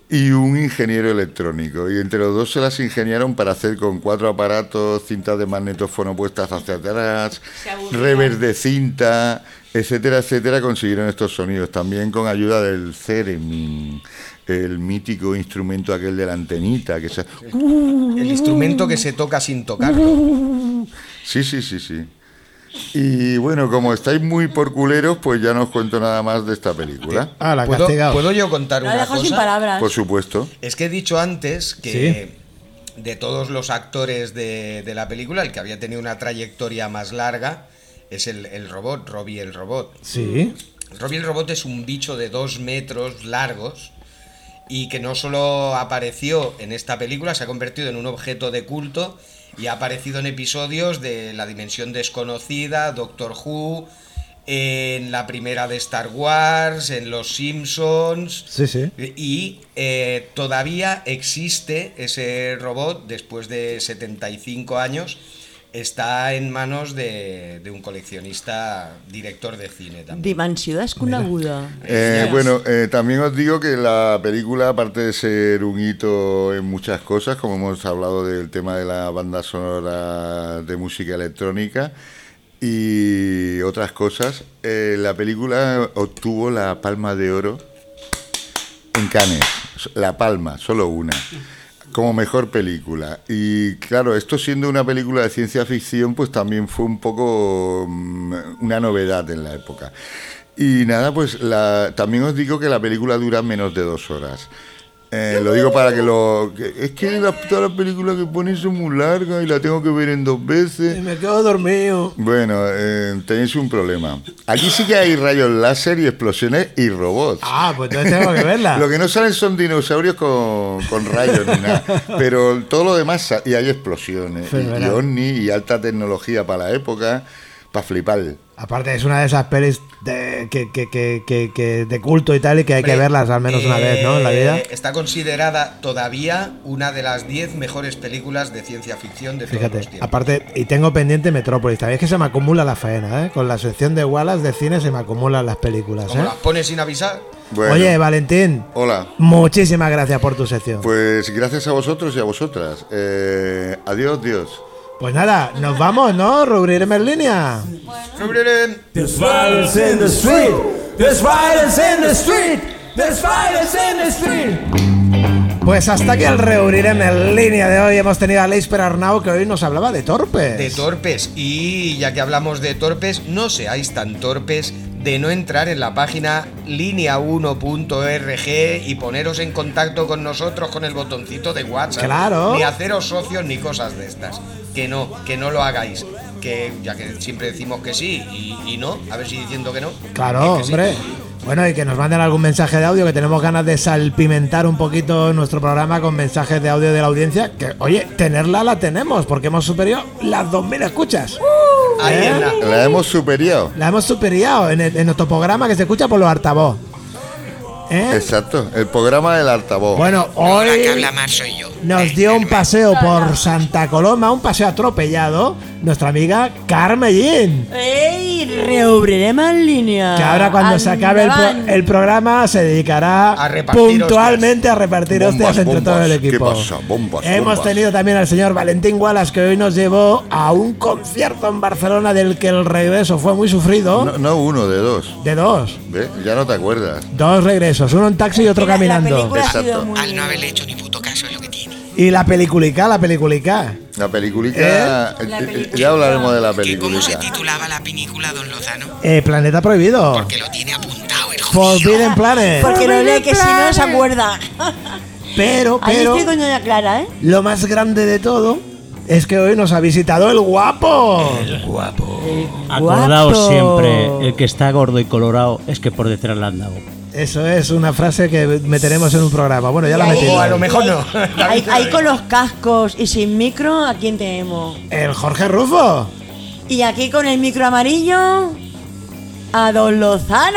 [SPEAKER 5] y un ingeniero electrónico. Y entre los dos se las ingeniaron para hacer con cuatro aparatos, cintas de magnetófono puestas hacia atrás, revers de cinta, etcétera, etcétera, consiguieron estos sonidos. También con ayuda del Ceremin, el mítico instrumento aquel de la antenita. Que se...
[SPEAKER 1] El instrumento que se toca sin tocarlo.
[SPEAKER 5] Sí, sí, sí, sí. Y bueno, como estáis muy por culeros, pues ya no os cuento nada más de esta película.
[SPEAKER 2] Ah, la
[SPEAKER 1] ¿Puedo,
[SPEAKER 2] castigado.
[SPEAKER 1] puedo yo contar
[SPEAKER 4] Lo ha
[SPEAKER 1] una
[SPEAKER 4] dejado
[SPEAKER 1] cosa?
[SPEAKER 4] sin palabras.
[SPEAKER 5] Por supuesto.
[SPEAKER 1] Es que he dicho antes que de todos los actores de, de la película, el que había tenido una trayectoria más larga es el, el robot, Robbie el robot.
[SPEAKER 2] Sí.
[SPEAKER 1] Robbie el robot Pues es un bicho de dos metros largos y que no solo apareció en esta película, se ha convertido en un objeto de culto y ha aparecido en episodios de La Dimensión Desconocida, Doctor Who, en la primera de Star Wars, en Los Simpsons.
[SPEAKER 2] Sí, sí.
[SPEAKER 1] Y eh, todavía existe ese robot después de 75 años. Está en manos de, de un coleccionista director de cine también.
[SPEAKER 4] Dimensiones con aguda.
[SPEAKER 5] Eh, bueno, eh, también os digo que la película, aparte de ser un hito en muchas cosas, como hemos hablado del tema de la banda sonora de música electrónica y otras cosas, eh, la película obtuvo la palma de oro en Cannes. La palma, solo una. Como mejor película. Y claro, esto siendo una película de ciencia ficción, pues también fue un poco mm, una novedad en la época. Y nada, pues la- también os digo que la película dura menos de dos horas. Eh, lo digo para que lo... que- es que las- todas las películas que ponen son muy largas y la tengo que ver en dos veces.
[SPEAKER 2] Me quedo dormido.
[SPEAKER 5] Bueno, eh, tenéis un problema. Aquí sí que hay rayos láser y explosiones y robots.
[SPEAKER 2] Ah, pues <laughs> entonces tengo que
[SPEAKER 5] <laughs>
[SPEAKER 2] verla.
[SPEAKER 5] Lo que no salen son dinosaurios con, con rayos ni nada.
[SPEAKER 2] <laughs>
[SPEAKER 5] Pero todo lo demás, sa- y hay explosiones, y, y
[SPEAKER 2] Fenomenal.
[SPEAKER 5] ovni, y alta tecnología para la época, para flipar.
[SPEAKER 2] Aparte, es una de esas pelis de, que, que- que- que- que de culto y tal, y que hay que
[SPEAKER 1] Hombre,
[SPEAKER 2] verlas al menos una
[SPEAKER 1] eh,
[SPEAKER 2] vez, ¿no? En la vida.
[SPEAKER 1] Está considerada todavía una de las 10 mejores películas de ciencia ficción de todos los
[SPEAKER 2] Fíjate,
[SPEAKER 1] tiempos.
[SPEAKER 2] aparte, y tengo pendiente Metrópolis también. Es que se me acumula la faena, ¿eh? Con la sección de Wallace de cine se me acumulan las películas,
[SPEAKER 1] Como
[SPEAKER 2] ¿eh?
[SPEAKER 1] las pones sin avisar,
[SPEAKER 5] Bueno,
[SPEAKER 2] Oye, Valentín,
[SPEAKER 5] hola.
[SPEAKER 2] muchísimas gracias por tu sección. Pues,
[SPEAKER 5] Pues gracias a vosotros y a vosotras. Eh, adiós, Dios.
[SPEAKER 2] Pues nada, nos vamos, ¿no? Rubriremos en línea.
[SPEAKER 8] There's violence in the street. There's violence in the street. There's violence in the street.
[SPEAKER 2] Pues hasta aquí el Reurirem en línea de hoy. Hemos tenido a Leisper Arnau que hoy nos hablaba de torpes.
[SPEAKER 1] de torpes. Y ya que hablamos de torpes, no seáis tan torpes de no entrar en la página linea1.org y poneros en contacto con nosotros con el botoncito de WhatsApp.
[SPEAKER 2] Claro.
[SPEAKER 1] Ni haceros socios ni cosas de estas. Que no, que no lo hagáis. Que ya que siempre decimos que sí y, y no, a ver si diciendo que no.
[SPEAKER 2] Claro,
[SPEAKER 1] es que sí.
[SPEAKER 2] hombre. Bueno, y que nos manden algún mensaje de audio, que tenemos ganas de salpimentar un poquito nuestro programa con mensajes de audio de la audiencia. Que, oye, tenerla la tenemos, porque hemos superado las 2.000 escuchas.
[SPEAKER 1] Ahí en la-
[SPEAKER 5] La hemos superado.
[SPEAKER 2] La hemos superado en, el- en nuestro programa que se escucha por los altavoz. ¿Eh?
[SPEAKER 5] Exacto, el programa del altavoz.
[SPEAKER 2] Bueno,
[SPEAKER 3] Ahora que
[SPEAKER 2] hoy
[SPEAKER 3] habla más soy yo.
[SPEAKER 2] nos
[SPEAKER 3] Eh,
[SPEAKER 2] dio un
[SPEAKER 3] Carmen.
[SPEAKER 2] paseo por Santa Coloma, un paseo atropellado, nuestra amiga Carmellín.
[SPEAKER 4] ¡Ey! Reubriremos en línea.
[SPEAKER 2] Que ahora cuando se acabe el, pro-
[SPEAKER 4] Andaban.
[SPEAKER 2] el programa se dedicará
[SPEAKER 1] A repartir
[SPEAKER 2] puntualmente a repartir
[SPEAKER 5] Bombas,
[SPEAKER 2] hostias entre
[SPEAKER 5] bombas.
[SPEAKER 2] todo el
[SPEAKER 5] ¿Qué
[SPEAKER 2] equipo.
[SPEAKER 5] pasa? Bombas,
[SPEAKER 2] Hemos
[SPEAKER 5] bombas.
[SPEAKER 2] tenido también al señor Valentín Wallace que hoy nos llevó a un concierto en Barcelona del que el regreso fue muy sufrido.
[SPEAKER 5] No, no uno, de dos.
[SPEAKER 2] De dos.
[SPEAKER 5] ¿Ves? Ya no te acuerdas.
[SPEAKER 2] Dos regresos, uno en taxi y otro
[SPEAKER 4] La- la
[SPEAKER 2] caminando.
[SPEAKER 4] película ha sido
[SPEAKER 5] Exacto.
[SPEAKER 4] muy-
[SPEAKER 3] Al no haberle hecho ni puto caso es lo que tiene.
[SPEAKER 2] y la peliculica, la peliculica.
[SPEAKER 5] La peliculica.
[SPEAKER 4] La
[SPEAKER 5] eh,
[SPEAKER 4] peliculica.
[SPEAKER 5] Ya hablaremos de la
[SPEAKER 3] ¿Que ¿Cómo se
[SPEAKER 5] peliculica.
[SPEAKER 3] titulaba la película, don Lozano?
[SPEAKER 2] Eh, Planeta Prohibido.
[SPEAKER 3] Porque lo tiene apuntado el jodido.
[SPEAKER 2] Forbidden Planet.
[SPEAKER 4] Porque lo lee que si no se acuerda.
[SPEAKER 2] Pero,
[SPEAKER 4] Ahí
[SPEAKER 2] pero,
[SPEAKER 4] estoy con Doña Clara, ¿eh?
[SPEAKER 2] lo más grande de todo es que hoy nos ha visitado el guapo.
[SPEAKER 7] Acordaos
[SPEAKER 4] Guapo.
[SPEAKER 7] siempre, el que está gordo y colorado es que por detrás le han dado.
[SPEAKER 2] Eso es una frase que meteremos en un programa. Bueno, ya la
[SPEAKER 4] Ahí-
[SPEAKER 2] metimos.
[SPEAKER 1] O a lo mejor no. <laughs>
[SPEAKER 4] Ahí, ahí con los cascos y sin micro, ¿a quién tenemos?
[SPEAKER 2] El Jorge Rufo.
[SPEAKER 4] Y aquí con el micro amarillo, a Don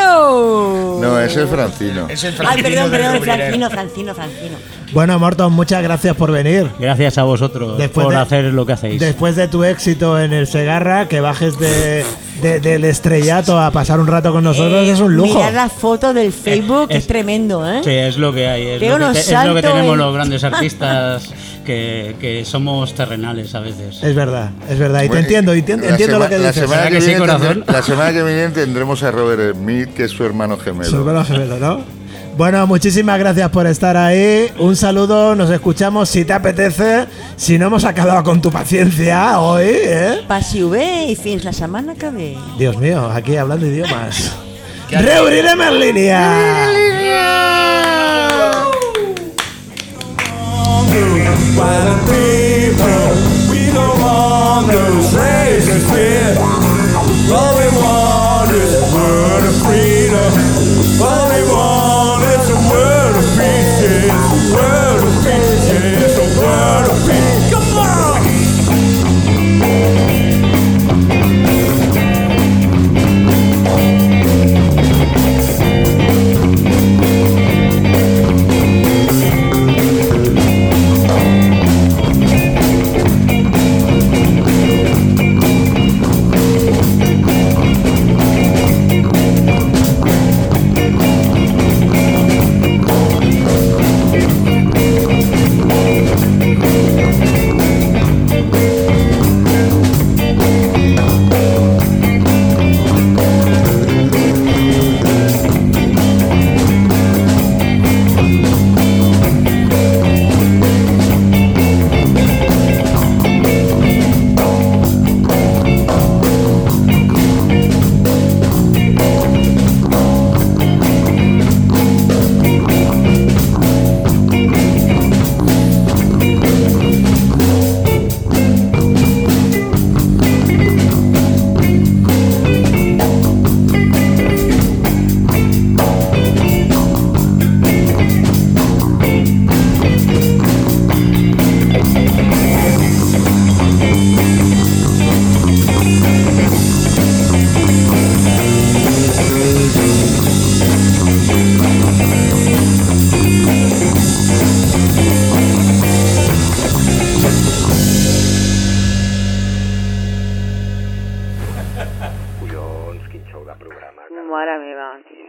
[SPEAKER 4] Lozano.
[SPEAKER 5] No, ese es Francino.
[SPEAKER 1] Es el
[SPEAKER 4] Ay, perdón,
[SPEAKER 1] del
[SPEAKER 4] perdón,
[SPEAKER 1] Rubirero.
[SPEAKER 4] Francino, Francino, Francino.
[SPEAKER 2] Bueno, Morton, muchas gracias por venir.
[SPEAKER 7] Gracias a vosotros
[SPEAKER 2] Después
[SPEAKER 7] por
[SPEAKER 2] de-
[SPEAKER 7] hacer lo que hacéis.
[SPEAKER 2] Después de tu éxito en el Segarra, que bajes de, de- del estrellato a pasar un rato con nosotros
[SPEAKER 4] Eh,
[SPEAKER 2] es un lujo.
[SPEAKER 4] Mirad las fotos del Facebook,
[SPEAKER 7] Eh,
[SPEAKER 4] es,
[SPEAKER 7] es-
[SPEAKER 4] tremendo, ¿eh?
[SPEAKER 7] Sí, es lo que hay, es,
[SPEAKER 4] Pega
[SPEAKER 7] lo que,
[SPEAKER 4] unos
[SPEAKER 7] te- es lo que
[SPEAKER 4] saltos
[SPEAKER 7] tenemos
[SPEAKER 4] en- <laughs>
[SPEAKER 7] los grandes artistas que, que somos terrenales a veces.
[SPEAKER 2] Es verdad, es verdad. Y te
[SPEAKER 5] Bueno,
[SPEAKER 2] entiendo, entiendo,
[SPEAKER 5] la
[SPEAKER 2] entiendo lo
[SPEAKER 5] sema-
[SPEAKER 2] que
[SPEAKER 5] la
[SPEAKER 2] dices.
[SPEAKER 5] semana
[SPEAKER 7] ¿Verdad
[SPEAKER 5] que
[SPEAKER 7] que sí,
[SPEAKER 5] viene
[SPEAKER 7] corazón?
[SPEAKER 5] tendré- La semana que viene tendremos a Robert Smith, que es su hermano
[SPEAKER 2] Su
[SPEAKER 5] gemelo.
[SPEAKER 2] hermano gemelo, ¿no? Bueno, muchísimas gracias por estar ahí. Un saludo, nos escuchamos si te apetece. Si no hemos acabado con tu paciencia hoy, ¿eh?
[SPEAKER 4] Passi bé i fins la setmana que ve.
[SPEAKER 2] Dios mío, aquí hablando idiomas. Reuniremos en línea.
[SPEAKER 8] By the people, we don't want to raise this fear. All we want is a world of freedom. All we want is a world of peace. Yes, a world of peace. Yes, a world of peace. Come on!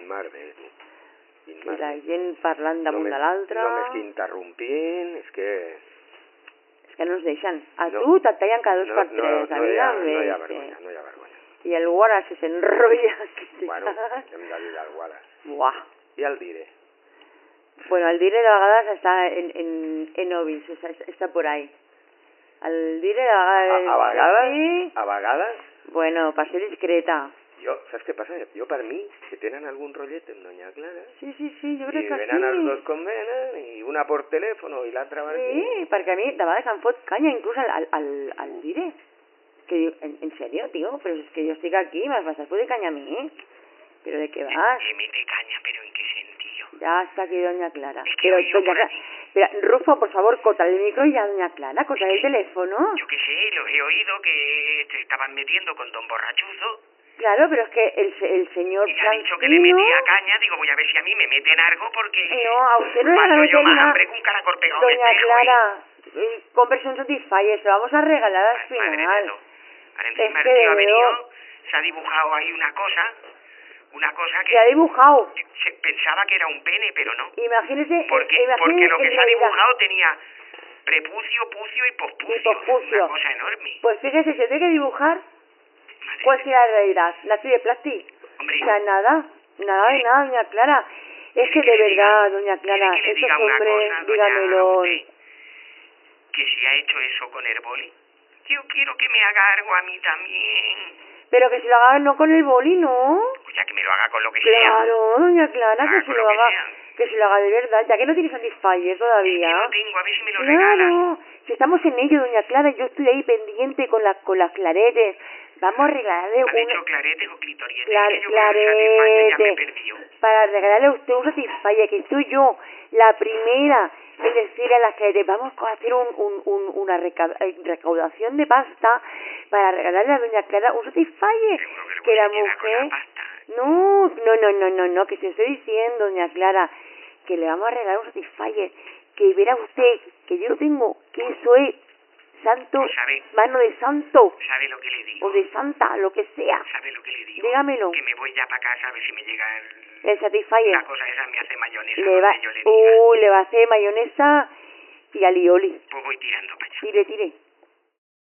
[SPEAKER 1] parve.
[SPEAKER 12] I la gent parlant damunt de l'altra.
[SPEAKER 1] Només que interrompint, és que...
[SPEAKER 12] És que no ens deixen. A
[SPEAKER 1] No.
[SPEAKER 12] tu te't tallen cada dos
[SPEAKER 1] no,
[SPEAKER 12] per
[SPEAKER 1] no,
[SPEAKER 12] tres,
[SPEAKER 1] no, hi
[SPEAKER 12] amiga.
[SPEAKER 1] ha, no hi ha
[SPEAKER 12] bé,
[SPEAKER 1] vergonya, no hi ha vergonya.
[SPEAKER 12] sí. I el Guara se <laughs> s'enrotlla.
[SPEAKER 1] Bueno, hem de dir al Wallace.
[SPEAKER 12] Buah.
[SPEAKER 1] Ja el diré.
[SPEAKER 12] Bueno, el dire de vegades està en, en, en Obis, està, està por ahí. El dire de
[SPEAKER 1] A,
[SPEAKER 12] vegades...
[SPEAKER 1] a
[SPEAKER 12] Sí.
[SPEAKER 1] vegades, a vegades,
[SPEAKER 12] Bueno, para ser discreta.
[SPEAKER 1] jo, saps què passa? Jo per mi, si tenen algun rotllet amb Doña Clara,
[SPEAKER 12] Sí, sí, sí, jo
[SPEAKER 1] i
[SPEAKER 12] crec que
[SPEAKER 1] venen els
[SPEAKER 12] sí.
[SPEAKER 1] dos com venen, i una por telèfono i l'altra per aquí.
[SPEAKER 12] Sí, perquè a mi de vegades em fot canya inclús al, al, al, al dire. Que diu, en, en serio, tío, pero es que yo estoy aquí, me vas a poder caña a mí. Pero de qué vas?
[SPEAKER 3] Mete caña, pero ¿en qué sentido?
[SPEAKER 12] Ya está aquí Doña Clara.
[SPEAKER 3] Es que
[SPEAKER 12] Pero,
[SPEAKER 3] oigo
[SPEAKER 12] doña
[SPEAKER 3] por
[SPEAKER 12] Clara, espera, Rufo, por favor, corta el micro y a Doña Clara, corta el teléfono.
[SPEAKER 3] Yo qué sé, los he oído que te estaban metiendo con don borrachuzo.
[SPEAKER 12] Claro, pero es que el, se- el señor
[SPEAKER 3] Y ha dicho que le
[SPEAKER 12] Francino-
[SPEAKER 3] metía caña. Digo, voy a ver si a mí me meten algo porque...
[SPEAKER 12] eh, No, a usted no le van a
[SPEAKER 3] paso yo
[SPEAKER 12] meter
[SPEAKER 3] más
[SPEAKER 12] nada.
[SPEAKER 3] hambre que un caracol pegado a un
[SPEAKER 12] Doña
[SPEAKER 3] espejo,
[SPEAKER 12] Clara, eh, cómprese un Satisfyer, se lo vamos a regalar al final.
[SPEAKER 3] ¿eh? Al encima
[SPEAKER 12] es
[SPEAKER 3] el
[SPEAKER 12] que
[SPEAKER 3] tío
[SPEAKER 12] de
[SPEAKER 3] ha venido, se ha dibujado ahí una cosa, una cosa que...
[SPEAKER 12] Se ha dibujado.
[SPEAKER 3] Se pensaba que era un pene, pero no.
[SPEAKER 12] Imagínese,
[SPEAKER 3] Porque,
[SPEAKER 12] imagínese
[SPEAKER 3] porque lo que se ha
[SPEAKER 12] realidad.
[SPEAKER 3] dibujado tenía prepucio, pucio y pospucio. Una cosa enorme.
[SPEAKER 12] Pues fíjese, se tiene que dibujar cuál será la realidad. La de plástico. O sea, nada, nada de nada, doña Clara. Es que de verdad, doña Clara,
[SPEAKER 3] que le
[SPEAKER 12] estos
[SPEAKER 3] diga una
[SPEAKER 12] hombres,
[SPEAKER 3] cosa, doña
[SPEAKER 12] dígamelo.
[SPEAKER 3] Que si ha hecho eso con el boli. Yo quiero que me haga algo a mí también.
[SPEAKER 12] Pero que se lo haga no con el boli, ¿no?
[SPEAKER 3] O sea, que me lo haga con lo Pues que sea.
[SPEAKER 12] Claro, doña Clara,
[SPEAKER 3] Haga
[SPEAKER 12] que se
[SPEAKER 3] con
[SPEAKER 12] lo
[SPEAKER 3] lo que
[SPEAKER 12] haga,
[SPEAKER 3] sea.
[SPEAKER 12] que se lo haga de verdad, ya que no tiene Satisfyer todavía.
[SPEAKER 3] Tengo, a ver si me lo regalan.
[SPEAKER 12] Claro, si estamos en ello, doña Clara, yo estoy ahí pendiente con las con las claretes. Vamos a regalarle
[SPEAKER 3] ¿Ha
[SPEAKER 12] una
[SPEAKER 3] dicho claretes o clitorietes?
[SPEAKER 12] Clar-
[SPEAKER 3] que yo con el Satisfyer ya me
[SPEAKER 12] clarete
[SPEAKER 3] perdió.
[SPEAKER 12] para regalarle a usted un Satisfyer, que soy yo, la primera en decirle a las claretes, vamos a hacer un, un- un- una reca- eh, recaudación de pasta para regalarle a doña Clara un Satisfyer, que la mujer... No, no, no, no, no, no, que se estoy diciendo, doña Clara, que le vamos a regalar un Satisfyer, que verá usted que yo tengo, que eso es santo, mano de santo,
[SPEAKER 3] ¿Sabe lo que le digo?
[SPEAKER 12] o de santa, lo que sea.
[SPEAKER 3] ¿Sabe lo que le digo?
[SPEAKER 12] Dígamelo.
[SPEAKER 3] Que me voy ya para casa a ver si me llega el...
[SPEAKER 12] El Satisfyer.
[SPEAKER 3] La cosa esa me hace mayonesa.
[SPEAKER 12] Le va,
[SPEAKER 3] donde yo le diga.
[SPEAKER 12] uy, le va a hacer mayonesa y alioli.
[SPEAKER 3] Pues voy tirando para allá.
[SPEAKER 12] Tire, tire.